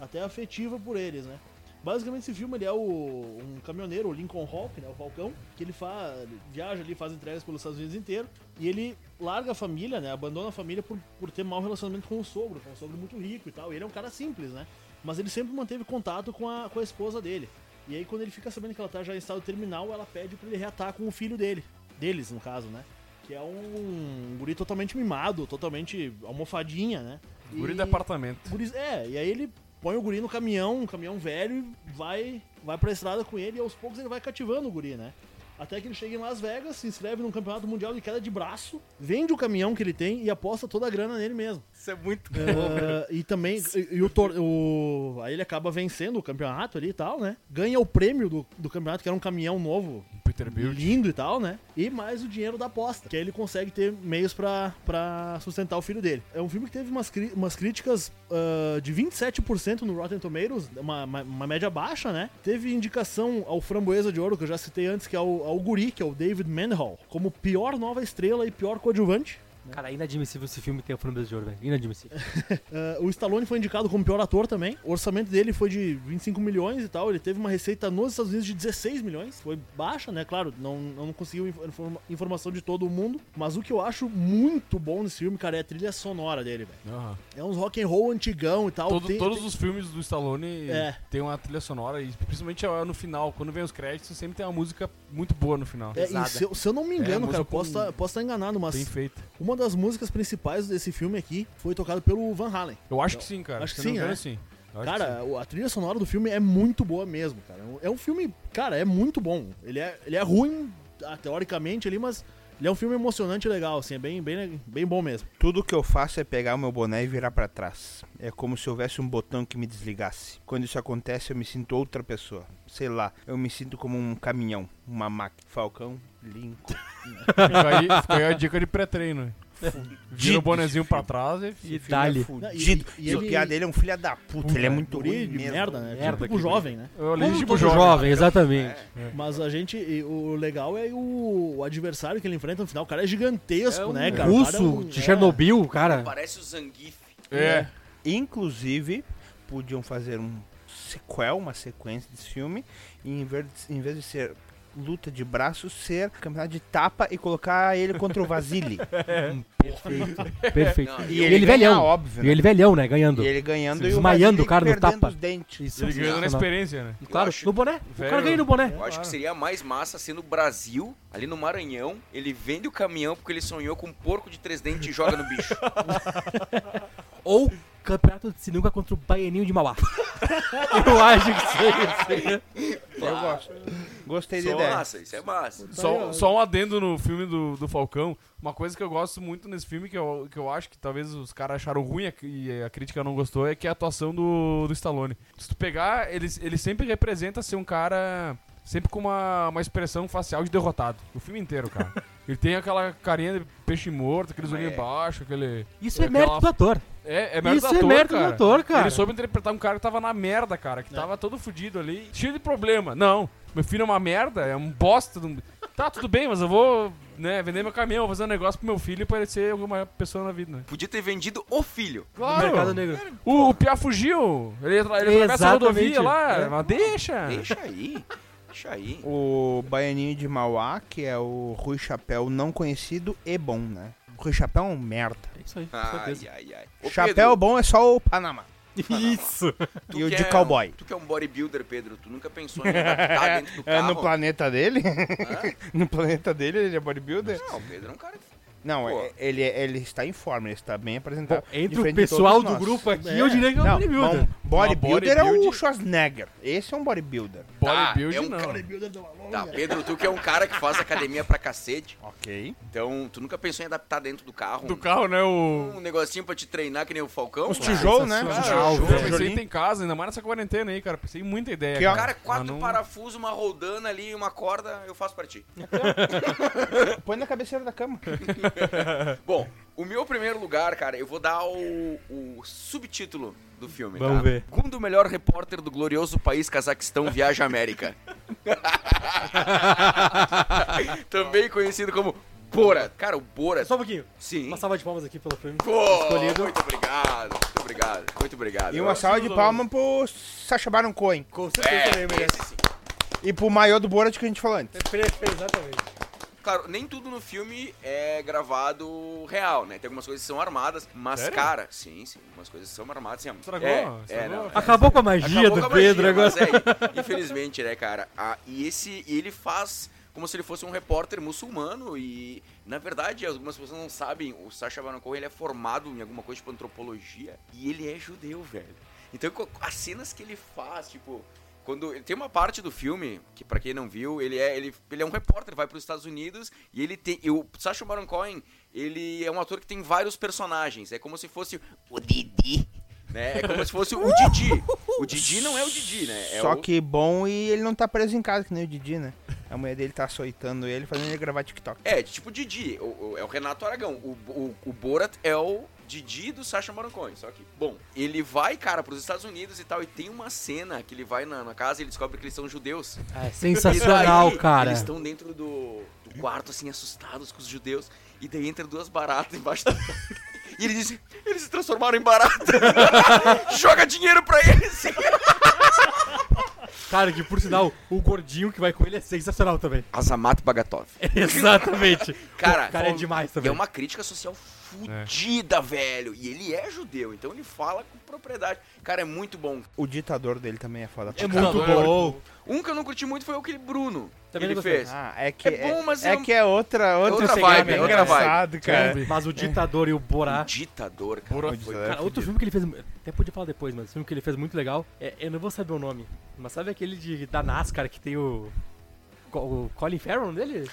Speaker 4: até afetiva por eles, né? Basicamente esse filme ele é o, um caminhoneiro, o Lincoln Hawk, né, o Falcão, que ele, fa, ele viaja ali, faz entregas pelos Estados Unidos inteiro, e ele larga a família, né, abandona a família por, por ter mau relacionamento com o sogro, que é um sogro muito rico e tal, e ele é um cara simples, né? Mas ele sempre manteve contato com a, com a esposa dele. E aí quando ele fica sabendo que ela tá já em estado terminal, ela pede pra ele reatar com o filho dele, deles no caso, né? Que é um guri totalmente mimado, totalmente almofadinha, né?
Speaker 2: Guri
Speaker 4: E-
Speaker 2: de apartamento.
Speaker 4: Guri- é, e aí ele põe o guri no caminhão, um caminhão velho, e vai, vai pra estrada com ele e aos poucos ele vai cativando o guri, né? Até que ele chega em Las Vegas, se inscreve num campeonato mundial de queda de braço, vende o caminhão que ele tem e aposta toda a grana nele mesmo.
Speaker 3: Isso é muito
Speaker 4: Ah, e também, e, e o tor- o- aí ele acaba vencendo o campeonato ali e tal, né? Ganha o prêmio do, do campeonato, que era um caminhão novo,
Speaker 2: Peterbilt.
Speaker 4: lindo e tal, né? E mais o dinheiro da aposta, que aí ele consegue ter meios pra, pra sustentar o filho dele. É um filme que teve umas, cri- umas críticas ah, de 27% no Rotten Tomatoes, uma, uma, uma média baixa, né? Teve indicação ao Framboesa de Ouro, que eu já citei antes, que é o, ao Guri, que é o David Menhall, como pior nova estrela e pior coadjuvante.
Speaker 3: Cara, é inadmissível esse filme ter o Framboesa de Ouro, velho. Inadmissível.
Speaker 4: Ah, o Stallone foi indicado como pior ator também. O orçamento dele foi de 25 milhões e tal. Ele teve uma receita nos Estados Unidos de 16 milhões. Foi baixa, né? Claro, não, não conseguiu inf- informa- informação de todo mundo. Mas o que eu acho muito bom nesse filme, cara, é a trilha sonora dele, velho.
Speaker 2: Aham.
Speaker 4: É uns rock and roll antigão e tal.
Speaker 2: Todo-
Speaker 4: Tem-
Speaker 2: todos
Speaker 4: tem-
Speaker 2: os filmes do Stallone
Speaker 4: É.
Speaker 2: tem uma trilha sonora, e principalmente ah, no final, quando vem os créditos, sempre tem uma música muito boa no final.
Speaker 4: É, e se, eu, se eu não me engano,
Speaker 2: É,
Speaker 4: cara, eu
Speaker 2: música
Speaker 4: posso
Speaker 2: com-
Speaker 4: estar enganado, mas
Speaker 2: Bem feita.
Speaker 4: uma das músicas principais desse filme aqui foi tocada pelo Van Halen.
Speaker 2: Eu acho que sim, cara.
Speaker 4: acho que
Speaker 2: Se eu
Speaker 4: sim,
Speaker 2: não me
Speaker 4: né?
Speaker 2: engano, sim. Eu acho que
Speaker 4: Cara, o- a trilha sonora do filme é muito boa mesmo, cara. É um- É um filme, cara, é muito bom. Ele é, ele é ruim, ah, teoricamente, ali, mas ele é um filme emocionante e legal, assim, é bem, bem, bem bom mesmo.
Speaker 1: Tudo que eu faço é pegar o meu boné e virar pra trás. É como se houvesse um botão que me desligasse. Quando isso acontece, eu me sinto outra pessoa. Sei lá, eu me sinto como um caminhão, uma máquina. Falcão, Lincoln.
Speaker 2: Fica aí, fica aí a dica de pré-treino. Vira o bonezinho pra trás e...
Speaker 3: E
Speaker 1: Filho é
Speaker 3: dali.
Speaker 1: fudido.
Speaker 4: E-
Speaker 1: E,
Speaker 4: e
Speaker 1: o
Speaker 4: ele-
Speaker 1: piá dele é um filho da puta. Ele é muito
Speaker 4: Guri
Speaker 1: ruim
Speaker 4: de
Speaker 1: mesmo.
Speaker 4: merda, né?
Speaker 3: Merda,
Speaker 4: tipo
Speaker 3: que-
Speaker 4: jovem, né?
Speaker 2: Eu
Speaker 3: Como
Speaker 2: olhei tipo
Speaker 3: todo
Speaker 2: jovem.
Speaker 3: jovem, exatamente.
Speaker 4: Mas a gente, e o legal é o, o adversário que ele enfrenta no final. O cara é gigantesco, né, cara? O cara é
Speaker 3: Russo
Speaker 4: um-
Speaker 3: de
Speaker 4: é.
Speaker 3: Chernobyl, cara.
Speaker 5: Parece o Zangief.
Speaker 2: É.
Speaker 4: né?
Speaker 1: Inclusive, podiam fazer um sequel, uma sequência desse filme. E em vez de, em vez de ser luta de braço ser campeonato de tapa e colocar ele contra o Vasily.
Speaker 3: Perfeito.
Speaker 5: Não,
Speaker 3: e,
Speaker 5: e
Speaker 3: ele,
Speaker 1: ganhar,
Speaker 3: velhão.
Speaker 1: óbvio.
Speaker 3: E
Speaker 1: né?
Speaker 3: ele velhão, né? Ganhando.
Speaker 1: E ele ganhando
Speaker 3: Sim.
Speaker 1: e o
Speaker 3: Desmaiando,
Speaker 1: Vasily
Speaker 3: cara, no
Speaker 1: perdendo
Speaker 3: tapa.
Speaker 1: os dentes.
Speaker 3: Isso,
Speaker 2: Ele ganhou na
Speaker 3: sensacional.
Speaker 2: experiência, né?
Speaker 3: Claro,
Speaker 5: acho-
Speaker 3: no boné. O cara
Speaker 2: Velho.
Speaker 3: ganha no boné.
Speaker 5: Eu acho que seria mais massa ser no Brasil, ali no Maranhão, ele vende o caminhão porque ele sonhou com um porco de três dentes e joga no bicho.
Speaker 3: Ou campeonato de sinuca contra o Baianinho de Mauá. Eu acho que seria. seria.
Speaker 1: Eu gosto. Gostei da
Speaker 5: Isso é
Speaker 3: né?
Speaker 1: ideia.
Speaker 5: massa, isso é massa.
Speaker 3: Tá
Speaker 2: Só, só um adendo no filme do, do Falcão. Uma coisa que eu gosto muito nesse filme, que eu, que eu acho que talvez os caras acharam ruim e a- e a crítica não gostou, é que é a atuação do, do Stallone. Se tu pegar, ele, ele sempre representa ser um cara. Sempre com uma, uma expressão facial de derrotado. O filme inteiro, cara. ele tem aquela carinha de peixe morto, aqueles
Speaker 5: Mas
Speaker 2: olhinhos
Speaker 5: é.
Speaker 2: baixos, aquele.
Speaker 3: Isso é
Speaker 2: aquela-
Speaker 3: mérito do ator.
Speaker 2: É, é mérito
Speaker 3: Isso
Speaker 2: do
Speaker 3: é
Speaker 2: ator,
Speaker 3: mérito do
Speaker 2: cara.
Speaker 3: ator, cara.
Speaker 2: Ele soube interpretar um cara que tava na merda, cara, que tava todo fudido ali, cheio de problema. Não, meu filho é uma merda, é um bosta. de um- Tá, tudo bem, mas eu vou né, vender meu caminhão, vou fazer um negócio pro meu filho pra ele ser alguma pessoa na vida, né?
Speaker 5: Podia ter vendido o filho.
Speaker 2: Claro!
Speaker 3: Mercado Negro.
Speaker 2: O, o Piá fugiu, ele, atra- ele atravessa a
Speaker 3: Exatamente.
Speaker 2: rodovia lá,
Speaker 3: É.
Speaker 2: mas deixa!
Speaker 5: Deixa aí, deixa aí.
Speaker 1: O Baianinho de Mauá, que é o Rui Chapéu não conhecido e bom, né? O Rui Chapéu é um merda.
Speaker 3: É isso aí, com
Speaker 5: Ai,
Speaker 3: certeza.
Speaker 5: ai, ai. Ô,
Speaker 1: Chapéu
Speaker 5: Pedro,
Speaker 1: bom é só o Panamá.
Speaker 3: Isso.
Speaker 5: tu
Speaker 1: e o
Speaker 5: que
Speaker 1: de
Speaker 5: é
Speaker 1: cowboy.
Speaker 5: um- tu que é um bodybuilder, Pedro, tu nunca pensou em adaptar dentro do
Speaker 1: É
Speaker 5: carro?
Speaker 1: no planeta dele?
Speaker 5: Hã?
Speaker 1: no planeta dele ele é bodybuilder?
Speaker 5: Não, o Pedro é um cara...
Speaker 1: Não,
Speaker 5: Pô.
Speaker 1: é- ele, ele está em forma, ele está bem apresentado.
Speaker 3: Entre o
Speaker 1: Diferente de
Speaker 3: pessoal
Speaker 1: todos
Speaker 3: do
Speaker 1: nós.
Speaker 3: grupo aqui,
Speaker 4: É.
Speaker 3: eu diria que é um
Speaker 1: Não,
Speaker 3: bodybuilder.
Speaker 1: bom, bodybuilder é o
Speaker 5: bodybuild-
Speaker 1: Schwarzenegger. Esse é um bodybuilder.
Speaker 2: Bodybuild
Speaker 5: é um
Speaker 2: não.
Speaker 5: cara-
Speaker 4: Bodybuilder né? da Valonga.
Speaker 5: Tá, Pedro, tu que é um cara que faz academia pra cacete,
Speaker 1: Ok.
Speaker 5: então tu nunca pensou em adaptar dentro do carro
Speaker 2: Do
Speaker 5: um-
Speaker 2: carro, né, o...
Speaker 5: um negocinho pra te treinar que nem o Falcão?
Speaker 1: Os
Speaker 5: cara?
Speaker 1: tijolos, né? Os
Speaker 3: sensacional,
Speaker 2: Cara, eu
Speaker 1: tijolos,
Speaker 2: pensei
Speaker 1: tijolinho.
Speaker 2: em ter em casa, ainda mais nessa quarentena aí, cara. Pensei em muita ideia.
Speaker 1: Que, ó,
Speaker 5: Cara, é
Speaker 2: Mas
Speaker 5: quatro
Speaker 2: não-
Speaker 5: parafusos, uma rodana ali, uma corda, eu faço pra ti.
Speaker 1: Põe na cabeceira da cama.
Speaker 5: Bom, o meu primeiro lugar, cara, eu vou dar o, o subtítulo do filme.
Speaker 3: Vamos
Speaker 5: tá?
Speaker 3: ver.
Speaker 5: Gundo, melhor repórter do glorioso país Cazaquistão, viaja à América. Também conhecido como Bora. Cara, o Bora.
Speaker 3: Só um pouquinho.
Speaker 5: Sim.
Speaker 3: Uma salva de palmas aqui pelo filme.
Speaker 5: Pô,
Speaker 3: Escolhido.
Speaker 5: muito obrigado, muito obrigado, muito obrigado.
Speaker 1: E uma salva de palmas pro Sacha Baron Cohen.
Speaker 3: Com
Speaker 5: É,
Speaker 3: certeza também
Speaker 4: né?
Speaker 3: merece.
Speaker 5: esse sim.
Speaker 1: E pro maior do Borat que a gente falou antes.
Speaker 3: Perfeito, exatamente.
Speaker 5: Claro, nem tudo no filme é gravado real, né? Tem algumas coisas que são armadas, mas, cara, sim, sim, algumas coisas são armadas. Sim,
Speaker 2: Estragou,
Speaker 5: é, É,
Speaker 2: estragou.
Speaker 5: não, é.
Speaker 3: Acabou com a magia do
Speaker 5: Acabou com a magia,
Speaker 3: Pedro agora.
Speaker 5: mas é, infelizmente, né, cara? Ah, e esse, e ele faz como se ele fosse um repórter muçulmano e, na verdade, algumas pessoas não sabem, o Sacha Baron Cohen, ele é formado em alguma coisa tipo antropologia e ele é judeu, velho. Então, co- as cenas que ele faz, tipo... Quando, tem uma parte do filme, que pra quem não viu, ele é, ele, ele é um repórter, vai pros Estados Unidos e ele tem. E o Sacha Baron Cohen, ele é um ator que tem vários personagens. É como se fosse o Didi, né? É como se fosse o Didi. O Didi não é o Didi, né? É
Speaker 1: Só
Speaker 5: o-
Speaker 1: que bom e ele não tá preso em casa, que nem o Didi, né? A mulher dele tá açoitando ele, fazendo ele gravar TikTok.
Speaker 5: É, tipo o Didi, o- o- é o Renato Aragão. O, o, o Borat é o Didi do Sacha Baron Cohen, só que... Bom, ele vai, cara, pros Estados Unidos e tal, e tem uma cena que ele vai na, na casa e ele descobre que eles são judeus.
Speaker 3: É
Speaker 5: E
Speaker 3: sensacional,
Speaker 5: daí,
Speaker 3: cara.
Speaker 5: Eles estão dentro do, do quarto, assim, assustados com os judeus, e daí entra duas baratas embaixo da... E ele diz, eles se transformaram em barata. Joga dinheiro pra eles.
Speaker 3: Cara, que por sinal, o gordinho que vai com ele é sensacional também.
Speaker 5: Azamat Bagatov.
Speaker 3: Exatamente.
Speaker 5: Cara,
Speaker 3: o cara é demais
Speaker 5: E
Speaker 3: também.
Speaker 5: é uma crítica social fudida, velho. E ele é judeu, então ele fala com propriedade. Cara, é muito bom.
Speaker 1: O ditador dele também é foda. pra
Speaker 3: muito bom.
Speaker 5: Um que eu não curti muito foi aquele Bruno.
Speaker 3: Também
Speaker 5: que
Speaker 3: não
Speaker 5: ele
Speaker 3: gostei.
Speaker 5: fez.
Speaker 1: Ah, é que
Speaker 5: É bom, mas
Speaker 1: é,
Speaker 5: é um-
Speaker 1: que é outra, outra,
Speaker 5: outra vibe, é outra vibe.
Speaker 1: engraçado, cara.
Speaker 3: Mas o ditador e o
Speaker 5: Um
Speaker 3: Borá.
Speaker 5: ditador, cara.
Speaker 1: Porra,
Speaker 5: Foi-
Speaker 1: ditador.
Speaker 3: Cara, outro filme que ele fez. Até podia falar depois, mas o filme que ele fez muito legal. É, eu não vou saber o nome. Mas sabe aquele de, da NASCAR que tem o. Co- O Colin Farrell dele?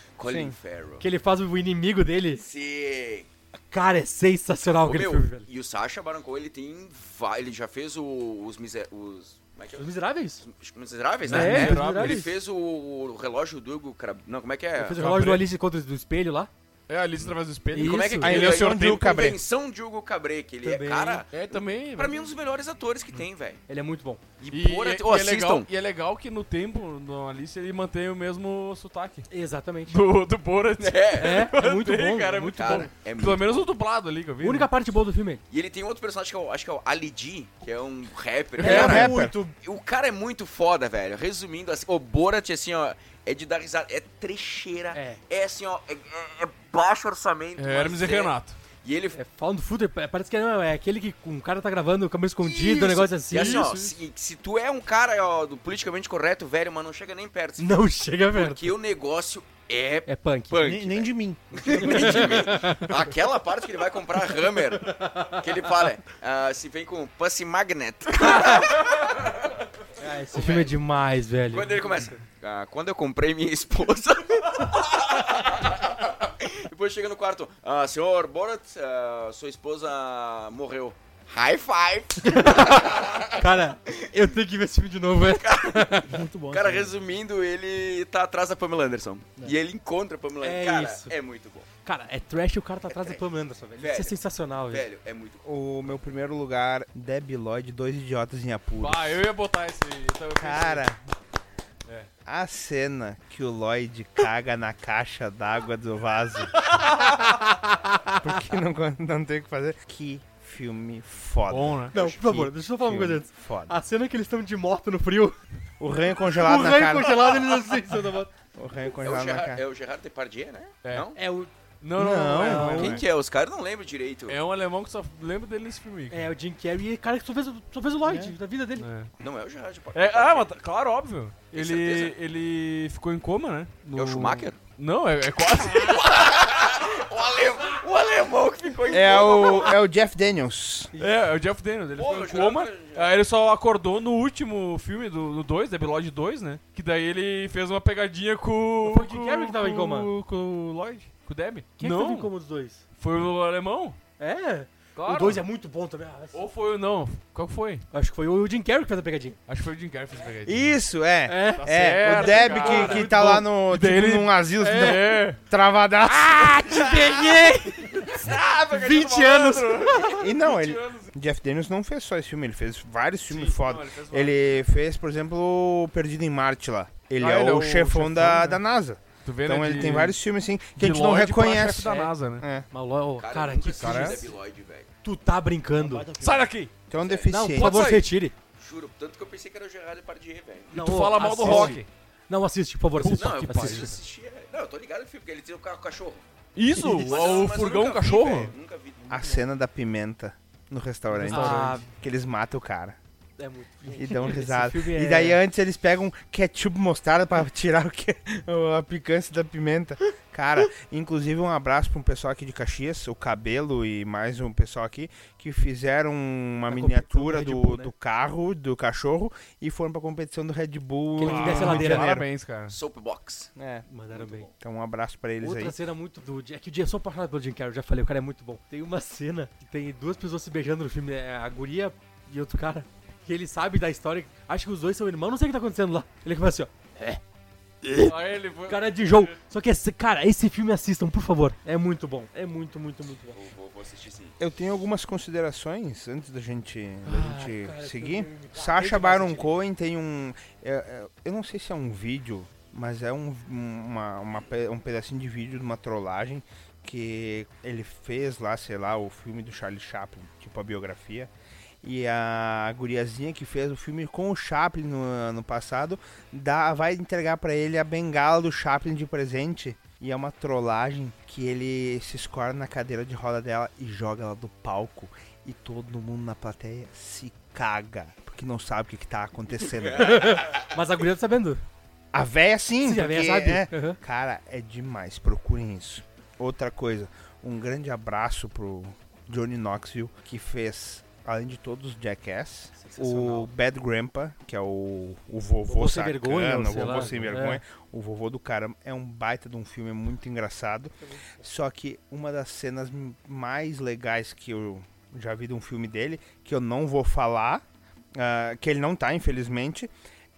Speaker 1: Sim.
Speaker 5: Colin Farrell.
Speaker 3: Que ele faz o inimigo dele.
Speaker 5: Sim.
Speaker 3: Cara, é sensacional
Speaker 5: Ô,
Speaker 3: aquele
Speaker 5: meu,
Speaker 3: filme, velho.
Speaker 5: e o Sacha Baron Cohen, ele tem... va- Ele já fez o- os... Miser... os... Como é que é?
Speaker 3: Os Miseráveis?
Speaker 5: Os Miseráveis,
Speaker 3: É,
Speaker 5: né?
Speaker 3: Os Miseráveis.
Speaker 5: Ele fez o, o relógio do Hugo Crab... Não, como é que é?
Speaker 3: Fez o relógio do Alice contra o do espelho lá.
Speaker 2: É a Alice através do espelho.
Speaker 3: E
Speaker 5: Como é que
Speaker 3: Isso.
Speaker 5: aquele
Speaker 1: Ah, ele é o
Speaker 5: ganhou
Speaker 1: senhor Drew Cabré.
Speaker 5: Convenção de Hugo Cabré, que ele
Speaker 3: Também.
Speaker 5: é, cara,
Speaker 2: É, também.
Speaker 5: pra mim um dos melhores atores que tem, velho.
Speaker 3: Ele é muito bom.
Speaker 5: E,
Speaker 2: E,
Speaker 5: por...
Speaker 2: e-
Speaker 5: oh,
Speaker 2: e é legal,
Speaker 5: assistam.
Speaker 2: e é legal que no tempo, no Alice, ele mantém o mesmo sotaque
Speaker 3: Exatamente.
Speaker 2: do, do Borat.
Speaker 5: É,
Speaker 3: É, é muito bom,
Speaker 2: cara, é
Speaker 3: muito bom.
Speaker 5: cara, é
Speaker 2: Pelo
Speaker 5: muito...
Speaker 2: menos o dublado ali que eu vi. né?
Speaker 3: A única parte boa do filme é ele.
Speaker 5: E ele tem outro personagem que eu acho que é o Ali D, que é um rapper.
Speaker 1: É,
Speaker 5: Cara,
Speaker 1: rapper.
Speaker 4: muito.
Speaker 5: O cara é muito foda, velho. Resumindo, assim, o Borat, assim, ó, é de dar risada. É trecheira.
Speaker 3: É.
Speaker 5: É, assim, ó, é, é- é baixo orçamento.
Speaker 2: É,
Speaker 5: mas
Speaker 2: Hermes e
Speaker 5: é-
Speaker 2: Renato.
Speaker 5: E ele...
Speaker 3: É Found Footer, é- parece que é, é aquele que um cara tá gravando câmera escondida,
Speaker 5: Isso.
Speaker 3: um negócio assim.
Speaker 5: E assim, ó,
Speaker 3: Isso.
Speaker 5: se, se tu é um cara ó, do politicamente correto, velho, mas não chega nem perto. assim,
Speaker 3: Não chega perto.
Speaker 5: Porque o negócio é
Speaker 3: É punk.
Speaker 5: punk. né?
Speaker 4: Nem, nem de mim.
Speaker 5: Aquela parte que ele vai comprar Hammer, que ele fala, ah, se vem com Pussy Magnet.
Speaker 3: Esse filme é demais, velho.
Speaker 5: Quando ele começa, ah, quando eu comprei minha esposa. Depois chega no quarto, ah, senhor Borat, ah, sua esposa morreu. High five!
Speaker 3: Cara, eu tenho que ver esse filme de novo, velho. É
Speaker 4: Muito bom.
Speaker 5: Cara,
Speaker 4: esse filme.
Speaker 5: resumindo, ele tá atrás da Pamela Anderson.
Speaker 4: É.
Speaker 5: E ele encontra a Pamela
Speaker 3: É
Speaker 5: Anderson. Cara,
Speaker 3: isso.
Speaker 5: é muito bom.
Speaker 3: Cara, é trash e o cara tá atrás da Pamela Anderson, velho. Isso é
Speaker 5: Velho.
Speaker 3: sensacional, velho.
Speaker 5: Velho, é muito bom.
Speaker 1: O meu primeiro lugar, Debi Lloyd, Dois Idiotas em Apuros.
Speaker 2: Ah, eu ia botar esse. então eu pensei.
Speaker 1: Cara,
Speaker 2: É.
Speaker 1: a cena que o Lloyd caga na caixa d'água do vaso. Porque não, não tem o que fazer. Que filme foda.
Speaker 2: Bom, né?
Speaker 3: Não, por favor,
Speaker 1: Que
Speaker 3: deixa eu só falar uma
Speaker 1: filme
Speaker 3: coisa antes.
Speaker 1: Foda.
Speaker 3: A cena que eles estão de moto no frio,
Speaker 1: O ranho
Speaker 3: o
Speaker 1: congelado na
Speaker 3: raio
Speaker 1: cara.
Speaker 3: congelado, eles assim, em cima da moto.
Speaker 1: O ranho
Speaker 5: É o,
Speaker 1: congelado na
Speaker 5: Gerard,
Speaker 1: cara.
Speaker 5: é o Gerard Depardieu, né?
Speaker 2: É.
Speaker 5: Não?
Speaker 3: É o,
Speaker 2: Não, não, não.
Speaker 1: Não,
Speaker 2: é,
Speaker 1: não.
Speaker 2: um-
Speaker 5: Quem que é? Os caras não lembram direito.
Speaker 2: é um alemão que só lembro dele nesse filme.
Speaker 3: é o Jim Carrey, cara, que só fez, o- só fez o Lloyd, da vida dele.
Speaker 2: É.
Speaker 5: Não é o Gerard Depardieu.
Speaker 2: É, ah, mas tá- claro, óbvio.
Speaker 5: Tem
Speaker 2: Ele,
Speaker 5: certeza?
Speaker 2: ele ficou em coma, né? No-
Speaker 5: É o Schumacher?
Speaker 2: Não, é, é quase.
Speaker 5: O, ale- o alemão que ficou em
Speaker 1: É
Speaker 5: coma.
Speaker 1: o, é o Jeff Daniels.
Speaker 2: é, é o Jeff Daniels. Ele
Speaker 5: Pô, eu
Speaker 2: ficou em coma.
Speaker 5: jurava que era-
Speaker 2: Aí Ah, ele só acordou no último filme do 2, da Lloyd 2, né? Que daí ele fez uma pegadinha com.
Speaker 3: Foi o Jim
Speaker 2: com-
Speaker 3: Carrey que tava em coma.
Speaker 2: Com, com o Lloyd, com o Deb.
Speaker 3: Quem é que teve
Speaker 2: não,
Speaker 3: em comum dos dois?
Speaker 2: foi o alemão?
Speaker 3: É,
Speaker 2: Claro.
Speaker 3: o dois é muito bom também. Ah,
Speaker 2: Ou foi o não? Qual que foi?
Speaker 3: Acho que foi o Jim Carrey que fez a pegadinha.
Speaker 2: Acho que foi o Jim Carrey que fez a pegadinha.
Speaker 1: Isso, é.
Speaker 3: É.
Speaker 2: Tá
Speaker 1: É,
Speaker 2: certo,
Speaker 1: o Deb
Speaker 2: cara.
Speaker 1: que, que
Speaker 2: Muito
Speaker 1: tá
Speaker 2: bom.
Speaker 1: lá no, tipo,
Speaker 2: Dele-
Speaker 1: num asilo
Speaker 2: É.
Speaker 1: travadaço.
Speaker 3: Peguei!
Speaker 2: Ah,
Speaker 3: 20 anos!
Speaker 1: E não, ele,
Speaker 2: anos.
Speaker 1: Jeff Daniels não fez só esse filme, ele fez vários filmes
Speaker 2: Sim,
Speaker 1: foda.
Speaker 2: não, ele fez vários.
Speaker 1: ele fez, por exemplo, o Perdido em Marte lá. Ele,
Speaker 2: Ah,
Speaker 1: é, o chefão, da, da NASA.
Speaker 2: Tu vê, né,
Speaker 1: Então ele
Speaker 2: de-
Speaker 1: tem vários filmes assim que a
Speaker 2: de
Speaker 1: gente não
Speaker 2: Lloyd pra
Speaker 1: reconhece.
Speaker 2: chefe da NASA, né?
Speaker 1: É.
Speaker 3: Mas, Ló,
Speaker 5: Cara,
Speaker 3: cara,
Speaker 5: eu nunca
Speaker 3: que
Speaker 5: assisti
Speaker 2: cara é
Speaker 5: o Debi Lloyd, velho.
Speaker 3: tu tá brincando.
Speaker 4: Baita filme.
Speaker 2: Sai daqui!
Speaker 1: Então é um
Speaker 3: Não,
Speaker 1: deficiente.
Speaker 3: por favor,
Speaker 2: sair.
Speaker 3: retire.
Speaker 5: Juro, tanto que eu pensei que era o Gerard Depardieu, velho.
Speaker 3: Não,
Speaker 2: tu
Speaker 3: ô,
Speaker 2: fala mal do
Speaker 3: assiste.
Speaker 2: rock.
Speaker 3: Não, assiste, por favor, assiste.
Speaker 5: Não, eu
Speaker 3: assiste.
Speaker 5: preciso assistir. velho. Não, eu tô ligado no filme, porque ele tem o carro cachorro.
Speaker 2: Isso,
Speaker 5: Mas
Speaker 2: o
Speaker 5: eu
Speaker 2: furgão
Speaker 5: nunca vi,
Speaker 2: cachorro.
Speaker 5: velho, nunca vi.
Speaker 1: A cena da pimenta no restaurante.
Speaker 3: Ah,
Speaker 1: Que eles matam o cara.
Speaker 3: é muito.
Speaker 1: E dão risada.
Speaker 3: filme
Speaker 1: E
Speaker 3: é-
Speaker 1: daí antes eles pegam um ketchup mostarda pra tirar o que, a picância da pimenta. Cara, inclusive um abraço pra um pessoal aqui de Caxias, o Cabelo e mais um pessoal aqui, que fizeram uma
Speaker 3: Na
Speaker 1: miniatura
Speaker 3: competição
Speaker 1: do,
Speaker 3: do Red Bull, né?
Speaker 1: do carro, do cachorro, e foram pra competição do Red Bull.
Speaker 3: Aquele que
Speaker 1: em
Speaker 3: desce
Speaker 1: Rio de
Speaker 3: a ladeira, né?
Speaker 1: Janeiro.
Speaker 2: Ah, Parabéns, cara.
Speaker 5: Soapbox.
Speaker 1: É,
Speaker 3: Mandaram bem.
Speaker 1: então um abraço pra eles
Speaker 3: Outra
Speaker 1: aí.
Speaker 3: cena muito do. É que o dia eu sou apaixonado pelo Jim Carrey, eu já falei, o cara é muito bom. Tem uma cena que tem duas pessoas se beijando no filme, é a guria e outro cara. Que ele sabe da história. Acho que os dois são irmãos, não sei o que tá acontecendo lá. Ele começa assim, ó.
Speaker 1: É.
Speaker 2: Aí ele foi...
Speaker 3: Cara de jogo. Só que, esse, cara, esse filme assistam, por favor. É muito bom. É muito, muito, muito bom.
Speaker 5: Vou, assistir sim.
Speaker 1: Eu tenho algumas considerações antes da gente, da gente
Speaker 3: Ah, cara,
Speaker 1: seguir.
Speaker 3: eu tô- eu
Speaker 1: Sacha
Speaker 3: acabei de
Speaker 1: Baron
Speaker 3: assistir.
Speaker 1: Cohen tem um. é, é, eu não sei se é um vídeo, mas é um, uma, uma pe- um pedacinho de vídeo de uma trollagem que ele fez lá, sei lá, o filme do Charlie Chaplin, tipo a biografia. E a guriazinha que fez o filme com o Chaplin no ano passado dá, vai entregar pra ele a bengala do Chaplin de presente. E é uma trollagem que ele se escora na cadeira de roda dela e joga ela do palco. E todo mundo na plateia se caga, porque não sabe o que, que tá acontecendo.
Speaker 3: Mas a guria tá sabendo.
Speaker 1: a véia sim,
Speaker 3: Sim, a véia
Speaker 1: porque,
Speaker 3: sabe.
Speaker 1: é,
Speaker 3: Aham.
Speaker 1: Cara, é demais, procurem isso. Outra coisa, um grande abraço pro Johnny Knoxville, que fez, além de todos os Jackass, o Bad Grandpa, que é o, o vovô,
Speaker 3: Vovô sem
Speaker 1: sacana,
Speaker 3: vergonha, ou
Speaker 1: o
Speaker 3: sei
Speaker 1: vovô
Speaker 3: lá,
Speaker 1: sem
Speaker 3: é.
Speaker 1: vergonha, o vovô do caramba. É um baita de um filme, é muito engraçado. Só que uma das cenas m- mais legais que eu já vi de um filme dele, que eu não vou falar, ah, que ele não tá, infelizmente,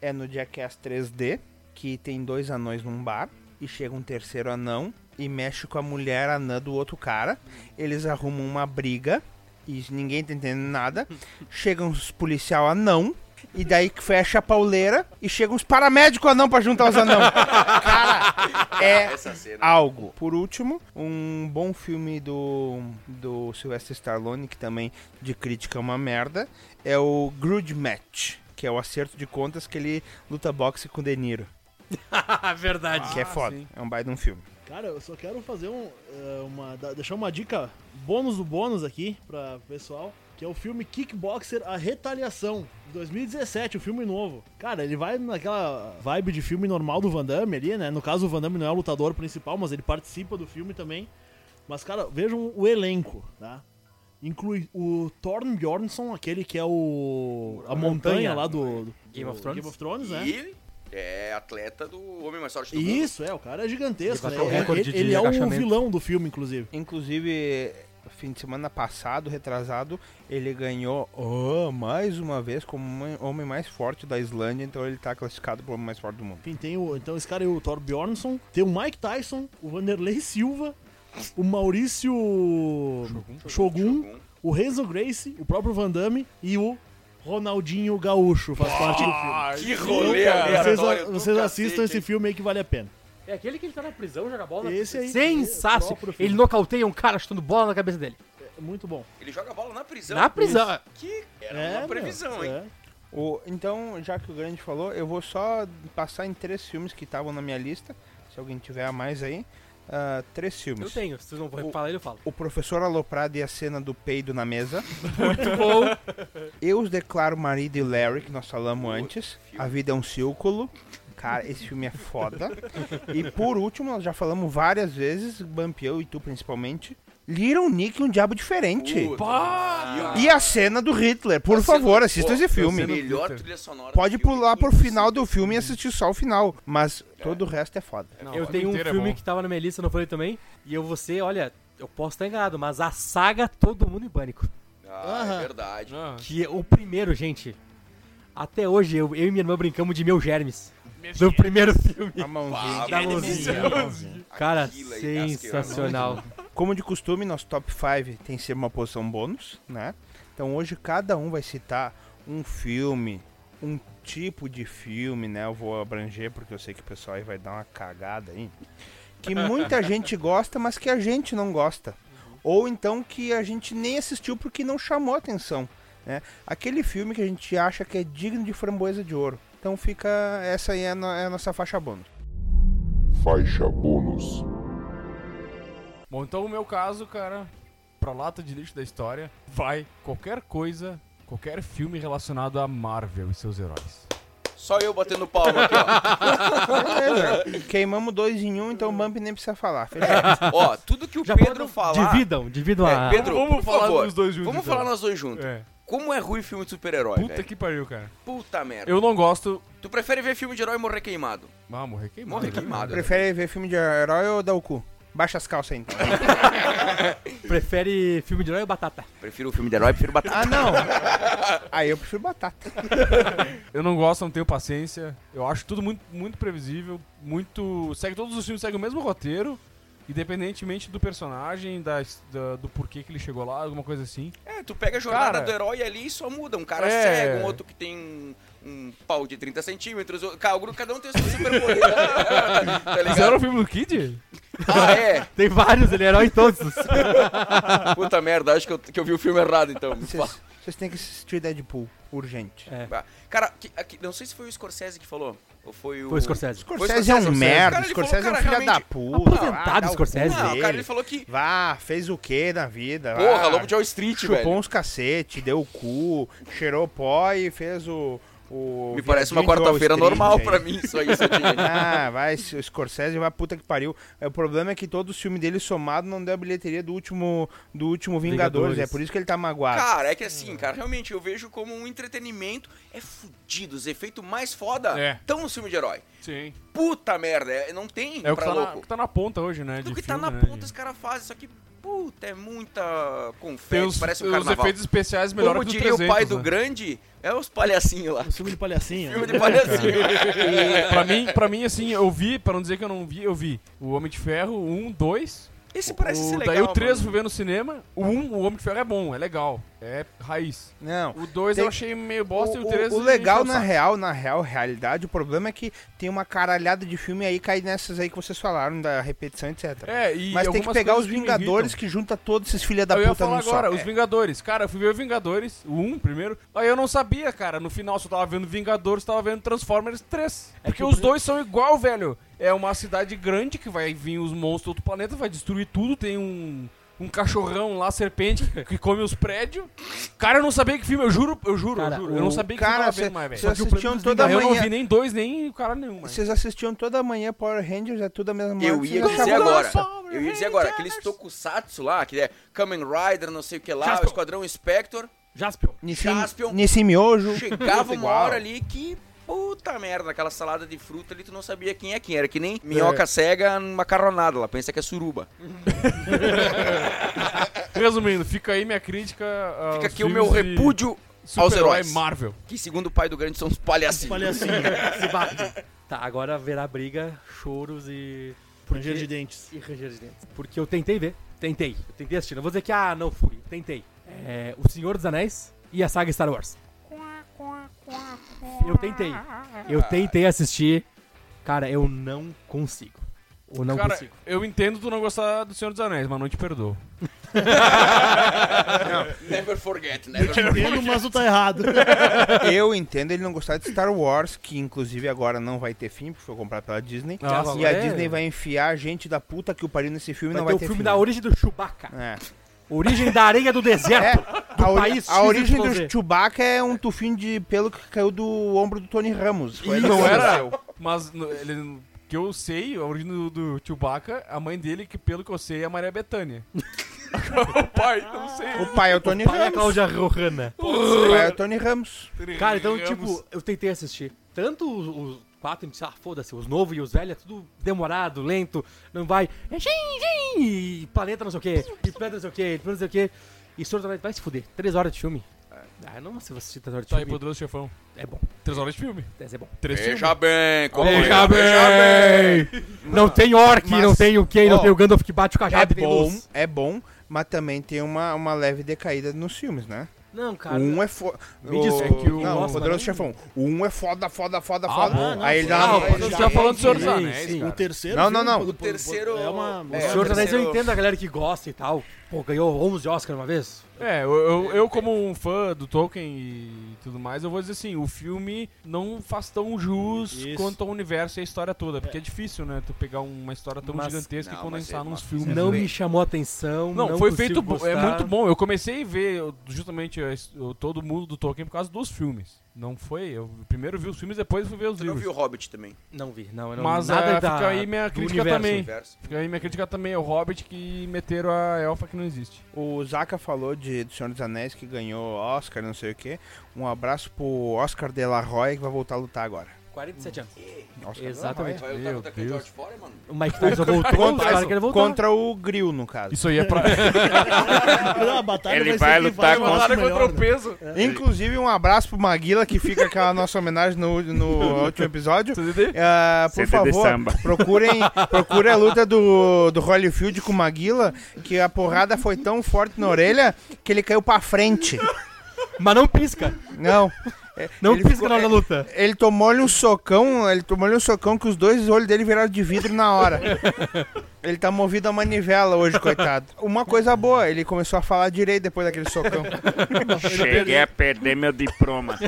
Speaker 1: é no Jackass 3D, que tem dois anões num bar, e chega um terceiro anão, e mexe com a mulher anã do outro cara. Eles arrumam uma briga e ninguém tá entendendo nada. Chegam os policial anão. E daí que fecha a pauleira e chegam os paramédicos anão pra juntar os anão. Cara, é
Speaker 5: Essa cena.
Speaker 1: algo. Por último, um bom filme do, do Sylvester Stallone, que também de crítica é uma merda, é o Grudge Match, que é o acerto de contas que ele luta boxe com o De Niro,
Speaker 3: Verdade.
Speaker 1: que é foda.
Speaker 2: sim.
Speaker 1: É um baita de um filme.
Speaker 4: Cara, eu só quero fazer um, eh, uma, da- deixar uma dica bônus do bônus aqui pra pessoal, que é o filme Kickboxer A Retaliação, de 2017, o filme novo. Cara, ele vai naquela vibe de filme normal do Van Damme ali, né? No caso, o Van Damme não é o lutador principal, mas ele participa do filme também. Mas, cara, vejam o elenco, tá? Inclui o Thorn Bjornsson, aquele que é o. A
Speaker 3: montanha.
Speaker 4: montanha, lá do, do-
Speaker 3: Game of
Speaker 4: do
Speaker 3: Thrones.
Speaker 4: Game of Thrones, né?
Speaker 5: E ele é atleta do Homem Mais Forte do Mundo.
Speaker 4: Isso, é, o cara é gigantesco,
Speaker 3: Ele
Speaker 4: né?
Speaker 3: bateu o recorde
Speaker 4: Ele,
Speaker 3: de
Speaker 4: ele é o
Speaker 3: agachamento.
Speaker 4: vilão do filme, inclusive.
Speaker 1: Inclusive, fim de semana passado, retrasado, ele ganhou oh, mais uma vez como o homem mais forte da Islândia, então ele tá classificado como o homem mais forte do mundo.
Speaker 4: Enfim, tem o, então esse cara é o Thor Bjornsson, tem o Mike Tyson, o Vanderlei Silva, o Maurício Shogun,
Speaker 5: Shogun.
Speaker 4: o Renzo Grace, o próprio Van Damme e o Ronaldinho Gaúcho faz parte do filme.
Speaker 5: Que rolê
Speaker 4: Então, cara, vocês,
Speaker 5: aleatório do
Speaker 4: vocês
Speaker 5: cacete,
Speaker 4: assistam esse
Speaker 5: hein?
Speaker 4: filme aí que vale a pena.
Speaker 3: É aquele que ele tá na prisão, joga bola. na-
Speaker 4: Esse aí. É o
Speaker 3: Sensacional.
Speaker 4: próprio filme.
Speaker 3: Ele nocauteia um cara chutando bola na cabeça dele.
Speaker 4: É muito bom.
Speaker 5: Ele joga bola na prisão.
Speaker 3: Na prisão.
Speaker 5: Que era
Speaker 4: é,
Speaker 5: uma
Speaker 4: meu,
Speaker 5: previsão, hein?
Speaker 4: é.
Speaker 1: O- então, já que o Grande falou, eu vou só passar em três filmes que estavam na minha lista. Se alguém tiver a mais aí, Ah, três
Speaker 3: Eu
Speaker 1: filmes.
Speaker 3: tenho. Se vocês não vão falar, ele eu falo.
Speaker 1: O Professor Aloprado e a cena do peido na mesa.
Speaker 3: Muito bom.
Speaker 1: Eu os declaro marido e Larry, que nós falamos antes. A vida é um círculo. Cara, esse filme é foda. E por último, nós já falamos várias vezes, Bump, eu e tu principalmente. Little Nick e um diabo diferente.
Speaker 5: Puta.
Speaker 1: E a cena do Hitler. Por
Speaker 5: A cena-
Speaker 1: favor, assista
Speaker 5: Pô,
Speaker 1: esse filme.
Speaker 5: Melhor trilha sonora.
Speaker 1: Pode
Speaker 5: do filme,
Speaker 1: pular pro
Speaker 5: inclusive.
Speaker 1: final do filme e assistir só o final. Mas todo o resto é foda.
Speaker 3: eu tenho um
Speaker 2: inteiro é
Speaker 3: filme
Speaker 2: bom.
Speaker 3: que tava na minha lista, não falei também. E eu vou ser, olha, eu posso estar enganado, mas a saga Todo Mundo em Pânico.
Speaker 5: Ah, é
Speaker 4: Aham.
Speaker 5: verdade.
Speaker 2: Ah,
Speaker 3: Que é o primeiro, gente. Até hoje, eu, eu e minha irmã brincamos de Meu Germes. Do primeiro filme.
Speaker 1: A mãozinha.
Speaker 3: Da mãozinha. Cara,
Speaker 5: Aquilo aí, casqueira.
Speaker 3: sensacional.
Speaker 1: Como de costume, nosso top 5 tem sempre uma posição bônus, né? Então hoje cada um vai citar um filme, um tipo de filme, né? Eu vou abranger porque eu sei que o pessoal aí vai dar uma cagada aí. Que muita gente gosta, mas que a gente não gosta. Ou então que a gente nem assistiu porque não chamou atenção, né? Aquele filme que a gente acha que é digno de framboesa de ouro. Então fica, essa aí é a no- é a nossa faixa bônus.
Speaker 6: Faixa bônus.
Speaker 2: Bom, então o meu caso, cara, pra lata de lixo da história, vai qualquer coisa, qualquer filme relacionado a Marvel e seus heróis.
Speaker 5: Só eu batendo palma aqui, ó.
Speaker 1: Então, Beleza. Queimamos dois em um, então o Bump nem precisa falar. Fechado.
Speaker 5: Ó, tudo que o
Speaker 3: foram-
Speaker 5: Pedro falar.
Speaker 3: Dividam, dividam
Speaker 5: É,
Speaker 3: a.
Speaker 5: Pedro,
Speaker 2: Vamos
Speaker 5: por
Speaker 2: falar
Speaker 5: favor,
Speaker 2: dos dois juntos,
Speaker 5: Vamos
Speaker 2: então.
Speaker 5: falar nós dois juntos.
Speaker 2: É.
Speaker 5: Como é ruim filme de super-herói,
Speaker 2: Puta
Speaker 5: velho?
Speaker 2: que pariu, cara.
Speaker 5: Puta merda.
Speaker 2: Eu não gosto.
Speaker 5: Tu prefere ver filme de herói morrer queimado?
Speaker 2: Ah, morrer queimado.
Speaker 5: Morrer queimado.
Speaker 1: Prefere ver filme de herói ou dar o cu? Baixa as calças aí, então.
Speaker 3: Prefere filme de herói ou batata?
Speaker 5: Prefiro o filme de herói, prefiro batata.
Speaker 1: Ah, não. Aí eu prefiro batata.
Speaker 2: Eu não gosto, não tenho paciência. Eu acho tudo muito, muito previsível, muito. Segue todos os filmes, segue o mesmo roteiro. Independentemente do personagem, da, his- da- do porquê que ele chegou lá, alguma coisa assim.
Speaker 5: É, tu pega a jornada
Speaker 2: Cara.
Speaker 5: do herói ali e só muda. Um cara
Speaker 2: É.
Speaker 5: cego, um outro que tem um, um pau de 30 centímetros. outro- Cara, o grupo, cada um tem o seu superpoder. tá
Speaker 2: Fizeram o
Speaker 5: ligado?
Speaker 2: filme do Kid?
Speaker 5: Ah, é?
Speaker 3: Tem vários, ele é herói em todos.
Speaker 5: Puta merda, acho que eu, que eu vi o filme errado, então. Me fala.
Speaker 1: Vocês vocês têm que assistir Deadpool, urgente.
Speaker 5: Ah, Cara, que- aqui- não sei se foi o Scorsese que falou. Ou foi o.
Speaker 3: Foi o Scorsese.
Speaker 1: Scorsese é um merda,
Speaker 5: Cara, ele
Speaker 1: Scorsese
Speaker 5: falou,
Speaker 1: é um
Speaker 5: cara,
Speaker 1: filho da
Speaker 5: realmente-
Speaker 1: puta.
Speaker 3: Aposentado,
Speaker 1: Vá, dá o
Speaker 3: Scorsese.
Speaker 1: cu
Speaker 5: Não, cara,
Speaker 1: dele.
Speaker 5: ele falou que.
Speaker 1: Vá, fez o que na vida? Vá,
Speaker 5: Porra, Lobo de Wall Street,
Speaker 1: Chupou
Speaker 5: velho.
Speaker 1: uns cacete, deu o cu, cheirou pó e fez o... o
Speaker 2: um
Speaker 5: Me parece uma
Speaker 1: viadinho de Wall
Speaker 5: quarta-feira
Speaker 1: Street
Speaker 5: normal
Speaker 1: aí.
Speaker 5: pra mim, só isso. eu tinha.
Speaker 1: Ah, vai, o Scorsese vai puta que pariu. É, O problema é que todo o filme dele somado não deu a bilheteria do último, do último Vingadores.
Speaker 3: Vingadores.
Speaker 1: É por isso que ele tá
Speaker 2: Ah,
Speaker 1: magoado.
Speaker 5: Cara, é que assim, cara, realmente eu vejo como um entretenimento. É fudido, os efeitos mais foda
Speaker 2: É.
Speaker 5: tão no filme de herói.
Speaker 2: Sim.
Speaker 5: Puta merda, é- não tem
Speaker 2: É o que
Speaker 5: pra
Speaker 2: tá, na,
Speaker 5: louco.
Speaker 2: que tá na ponta hoje, né?
Speaker 5: Tudo
Speaker 2: de
Speaker 5: que tá
Speaker 2: filme,
Speaker 5: na
Speaker 2: né,
Speaker 5: ponta
Speaker 2: de-
Speaker 5: os caras fazem, só que puta, é muita
Speaker 2: Tem
Speaker 5: confete,
Speaker 2: os,
Speaker 5: parece um
Speaker 2: os
Speaker 5: carnaval.
Speaker 2: efeitos especiais melhores
Speaker 5: Como
Speaker 2: que o
Speaker 5: diria o pai
Speaker 2: 300,
Speaker 5: do
Speaker 2: né?
Speaker 5: grande, é os palhacinhos lá.
Speaker 4: O filme de palhacinha.
Speaker 5: Filme de palhacinho.
Speaker 2: pra mim, pra mim, assim, eu vi, pra não dizer que eu não vi, eu vi o Homem de Ferro, o 1, 2.
Speaker 5: Esse parece
Speaker 2: o,
Speaker 5: ser legal.
Speaker 2: daí o 3
Speaker 5: mano.
Speaker 2: fui ver no cinema. O 1, o Homem de Ferro é bom, é legal. É raiz.
Speaker 1: Não.
Speaker 2: O 2
Speaker 1: Tem-
Speaker 2: eu achei meio bosta e
Speaker 1: O,
Speaker 2: o 3
Speaker 1: o legal, na real, na real, realidade, o problema é que tem uma caralhada de filme aí, cai nessas aí que vocês falaram, da repetição, etc.
Speaker 2: É, e
Speaker 1: Mas tem que
Speaker 2: algumas
Speaker 1: pegar os
Speaker 2: coisas que me
Speaker 1: Vingadores que, junta todos esses filha da puta
Speaker 2: eu ia falar
Speaker 1: num só.
Speaker 2: agora,
Speaker 1: É.
Speaker 2: os Vingadores. Cara, eu fui ver o Vingadores, o 1 primeiro. Aí eu não sabia, cara. No final, se eu tava vendo Vingadores, eu tava vendo Transformers 3.
Speaker 3: É
Speaker 2: Porque os dois são igual, velho. É uma cidade grande que vai vir os monstros do outro planeta, vai destruir tudo. Tem um, um cachorrão lá, serpente, que come os prédios. Cara, eu não sabia que filme, eu juro, eu juro,
Speaker 3: Cara,
Speaker 2: eu juro. Eu não
Speaker 3: o-
Speaker 2: sabia que filme eu
Speaker 1: Cara,
Speaker 2: tava vendo mais,
Speaker 1: vocês
Speaker 2: velho.
Speaker 1: assistiam toda
Speaker 2: Eu
Speaker 1: manhã.
Speaker 2: não vi nem dois, nem o cara nenhum, mas...
Speaker 1: Vocês assistiam toda manhã Power Rangers, é tudo a mesma
Speaker 5: Eu
Speaker 1: hora,
Speaker 5: ia
Speaker 1: vocês
Speaker 5: dizer
Speaker 1: achavam
Speaker 5: agora.
Speaker 1: massa.
Speaker 5: Eu ia dizer agora, aqueles tokusatsu lá, que é Kamen Rider, não sei o que lá,
Speaker 3: Jasper.
Speaker 5: Esquadrão Spector,
Speaker 3: Jaspion.
Speaker 1: Nesse,
Speaker 5: Jaspion.
Speaker 1: nesse miojo.
Speaker 5: chegava uma
Speaker 1: igual.
Speaker 5: hora ali que. Puta merda, aquela salada de fruta ali, tu não sabia quem é quem. Era que nem minhoca cega numa carronada lá, pensa que é suruba.
Speaker 2: Resumindo, fica aí minha crítica aos
Speaker 5: Fica aqui o meu
Speaker 2: filmes de
Speaker 5: repúdio aos
Speaker 2: super-herói
Speaker 5: heróis.
Speaker 2: Marvel.
Speaker 5: Que segundo o pai do grande são os palhacinhos.
Speaker 4: Palhacinha.
Speaker 3: Se bate. Tá, agora verá briga, choros e.
Speaker 4: Ranger de dentes.
Speaker 3: E ranger de dentes. Porque eu tentei ver. Tentei. Eu tentei assistir. Não vou dizer que, ah, não fui. Tentei. É, o Senhor dos Anéis e a saga Star Wars. Eu tentei. Eu tentei assistir. Cara, eu não consigo. Eu não
Speaker 2: Cara,
Speaker 3: consigo.
Speaker 2: eu entendo tu não gostar do Senhor dos Anéis, mas não te perdoo.
Speaker 5: Never forget, never forget.
Speaker 4: Entendo, mas tu tá errado.
Speaker 1: Eu entendo ele não gostar de Star Wars, que inclusive agora não vai ter fim, porque foi comprado pela Disney.
Speaker 2: Nossa,
Speaker 1: e a
Speaker 3: é.
Speaker 1: Disney vai enfiar a gente da puta que o pariu nesse filme e
Speaker 3: Vai
Speaker 1: não
Speaker 3: ter
Speaker 1: vai
Speaker 3: o
Speaker 1: ter
Speaker 3: filme
Speaker 1: fim.
Speaker 3: da origem do Chewbacca.
Speaker 1: É.
Speaker 3: Origem da areia do deserto.
Speaker 1: É, a, ori-
Speaker 3: país tipo,
Speaker 1: a origem
Speaker 3: XYZ.
Speaker 1: do Chewbacca é um tufinho de pelo que caiu do ombro do Tony Ramos. Foi
Speaker 2: Não
Speaker 1: assim.
Speaker 2: era, mas no- ele, que eu sei, a origem do, do Chewbacca, a mãe dele, que pelo que eu sei, é a Maria Bethânia. Agora o pai, não sei.
Speaker 1: O pai é o Tony
Speaker 3: Pai é a
Speaker 1: Ramos.
Speaker 3: Cláudia Rohanna.
Speaker 1: O pai é o Tony Ramos.
Speaker 3: Cara, então,
Speaker 2: Digamos.
Speaker 3: tipo, eu tentei assistir. Tanto os, os quatro, ah, foda-se, os novos e os velhos, é tudo demorado, lento, não vai. É xin, xin, e planeta não sei o quê, e planeta não sei o quê, e planeta não sei o quê. E Senhor dos Anéis, vai se fuder. Três horas de filme.
Speaker 2: É.
Speaker 3: Ah, não sei se você assistir três horas de
Speaker 2: Tá aí,
Speaker 3: filme.
Speaker 2: poderoso chefão.
Speaker 3: É bom,
Speaker 2: Três horas de filme.
Speaker 3: deve ser bom.
Speaker 2: Três filmes.
Speaker 5: Veja bem, como é.
Speaker 2: Veja
Speaker 5: bem.
Speaker 3: Não tem orc,
Speaker 1: mas-
Speaker 3: não tem o quê, não
Speaker 1: ó,
Speaker 3: tem o Gandalf que bate o cajado.
Speaker 1: É
Speaker 3: que tem
Speaker 1: bom,
Speaker 3: luz.
Speaker 1: é bom, mas também tem uma, uma leve decaída nos filmes, né?
Speaker 3: Não, cara.
Speaker 1: O um é foda.
Speaker 3: Me diz, é que o-
Speaker 1: Não,
Speaker 3: Nossa,
Speaker 1: o Poderoso
Speaker 3: mas-
Speaker 1: Chefão. O um é foda, foda, foda,
Speaker 2: Ah,
Speaker 1: foda.
Speaker 2: bom.
Speaker 1: Aí ele dá
Speaker 2: Ah,
Speaker 1: uma-
Speaker 2: o Poderoso
Speaker 1: ele
Speaker 2: já
Speaker 1: dá-
Speaker 2: falou do Senhor dos
Speaker 3: sim,
Speaker 2: Anéis,
Speaker 3: sim.
Speaker 2: cara.
Speaker 4: O terceiro.
Speaker 1: Não, não,
Speaker 4: filme,
Speaker 1: não.
Speaker 4: pô,
Speaker 5: O terceiro.
Speaker 4: É uma.
Speaker 5: É,
Speaker 3: O Senhor dos Anéis eu
Speaker 5: terceiro-
Speaker 3: entendo a galera que gosta e tal. Pô, ganhou 11 Oscar uma vez.
Speaker 2: É, eu, eu, eu como um fã do Tolkien e tudo mais, eu vou dizer assim, o filme não faz tão jus
Speaker 4: Isso.
Speaker 2: quanto ao universo e a história toda, porque é, difícil, né, tu pegar uma história tão
Speaker 3: Mas-
Speaker 2: gigantesca e
Speaker 5: Não,
Speaker 2: condensar
Speaker 5: mas é-
Speaker 2: nos
Speaker 5: mas
Speaker 2: filmes.
Speaker 3: Não
Speaker 2: né?
Speaker 3: me chamou atenção.
Speaker 2: Não,
Speaker 3: Não,
Speaker 2: foi
Speaker 3: consigo
Speaker 2: feito bo- é
Speaker 3: gostar.
Speaker 2: muito bom. Eu comecei a ver eu, justamente eu, eu- todo mundo do Tolkien por causa dos filmes. Não foi, eu primeiro vi os filmes, depois fui ver os
Speaker 5: Tu não
Speaker 2: livros.
Speaker 5: viu o Hobbit também?
Speaker 3: Não vi, não, eu não
Speaker 2: Mas
Speaker 3: vi nada
Speaker 2: é,
Speaker 3: da,
Speaker 2: fica aí minha
Speaker 3: do
Speaker 2: crítica
Speaker 3: universo.
Speaker 2: também.
Speaker 5: Verso.
Speaker 2: Fica aí minha crítica também é o Hobbit que meteram a elfa que não existe.
Speaker 1: O Zaka falou de, do Senhor dos Anéis que ganhou Oscar, não sei o quê. Um abraço pro Oscar de la Roy que vai voltar a lutar agora.
Speaker 3: 47 anos.
Speaker 1: Oscar
Speaker 3: Exatamente.
Speaker 5: Vai lutar
Speaker 2: Meu
Speaker 5: contra aquele George Foreman, mano?
Speaker 3: O Mike Tyson voltou, os caras querem voltar.
Speaker 1: Contra o Grill, no caso.
Speaker 2: Isso aí é pra
Speaker 4: Não, a batalha
Speaker 5: Ele
Speaker 4: vai
Speaker 5: vai
Speaker 4: ser quem
Speaker 5: lutar
Speaker 4: vai mostrar
Speaker 2: Batalha
Speaker 4: melhor,
Speaker 2: contra o
Speaker 4: né?
Speaker 2: peso.
Speaker 1: Inclusive, um abraço pro Maguila, que fica aquela nossa homenagem no, no último episódio. Ah, por favor, procurem, procurem a luta do, do Holyfield com o Maguila, que a porrada foi tão forte na orelha que ele caiu pra frente.
Speaker 3: Mas não pisca.
Speaker 1: Não. É,
Speaker 3: Não
Speaker 1: ele
Speaker 3: pisca
Speaker 1: ficou-
Speaker 3: na hora da luta.
Speaker 1: Ele tomou-lhe um socão, ele tomou-lhe um socão que os dois olhos dele viraram de vidro na hora. Ele tá movido a manivela hoje, coitado. Uma coisa boa, ele começou a falar direito depois daquele socão.
Speaker 7: Cheguei a perder meu diploma.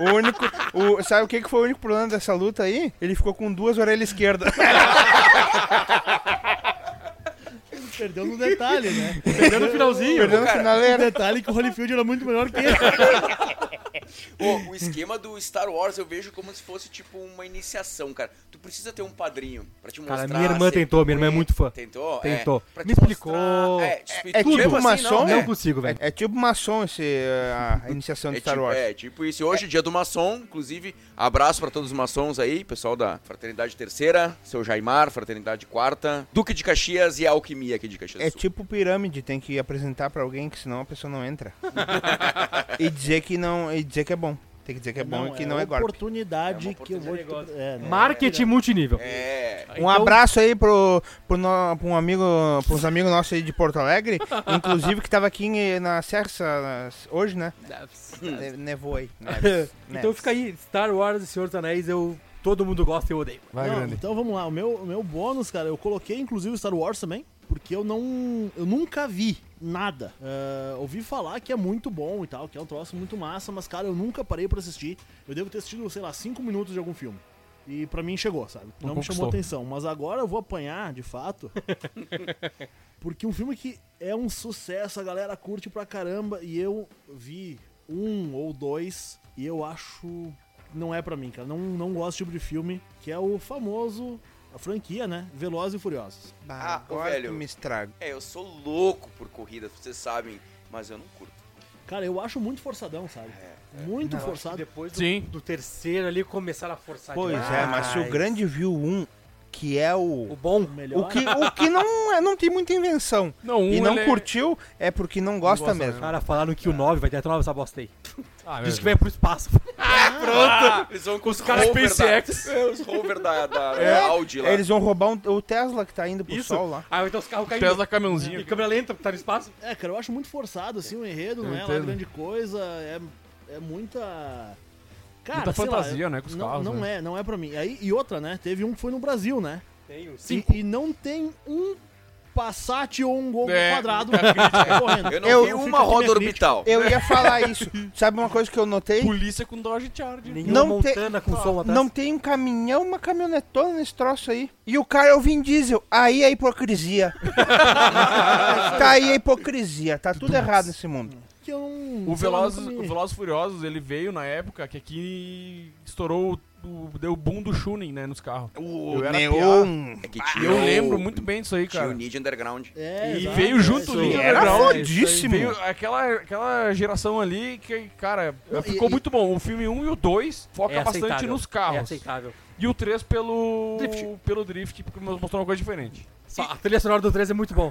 Speaker 1: O único. O, sabe o que, que foi o único problema dessa luta aí? Ele ficou com duas orelhas esquerdas.
Speaker 4: Perdeu no detalhe, né?
Speaker 3: Perdeu no finalzinho.
Speaker 1: Perdendo o
Speaker 4: O
Speaker 1: finaleiro.
Speaker 4: detalhe é que o Holyfield era muito melhor que
Speaker 1: É
Speaker 4: ele.
Speaker 5: Ô, o esquema do Star Wars eu vejo como se fosse tipo uma iniciação, cara. Tu precisa ter um padrinho pra te mostrar.
Speaker 3: Cara, minha irmã
Speaker 5: ser-
Speaker 3: tentou, minha irmã é muito fã.
Speaker 5: Tentou?
Speaker 3: Tentou.
Speaker 5: É, pra
Speaker 3: Me
Speaker 5: te
Speaker 3: explicou.
Speaker 5: mostrar- É, te
Speaker 1: É
Speaker 5: explicou.
Speaker 1: tipo
Speaker 5: Mesmo
Speaker 1: uma
Speaker 5: assim,
Speaker 1: som?
Speaker 5: não,
Speaker 1: é.
Speaker 3: Não consigo, velho.
Speaker 1: É, é tipo maçom esse, eh, a iniciação de
Speaker 5: É
Speaker 1: Star
Speaker 5: tipo,
Speaker 1: Wars.
Speaker 5: é, tipo isso. E Hoje, dia do maçom, inclusive, abraço pra todos os maçons aí, pessoal da Fraternidade Terceira, seu Jaimar, Fraternidade Quarta, Duque de Caxias e a Alquimia aqui de Caxias
Speaker 1: É
Speaker 5: do Sul.
Speaker 1: tipo pirâmide, tem que apresentar pra alguém que senão a pessoa não entra. e dizer que não, e dizer que é bom. Tem que dizer que é bom e que não é golpe.
Speaker 4: oportunidade
Speaker 5: É uma
Speaker 4: que eu vou...
Speaker 2: oportunidade de
Speaker 4: É, né?
Speaker 3: Marketing multinível.
Speaker 5: É,
Speaker 1: Um abraço aí pro, pro, no- pro um amigo, pros amigos nossos aí de Porto Alegre, inclusive que tava aqui em- na Serra hoje, né?
Speaker 5: Hum.
Speaker 1: Ne- Nevou aí. Neves,
Speaker 3: Então
Speaker 1: neves.
Speaker 3: fica aí, Star Wars e Senhor dos Anéis, eu. Todo mundo gosta e eu odeio.
Speaker 8: Vai,
Speaker 4: Não,
Speaker 8: grande.
Speaker 4: então vamos lá, o meu, o meu bônus, cara, eu coloquei inclusive Star Wars também, porque eu não. Eu nunca vi nada. Ah, ouvi falar que é muito bom e tal, que é um troço muito massa, mas, cara, eu nunca parei pra assistir. Eu devo ter assistido, sei lá, cinco minutos de algum filme. E pra mim chegou, sabe? Não, me
Speaker 2: conquistou.
Speaker 4: chamou atenção. Mas agora eu vou apanhar, de fato. porque um filme que é um sucesso, a galera curte pra caramba. E eu vi um ou dois. E eu acho não é pra mim, cara. Não, não gosto desse tipo de filme, que é o famoso, a franquia, né? Velozes e Furiosos.
Speaker 1: Bah,
Speaker 5: Ah, ô,
Speaker 1: agora
Speaker 5: velho.
Speaker 1: tu me estrago.
Speaker 5: é, eu sou louco por corridas, vocês sabem, mas eu não curto.
Speaker 4: Cara, eu acho muito forçadão, sabe? Muito forçado.
Speaker 3: Depois do,
Speaker 2: Sim.
Speaker 3: do terceiro ali começaram a forçar
Speaker 1: Pois
Speaker 3: demais.
Speaker 1: é, mas se o grande viu um, que é
Speaker 3: O
Speaker 1: o.
Speaker 3: bom.
Speaker 4: Melhor.
Speaker 1: O que, o que não, é- não tem muita invenção.
Speaker 2: Não, um
Speaker 1: e não
Speaker 2: ele é-
Speaker 1: curtiu é porque não gosta,
Speaker 2: gosta
Speaker 1: mesmo.
Speaker 3: né? Cara, falaram que o 9 vai ter até 9 essa bosta aí.
Speaker 2: Ah,
Speaker 3: Diz
Speaker 2: meu
Speaker 3: que vai pro espaço.
Speaker 5: Pronto! Ah, Eles vão com os
Speaker 2: caras
Speaker 5: rover
Speaker 2: SpaceX.
Speaker 5: Da, é, os rover da, da
Speaker 1: É,
Speaker 5: Audi lá.
Speaker 1: Eles vão roubar um- o Tesla que tá indo pro sol lá.
Speaker 3: Aí então os carros caindo.
Speaker 2: Tesla caminhãozinho.
Speaker 3: E câmera lenta, porque tá no espaço.
Speaker 4: É, cara, eu acho muito forçado, assim, o enredo,
Speaker 2: Eu
Speaker 4: não é lá
Speaker 2: entendo.
Speaker 4: grande coisa, é, é muita. Cara,
Speaker 2: Muita
Speaker 4: sei lá,
Speaker 2: fantasia,
Speaker 4: eu-
Speaker 2: né, com os
Speaker 4: não,
Speaker 2: carros,
Speaker 4: Não
Speaker 2: né?
Speaker 4: é, não é pra mim. Aí, e outra, né? Teve um que foi no Brasil, né?
Speaker 3: Tem
Speaker 4: E- E, não tem um Passat ou um Gol
Speaker 2: É,
Speaker 4: quadrado
Speaker 5: Eu
Speaker 4: correndo.
Speaker 5: não
Speaker 1: Eu-
Speaker 5: vi um
Speaker 1: eu
Speaker 5: uma roda orbital.
Speaker 1: Eu ia falar isso. Sabe uma coisa que eu notei?
Speaker 2: Polícia com Dodge Charger.
Speaker 1: Não
Speaker 3: Montana com som atrás. É
Speaker 1: Não tem um caminhão, uma caminhonetona nesse troço aí. E o cara é o Vin Diesel. Aí é hipocrisia. tá aí a hipocrisia. Tá tudo errado nesse mundo.
Speaker 4: Que eu não-
Speaker 2: O
Speaker 4: sei lá,
Speaker 2: Velozes,
Speaker 4: nunca me-
Speaker 2: o Velozes Furiosos, ele veio na época que aqui estourou, o, o- deu o boom do Shuning, né, nos carros.
Speaker 1: O
Speaker 2: Eu era
Speaker 1: neon.
Speaker 5: É que
Speaker 2: E
Speaker 5: tinha
Speaker 2: eu
Speaker 5: o-
Speaker 2: lembro muito bem disso aí,
Speaker 5: Tinha o
Speaker 2: cara.
Speaker 5: Need Underground.
Speaker 4: É,
Speaker 2: e
Speaker 4: exato,
Speaker 2: veio
Speaker 4: é
Speaker 2: junto
Speaker 4: isso
Speaker 2: o Ninja
Speaker 4: aí.
Speaker 1: Era
Speaker 2: Underground.
Speaker 1: fodíssimo.
Speaker 2: Veio aquela, aquela geração ali que, cara,
Speaker 4: Não,
Speaker 2: ficou
Speaker 4: e-
Speaker 2: muito bom. O filme 1 e o 2 foca
Speaker 3: É
Speaker 2: bastante
Speaker 3: aceitável.
Speaker 2: nos
Speaker 3: É
Speaker 2: carros.
Speaker 3: aceitável.
Speaker 2: e o 3 pelo
Speaker 3: Drift.
Speaker 2: pelo drift, porque mostrou uma coisa diferente.
Speaker 3: Só a trilha sonora do 13 é muito bom.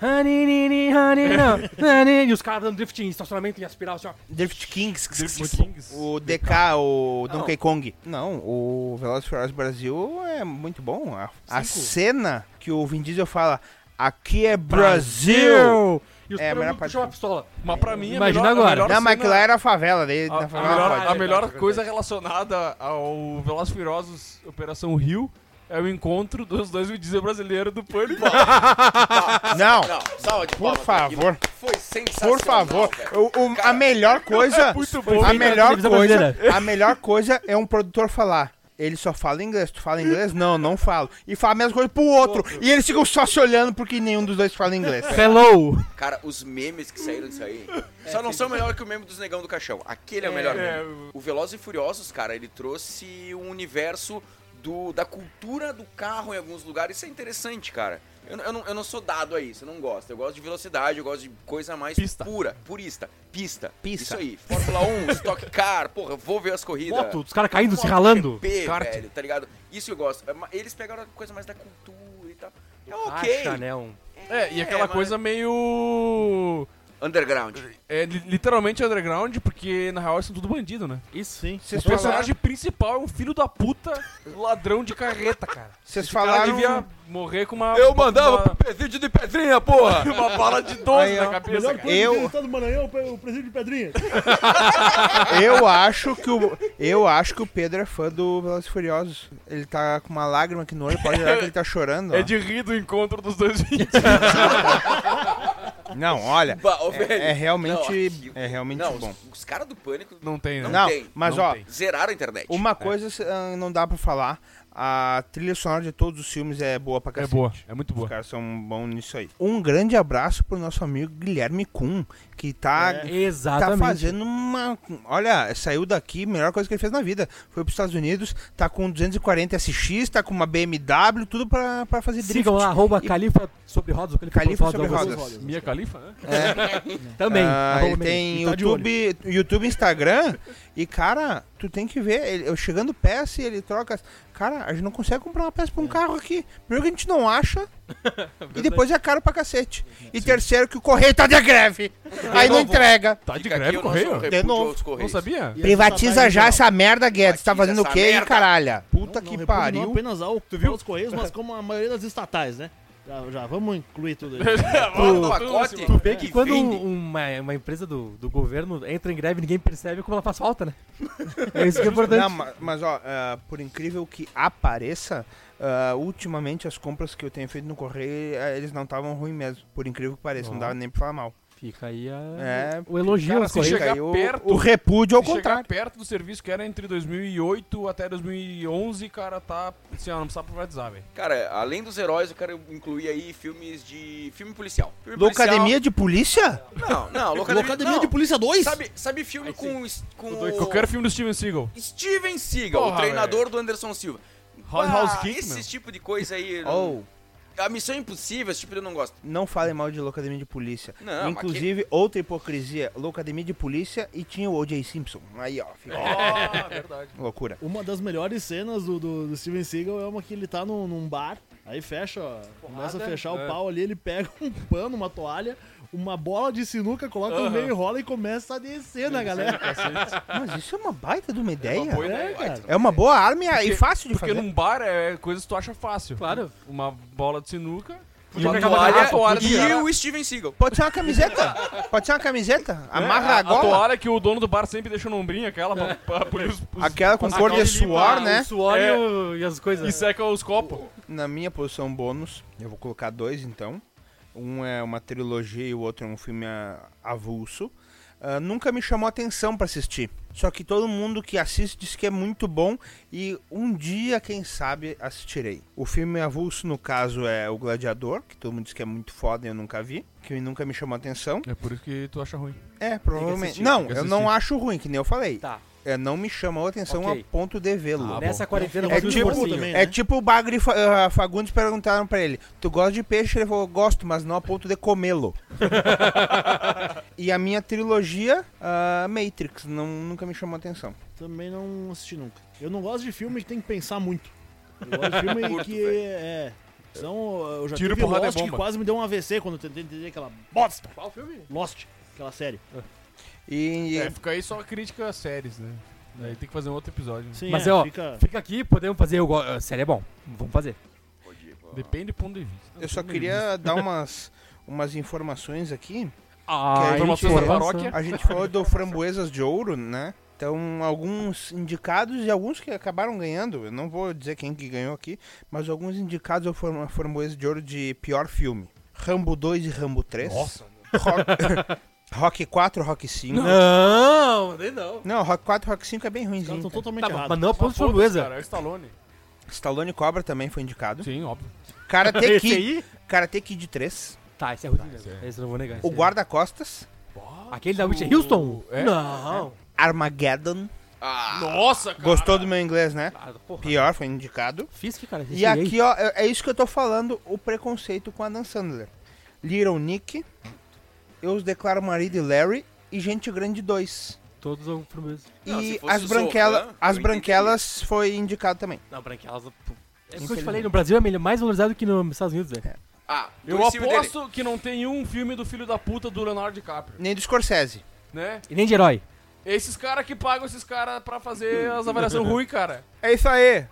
Speaker 3: Haninini, haninini, não, haninini. E os caras dando drift em estacionamento em aspiral, assim, ó.
Speaker 1: Drift Kings.
Speaker 2: Drift Kings.
Speaker 1: O DK, o Donkey Kong. Não, o Velozes e Furiosos Brasil é muito bom. A, a cena que o Vin Diesel fala, aqui é Brasil.
Speaker 3: E os
Speaker 1: É, a melhor
Speaker 3: caras
Speaker 1: parte-
Speaker 3: puxam a pistola.
Speaker 2: Mas pra mim,
Speaker 3: Imagina
Speaker 2: a melhor,
Speaker 3: agora.
Speaker 2: A melhor
Speaker 1: Não, mas
Speaker 2: cena-
Speaker 1: aquilo lá era a favela. Daí,
Speaker 2: A,
Speaker 1: na
Speaker 2: a
Speaker 1: favela
Speaker 2: melhor,
Speaker 1: não pode.
Speaker 2: a melhor
Speaker 3: Pode.
Speaker 2: coisa relacionada ao Velozes e Furiosos Operação Rio é o encontro dos dois me dizer brasileiro do Pânico.
Speaker 1: Não,
Speaker 5: Não, salva de
Speaker 1: por
Speaker 5: palmas pra aquilo.
Speaker 1: favor.
Speaker 2: Tá
Speaker 5: Foi sensacional.
Speaker 1: Por favor,
Speaker 5: velho.
Speaker 1: o- o- a melhor coisa.
Speaker 2: é Muito bom.
Speaker 1: A
Speaker 3: feito na
Speaker 1: melhor
Speaker 3: televisão
Speaker 1: coisa,
Speaker 3: brasileira.
Speaker 1: a melhor coisa é um produtor falar. Ele só fala inglês. Tu fala inglês? Não, não falo. E fala a mesma coisa pro outro. E eles ficam só se olhando porque nenhum dos dois fala inglês.
Speaker 3: é Hello!
Speaker 5: Cara, os memes que saíram disso aí só não são melhor que o meme dos negão do caixão. Aquele é, o melhor
Speaker 2: é,
Speaker 5: meme. O Velozes e Furiosos, cara, ele trouxe um universo do, da cultura do carro em alguns lugares. Isso é interessante, cara. Eu, não- eu não, eu não sou dado a isso, eu não gosto. Eu gosto de velocidade, eu gosto de coisa mais
Speaker 2: Pista.
Speaker 5: pura, purista. Pista.
Speaker 1: Pista.
Speaker 5: Isso aí. Fórmula 1, Stock Car, porra, vou ver as corridas.
Speaker 3: Moto, os caras caindo, se
Speaker 5: Moto
Speaker 3: ralando.
Speaker 5: GP,
Speaker 2: Kart.
Speaker 5: velho, tá ligado? Isso eu gosto. É, ma- Eles pegaram a coisa mais da cultura e tal. É ok.
Speaker 3: Acha, né, um-
Speaker 2: É, e aquela
Speaker 5: mas-
Speaker 2: coisa meio.
Speaker 5: Underground.
Speaker 2: É li- literalmente underground, porque na real eles são tudo bandido, né?
Speaker 3: Isso sim.
Speaker 1: Vocês
Speaker 2: O personagem principal é um filho da puta ladrão de carreta, cara.
Speaker 1: Vocês
Speaker 2: O cara
Speaker 1: falaram.
Speaker 2: devia morrer com uma.
Speaker 5: pro presídio de pedrinha, porra!
Speaker 2: Uma, uma bala de 12
Speaker 1: Aí, ó.
Speaker 2: na cabeça,
Speaker 4: Melhor
Speaker 2: cara.
Speaker 4: coisa
Speaker 1: Eu-
Speaker 4: eu... do Maranhão, o presídio de Pedrinha.
Speaker 1: Eu acho que o eu acho que o Pedro é fã do Velozes e Furiosos. Ele tá com uma lágrima aqui no olho, pode olhar que ele tá chorando. ó.
Speaker 2: É de rir do encontro dos dois vídeos.
Speaker 1: Não, olha.
Speaker 5: Bah, ô, velho.
Speaker 1: É, é
Speaker 5: Não,
Speaker 1: realmente
Speaker 5: aquilo-
Speaker 1: é realmente
Speaker 5: não,
Speaker 1: bom.
Speaker 5: Os, os caras do Pânico
Speaker 2: Não tem, né?
Speaker 5: Não
Speaker 1: Não,
Speaker 5: tem,
Speaker 1: mas
Speaker 2: não
Speaker 1: ó,
Speaker 2: tem.
Speaker 5: zeraram a internet.
Speaker 1: Uma coisa ah, não dá pra falar. A trilha sonora de todos os filmes é boa pra
Speaker 2: É
Speaker 1: cacete.
Speaker 2: boa, é muito
Speaker 1: Os
Speaker 2: boa.
Speaker 1: caras são bons nisso aí. Um grande abraço pro nosso amigo Guilherme Kuhn, que tá,
Speaker 3: É.
Speaker 1: tá
Speaker 3: Exatamente.
Speaker 1: fazendo uma. Olha, saiu daqui, melhor coisa que ele fez na vida. Foi pros Estados Unidos, tá com 240 SX, tá com uma BMW, tudo pra, pra fazer drift.
Speaker 3: Sigam lá, arroba
Speaker 1: E-
Speaker 3: Califa sobre rodas. Califa,
Speaker 1: Califa sobre
Speaker 3: alguma
Speaker 1: rodas.
Speaker 3: coisa.
Speaker 2: Mia Khalifa? né?
Speaker 3: Também.
Speaker 1: Ah,
Speaker 3: arroba
Speaker 1: ele
Speaker 3: Meire.
Speaker 1: tem
Speaker 4: E tá de
Speaker 1: YouTube, YouTube, Instagram. e, cara, tu tem que ver. ele- eu chegando peça e ele troca. as- Cara, a gente não consegue comprar uma peça pra um carro aqui. Primeiro que a gente não acha. e depois é caro pra cacete. E terceiro que o correio tá de greve. aí não
Speaker 5: novo.
Speaker 1: entrega.
Speaker 2: Tá de
Speaker 5: Fica aqui
Speaker 2: greve
Speaker 5: o
Speaker 2: o
Speaker 5: nosso
Speaker 2: correio?
Speaker 5: repúdio
Speaker 1: De novo.
Speaker 5: aos
Speaker 2: Não
Speaker 5: Correios.
Speaker 2: sabia?
Speaker 4: E
Speaker 1: Privatiza
Speaker 4: né?
Speaker 1: já essa merda, Guedes. Tá
Speaker 5: Privatiza
Speaker 1: fazendo o
Speaker 5: essa
Speaker 1: quê aí,
Speaker 5: merda.
Speaker 1: caralha? Puta
Speaker 4: Não,
Speaker 1: que
Speaker 4: não, repúdio Não
Speaker 1: pariu.
Speaker 4: apenas ao, tu viu? aos Correios, mas como a maioria das estatais, né? Já, já vamos incluir tudo aí.
Speaker 1: Tá
Speaker 5: Bota no pacote
Speaker 3: Tu vê
Speaker 1: É,
Speaker 3: que
Speaker 5: e
Speaker 3: quando
Speaker 5: vende.
Speaker 3: uma, uma empresa do, do governo entra em greve, ninguém percebe como ela faz falta, né? É isso que é importante.
Speaker 1: Não, ma- mas ó, ah, por incrível que apareça, ah, ultimamente as compras que eu tenho feito no correio, ah, eles não estavam ruins mesmo. Por incrível que pareça, não
Speaker 3: Ó.
Speaker 1: dava nem pra falar mal.
Speaker 3: Fica aí a-
Speaker 1: É,
Speaker 3: o elogio
Speaker 2: cara,
Speaker 3: aos
Speaker 2: se
Speaker 1: Fica
Speaker 3: Correios.
Speaker 2: chegar
Speaker 1: aí o,
Speaker 2: perto-
Speaker 1: o repúdio ao
Speaker 2: Se chegar
Speaker 1: contrário.
Speaker 2: perto do serviço que era entre 2008 até 2011, cara, tá. Assim, ó, não precisa privatizar, velho.
Speaker 5: Cara, além dos heróis, eu quero incluir aí filmes de. filme policial. Filme
Speaker 1: Loucademia de polícia?
Speaker 5: policial- Não, não, Locademia,
Speaker 4: Locademia
Speaker 5: não.
Speaker 4: de Polícia 2?
Speaker 5: Sabe, sabe filme com. es- com
Speaker 2: Qualquer filme do Steven Seagal.
Speaker 5: Steven Seagal,
Speaker 2: Porra,
Speaker 5: o treinador do Anderson Silva.
Speaker 2: House, House
Speaker 5: Ah,
Speaker 2: Kick,
Speaker 5: esse
Speaker 2: meu. Oh.
Speaker 5: tipo de coisa aí.
Speaker 1: Ou,
Speaker 5: A Missão Impossível, esse tipo eu não gosto.
Speaker 1: não falem mal de Loucademia de polícia.
Speaker 5: Não, mas
Speaker 1: Inclusive, outra hipocrisia, Loucademia de polícia e tinha o O.J. Simpson. Aí, ó, fica
Speaker 2: Ah, verdade.
Speaker 1: loucura.
Speaker 4: Uma das melhores cenas do, do, do Steven Seagal é uma que ele tá num, num bar, aí fecha, ó, começa a fechar
Speaker 2: É.
Speaker 4: o pau ali, ele pega um pano, uma toalha, uma bola de sinuca, coloca no
Speaker 2: Aham.
Speaker 4: meio, rola e começa a descer na galera.
Speaker 1: Mas isso é uma baita de uma ideia.
Speaker 2: boa ideia.
Speaker 4: É, cara.
Speaker 1: É uma boa arma e- e fácil de
Speaker 2: Porque
Speaker 1: fazer.
Speaker 2: num bar é coisa que tu acha fácil.
Speaker 3: Claro.
Speaker 2: Uma bola de sinuca.
Speaker 3: Podia
Speaker 2: uma
Speaker 3: pegar uma
Speaker 2: toalha,
Speaker 3: garrafa,
Speaker 2: toalha do
Speaker 5: E
Speaker 2: cara.
Speaker 5: o Steven Seagal.
Speaker 1: Pode ser uma camiseta. Pode ser uma camiseta. Amarra
Speaker 2: É, a,
Speaker 1: a
Speaker 2: a
Speaker 1: gola.
Speaker 2: toalha que o dono do bar sempre deixa no ombrinho, aquela pra, pra polir os, os-
Speaker 1: Aquela com cor de
Speaker 2: calça de
Speaker 1: suor,
Speaker 2: limpa,
Speaker 1: né?
Speaker 3: Ah, O suor e
Speaker 2: É.
Speaker 3: é o- e as coisas.
Speaker 2: E seca os copos.
Speaker 1: Na minha posição bônus, eu vou colocar dois então. Um é uma trilogia e o outro é um filme ah, avulso. Ah, nunca me chamou atenção pra assistir. Só que todo mundo que assiste diz que é muito bom e um dia, quem sabe, assistirei. O filme avulso, no caso, é O Gladiador, que todo mundo diz que é muito foda e eu nunca vi, que nunca me chamou atenção.
Speaker 2: É por isso que tu acha ruim.
Speaker 1: É, provavelmente.
Speaker 2: assistir,
Speaker 1: não,
Speaker 2: tem que
Speaker 1: eu não
Speaker 2: assistir.
Speaker 1: acho ruim, que nem eu falei.
Speaker 3: Tá.
Speaker 1: É, não me chamou atenção
Speaker 3: Ok.
Speaker 1: a ponto de vê-lo.
Speaker 2: Ah, bom.
Speaker 3: Nessa quarentena,
Speaker 1: É
Speaker 3: eu vou no
Speaker 1: tipo-
Speaker 3: esforcinho.
Speaker 4: também.
Speaker 1: É tipo o Bagre Fa- ah, Fagundes perguntaram pra ele: Tu gosta de peixe? Ele falou: Gosto, mas não a ponto de comê-lo. e a minha trilogia, ah, Matrix, não, nunca me chamou atenção.
Speaker 4: Também não assisti nunca. Eu não gosto de filme que tem que pensar muito. Eu gosto de filme que é. Então, eu já
Speaker 2: Tiro,
Speaker 4: tive
Speaker 2: porrada e
Speaker 4: Lost que
Speaker 2: bomba.
Speaker 4: quase me deu um AVC quando eu tentei entender aquela bosta. Qual filme? Lost, aquela série.
Speaker 1: E.
Speaker 2: É, fica aí só a crítica às séries, né? Daí tem que fazer um outro episódio. né?
Speaker 4: Sim,
Speaker 3: Mas,
Speaker 4: é,
Speaker 3: ó,
Speaker 4: fica...
Speaker 3: Fica aqui, podemos fazer. Eu go- Sério, é bom. Vamos fazer.
Speaker 2: Depende do ponto de vista.
Speaker 1: Eu só queria dar umas, umas informações aqui.
Speaker 3: Ah,
Speaker 1: a
Speaker 2: Informações
Speaker 1: gente-
Speaker 2: da paróquia.
Speaker 1: A gente falou do Framboesas de Ouro, né? Então, alguns indicados e alguns que acabaram ganhando. Eu não vou dizer quem que ganhou aqui, mas alguns indicados ao Fram- Framboesa de Ouro de pior filme. Rambo 2 e Rambo 3.
Speaker 2: Nossa.
Speaker 1: Rock, Rock 4, Rock 5. Não,
Speaker 3: Não, nem não.
Speaker 1: Rock 4, Rock 5 é bem
Speaker 4: Os caras
Speaker 1: ruimzinho.
Speaker 4: estão
Speaker 1: cara.
Speaker 4: totalmente
Speaker 3: Tá bom,
Speaker 4: errados.
Speaker 3: mas não a ponto de
Speaker 2: Foda-se,
Speaker 3: framboesa.
Speaker 2: cara, é o Stallone.
Speaker 1: Stallone Cobra também foi indicado.
Speaker 2: Sim, óbvio.
Speaker 1: Karate
Speaker 3: Esse
Speaker 1: Kid,
Speaker 3: aí?
Speaker 1: Karate Kid 3.
Speaker 3: Tá, esse é ruim mesmo.
Speaker 2: esse é.
Speaker 3: Esse eu não vou negar.
Speaker 1: O
Speaker 3: esse é-
Speaker 1: Guarda-Costas,
Speaker 3: Aquele da Whitney Houston?
Speaker 2: É?
Speaker 3: Não.
Speaker 1: Armageddon.
Speaker 5: Ah,
Speaker 2: Nossa, cara.
Speaker 1: Gostou do meu inglês, né?
Speaker 3: Ah, porra.
Speaker 1: Pior, foi indicado.
Speaker 3: Fiz que, cara.
Speaker 1: E aqui, ó, é é isso que eu tô falando, o preconceito com a Dan Sandler. Little Nick, Eu Os Declaro Marido e Larry e Gente Grande 2.
Speaker 3: Todos são framboesa.
Speaker 5: Não,
Speaker 1: e
Speaker 5: se fosse
Speaker 1: as,
Speaker 5: o
Speaker 1: branquela,
Speaker 5: Zohan,
Speaker 1: as
Speaker 5: eu
Speaker 1: Branquelas foi indicado também.
Speaker 3: Não, branquelas. É o que eu te
Speaker 1: Infelizmente.
Speaker 3: falei, no Brasil é melhor- mais valorizado que nos Estados Unidos, velho.
Speaker 5: ah,
Speaker 2: Eu
Speaker 5: tô em cima
Speaker 2: aposto que não tem um filme do filho da puta do Leonardo DiCaprio,
Speaker 1: Nem do Scorsese.
Speaker 2: né?
Speaker 3: E nem de herói.
Speaker 2: Esses caras que pagam esses caras pra fazer as avaliações ruins, cara.
Speaker 1: É isso aí.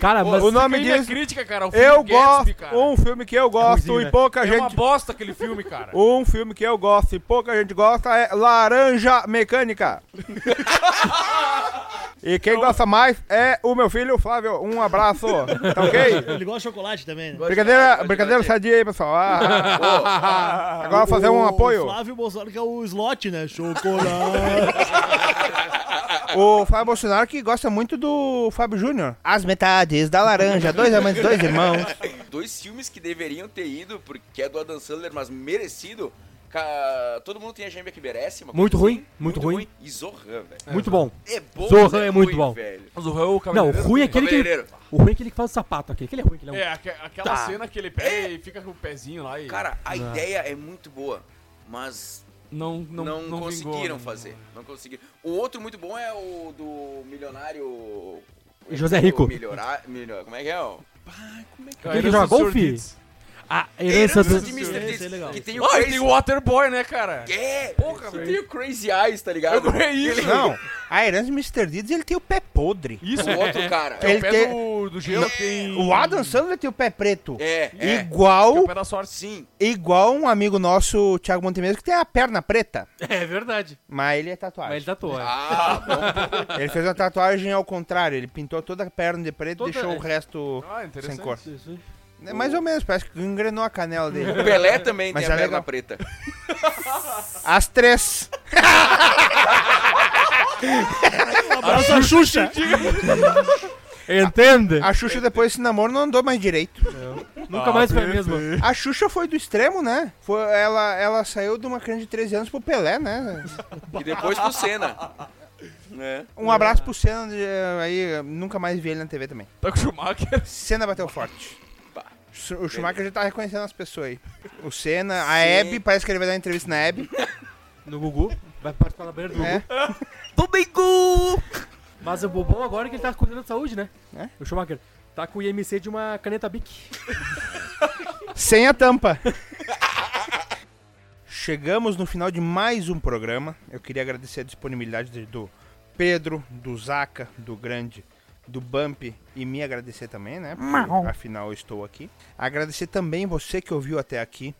Speaker 3: Cara, mas.
Speaker 1: o nome
Speaker 2: Fica aí minha
Speaker 1: disso-
Speaker 2: crítica, cara. O filme
Speaker 1: Eu
Speaker 2: Gatsby,
Speaker 1: gosto.
Speaker 2: cara.
Speaker 1: Um filme que eu gosto
Speaker 3: ruimzinho,
Speaker 1: e
Speaker 3: né?
Speaker 1: pouca
Speaker 2: É uma
Speaker 1: gente.
Speaker 2: bosta aquele filme, cara.
Speaker 1: Um filme que eu gosto e pouca gente gosta é Laranja Mecânica. e quem
Speaker 2: Então-
Speaker 1: gosta mais é o meu filho Flávio. Um abraço. Tá ok?
Speaker 4: Ele gosta de chocolate também, né?
Speaker 5: Gosto
Speaker 1: Brincadeira,
Speaker 5: de-
Speaker 1: brincadeira
Speaker 5: gosto
Speaker 1: sadia aí, pessoal. Ah, ah, agora fazer
Speaker 4: O-
Speaker 1: um
Speaker 4: o
Speaker 1: apoio.
Speaker 4: Flávio Bolsonaro que é o slot, né? Chocolate.
Speaker 5: Ah,
Speaker 1: O Fábio Bolsonaro que gosta muito do Fábio Júnior. As metades da laranja, dois amantes, dois irmãos.
Speaker 5: Dois filmes que deveriam ter ido, porque é do Adam Sandler, mas merecido. Ca- Todo mundo tem a gêmea que merece. uma
Speaker 3: Muito
Speaker 5: coisa
Speaker 3: ruim,
Speaker 5: assim.
Speaker 3: muito ruim.
Speaker 5: E Zohan, velho.
Speaker 3: Muito bom.
Speaker 5: É bom,
Speaker 3: Zohan
Speaker 5: mas
Speaker 3: é muito
Speaker 5: ruim,
Speaker 3: bom.
Speaker 5: Velho.
Speaker 2: Mas o Ram é o
Speaker 3: Não, o
Speaker 2: cabeleireiro.
Speaker 3: ruim é aquele que, ele,
Speaker 5: Cabeleireiro.
Speaker 3: o ruim é aquele que faz o sapato. Aquele, aquele é ruim, aquele é ruim.
Speaker 2: É, aque- aquela cena que ele pega e fica com o pezinho lá e.
Speaker 5: Cara, a ideia é muito boa, mas
Speaker 2: não, não,
Speaker 5: não,
Speaker 2: não, vingou, né?
Speaker 5: conseguiram
Speaker 3: né?
Speaker 2: não-
Speaker 5: fazer. Não conseguiram. O outro muito bom é o do milionário...
Speaker 3: José Rico.
Speaker 5: Melhorar, melhor, como é que é? ó?
Speaker 3: Quem que joga
Speaker 2: do Sr.
Speaker 3: golfe?
Speaker 2: Deeds.
Speaker 3: A Ah, herança
Speaker 5: Herança
Speaker 3: do...
Speaker 5: de Mr.
Speaker 4: Esse é
Speaker 5: Deeds.
Speaker 4: legal.
Speaker 5: Que tem o
Speaker 2: Ah, e tem
Speaker 5: Crazy...
Speaker 2: o Waterboy, né, cara?
Speaker 5: É,
Speaker 2: Porra,
Speaker 5: que
Speaker 2: velho.
Speaker 5: tem o Crazy Eyes, tá ligado?
Speaker 2: É isso.
Speaker 5: Ele-
Speaker 1: Não, a herança do Mr. Deeds, ele tem o pé podre.
Speaker 2: Isso,
Speaker 5: O outro cara.
Speaker 2: É o
Speaker 1: Ele
Speaker 2: pé
Speaker 1: tem-
Speaker 2: do, do gelo que tem.
Speaker 1: O Adam Sandler tem o pé preto.
Speaker 5: É, é.
Speaker 2: que é o
Speaker 1: Igual,
Speaker 2: pé da sorte.
Speaker 5: Sim.
Speaker 1: igual um amigo nosso, o Thiago Montemiro, que tem a perna preta.
Speaker 3: É verdade.
Speaker 1: Mas ele é
Speaker 3: Mas
Speaker 1: tatuagem.
Speaker 3: ele tatuou. é.
Speaker 5: Ah,
Speaker 1: Ele fez uma tatuagem ao contrário, ele pintou toda a perna de preto
Speaker 3: Toda-
Speaker 1: e deixou o resto
Speaker 2: Ah,
Speaker 1: sem
Speaker 2: interessante.
Speaker 1: cor. É mais ou menos, parece que engrenou a canela
Speaker 5: o
Speaker 1: dele.
Speaker 5: Pelé também
Speaker 1: Mas
Speaker 5: tem a
Speaker 1: é
Speaker 5: perna
Speaker 1: legal.
Speaker 5: preta.
Speaker 1: As três.
Speaker 3: Abraço a Xuxa! Entende?
Speaker 1: A Xuxa depois desse namoro não andou mais direito.
Speaker 3: Nunca mais foi a
Speaker 2: Ah,
Speaker 3: mesma.
Speaker 1: A Xuxa foi do extremo, né? Foi, ela, ela saiu de uma criança de 13 anos pro Pelé, né?
Speaker 5: E depois pro Senna. Né?
Speaker 1: Um abraço pro Senna, de- eh, aí nunca mais vi ele na TV também.
Speaker 2: Tá com o Schumacher.
Speaker 1: Senna bateu forte.
Speaker 5: Bah.
Speaker 1: Sch- O Schumacher já tá reconhecendo as pessoas aí. O Senna, a Hebe, parece que ele vai dar entrevista na Hebe.
Speaker 3: No Gugu. Vai participar da banheira do Gugu.
Speaker 1: É.
Speaker 3: Mas o bom agora é que ele tá cuidando de saúde, né?
Speaker 1: É?
Speaker 3: O Schumacher. Tá com o IMC de uma caneta Bic.
Speaker 1: Sem a tampa. Chegamos no final de mais um programa. Eu queria agradecer a disponibilidade de- do Pedro, do Zaca, do Grande, do Bump e me agradecer também, né? Porque, afinal, eu estou aqui. Agradecer também você que ouviu até aqui.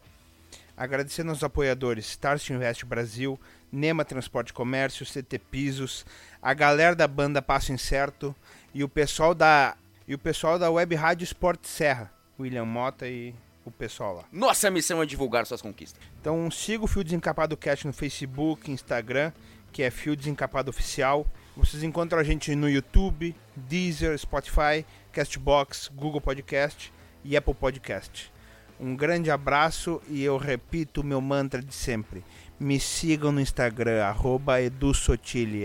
Speaker 1: Agradecer nossos apoiadores Stars Invest Brasil, Nema Transporte e Comércio, CT Pisos, a galera da banda Passo Incerto e o pessoal da e o pessoal da Web Rádio Sport Serra, William Mota e o pessoal lá.
Speaker 5: Nossa missão é divulgar suas conquistas.
Speaker 1: Então siga o Fio Desencapado Cast no Facebook, Instagram, que é Fio Desencapado Oficial. Vocês encontram a gente no YouTube, Deezer, Spotify, Castbox, Google Podcast e Apple Podcast. Um grande abraço e eu repito o meu mantra de sempre. Me sigam no Instagram, arroba edusotili,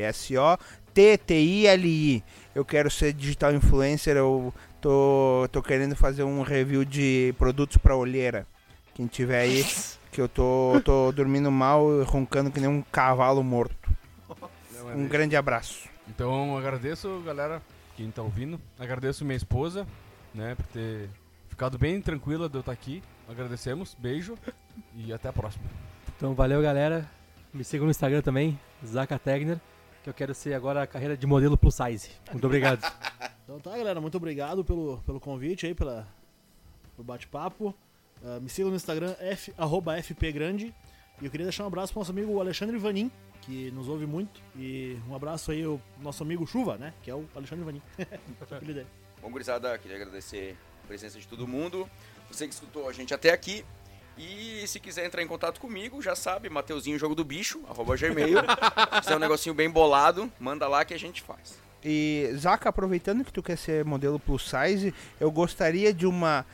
Speaker 1: S-O-T-T-I-L-I. Eu quero ser digital influencer, eu tô, tô querendo fazer um review de produtos para olheira. Quem tiver aí, que eu tô, tô dormindo mal, roncando que nem um cavalo morto. Um grande abraço.
Speaker 2: é- Então agradeço, galera, quem tá ouvindo. Agradeço minha esposa, né, por ter ficado bem tranquila de eu estar aqui. Agradecemos, beijo e até a próxima.
Speaker 3: Então valeu, galera. Me sigam no Instagram também, Zaca Tegner. Que eu quero ser agora a carreira de modelo plus size. Muito obrigado.
Speaker 4: Então tá, galera, muito obrigado pelo, pelo convite aí, pela, pelo bate-papo. Ah, me sigam no Instagram, f, arroba fpgrande. E eu queria deixar um abraço pro nosso amigo Alexandre Vanin, que nos ouve muito. E um abraço aí ao nosso amigo Chuva, né? Que é o Alexandre Vanin. Ele dele.
Speaker 5: Bom, gurizada, queria agradecer a presença de todo mundo. Você que escutou a gente até aqui. E se quiser entrar em contato comigo, já sabe, Mateuzinho Jogo do Bicho, arroba Gmail. se é um negocinho bem bolado, manda lá que a gente faz.
Speaker 1: E, Zaca, aproveitando que tu quer ser modelo plus size, eu gostaria de uma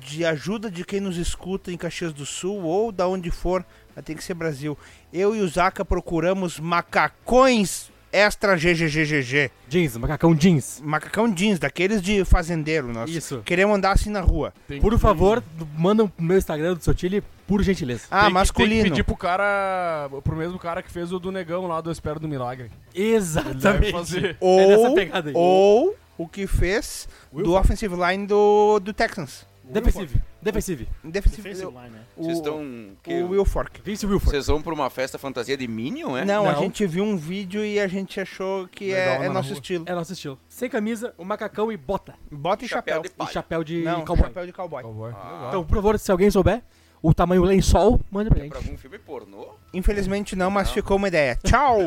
Speaker 1: de ajuda de quem nos escuta em Caxias do Sul ou da onde for, mas tem que ser Brasil. Eu e o Zaca procuramos macacões extra GGGGG.
Speaker 3: jeans, macacão jeans.
Speaker 1: Macacão jeans, daqueles de fazendeiro. Nós
Speaker 3: Isso.
Speaker 1: queremos andar assim na rua.
Speaker 3: Por favor, manda no meu Instagram do Sotile, por gentileza.
Speaker 1: Ah,
Speaker 2: Tem que- Tem que
Speaker 1: masculino.
Speaker 2: pedir pro cara, pro mesmo cara que fez o do negão lá do Espero do Milagre. Ele deve
Speaker 3: Exatamente.
Speaker 2: fazer.
Speaker 3: É nessa
Speaker 1: Ou,
Speaker 3: pegada aí.
Speaker 1: ou o que fez do offensive line do, do Texans.
Speaker 3: Defensive, defensive.
Speaker 1: Defensive,
Speaker 4: Defensive line, né?
Speaker 1: o,
Speaker 5: Vocês estão. que-
Speaker 1: o Will Fork.
Speaker 3: Vince Wilford.
Speaker 5: Vocês vão pra uma festa fantasia de Minion, é?
Speaker 1: Não, a
Speaker 3: Não.
Speaker 1: gente viu um vídeo e a gente achou que
Speaker 2: Legal,
Speaker 1: é, é
Speaker 2: na
Speaker 1: nosso
Speaker 2: rua.
Speaker 1: estilo.
Speaker 3: É nosso estilo. Sem camisa, um macacão e bota.
Speaker 1: Bota e chapéu.
Speaker 5: de
Speaker 3: E
Speaker 5: palha. Ah.
Speaker 3: chapéu de
Speaker 1: Não,
Speaker 3: cowboy.
Speaker 1: chapéu de cowboy.
Speaker 2: Cowboy. Legal.
Speaker 3: Então, por favor, se alguém souber o tamanho lençol,
Speaker 1: É
Speaker 3: manda pra
Speaker 5: Pra
Speaker 3: gente.
Speaker 5: algum filme pornô?
Speaker 1: Infelizmente não, mas ficou uma ideia. Tchau!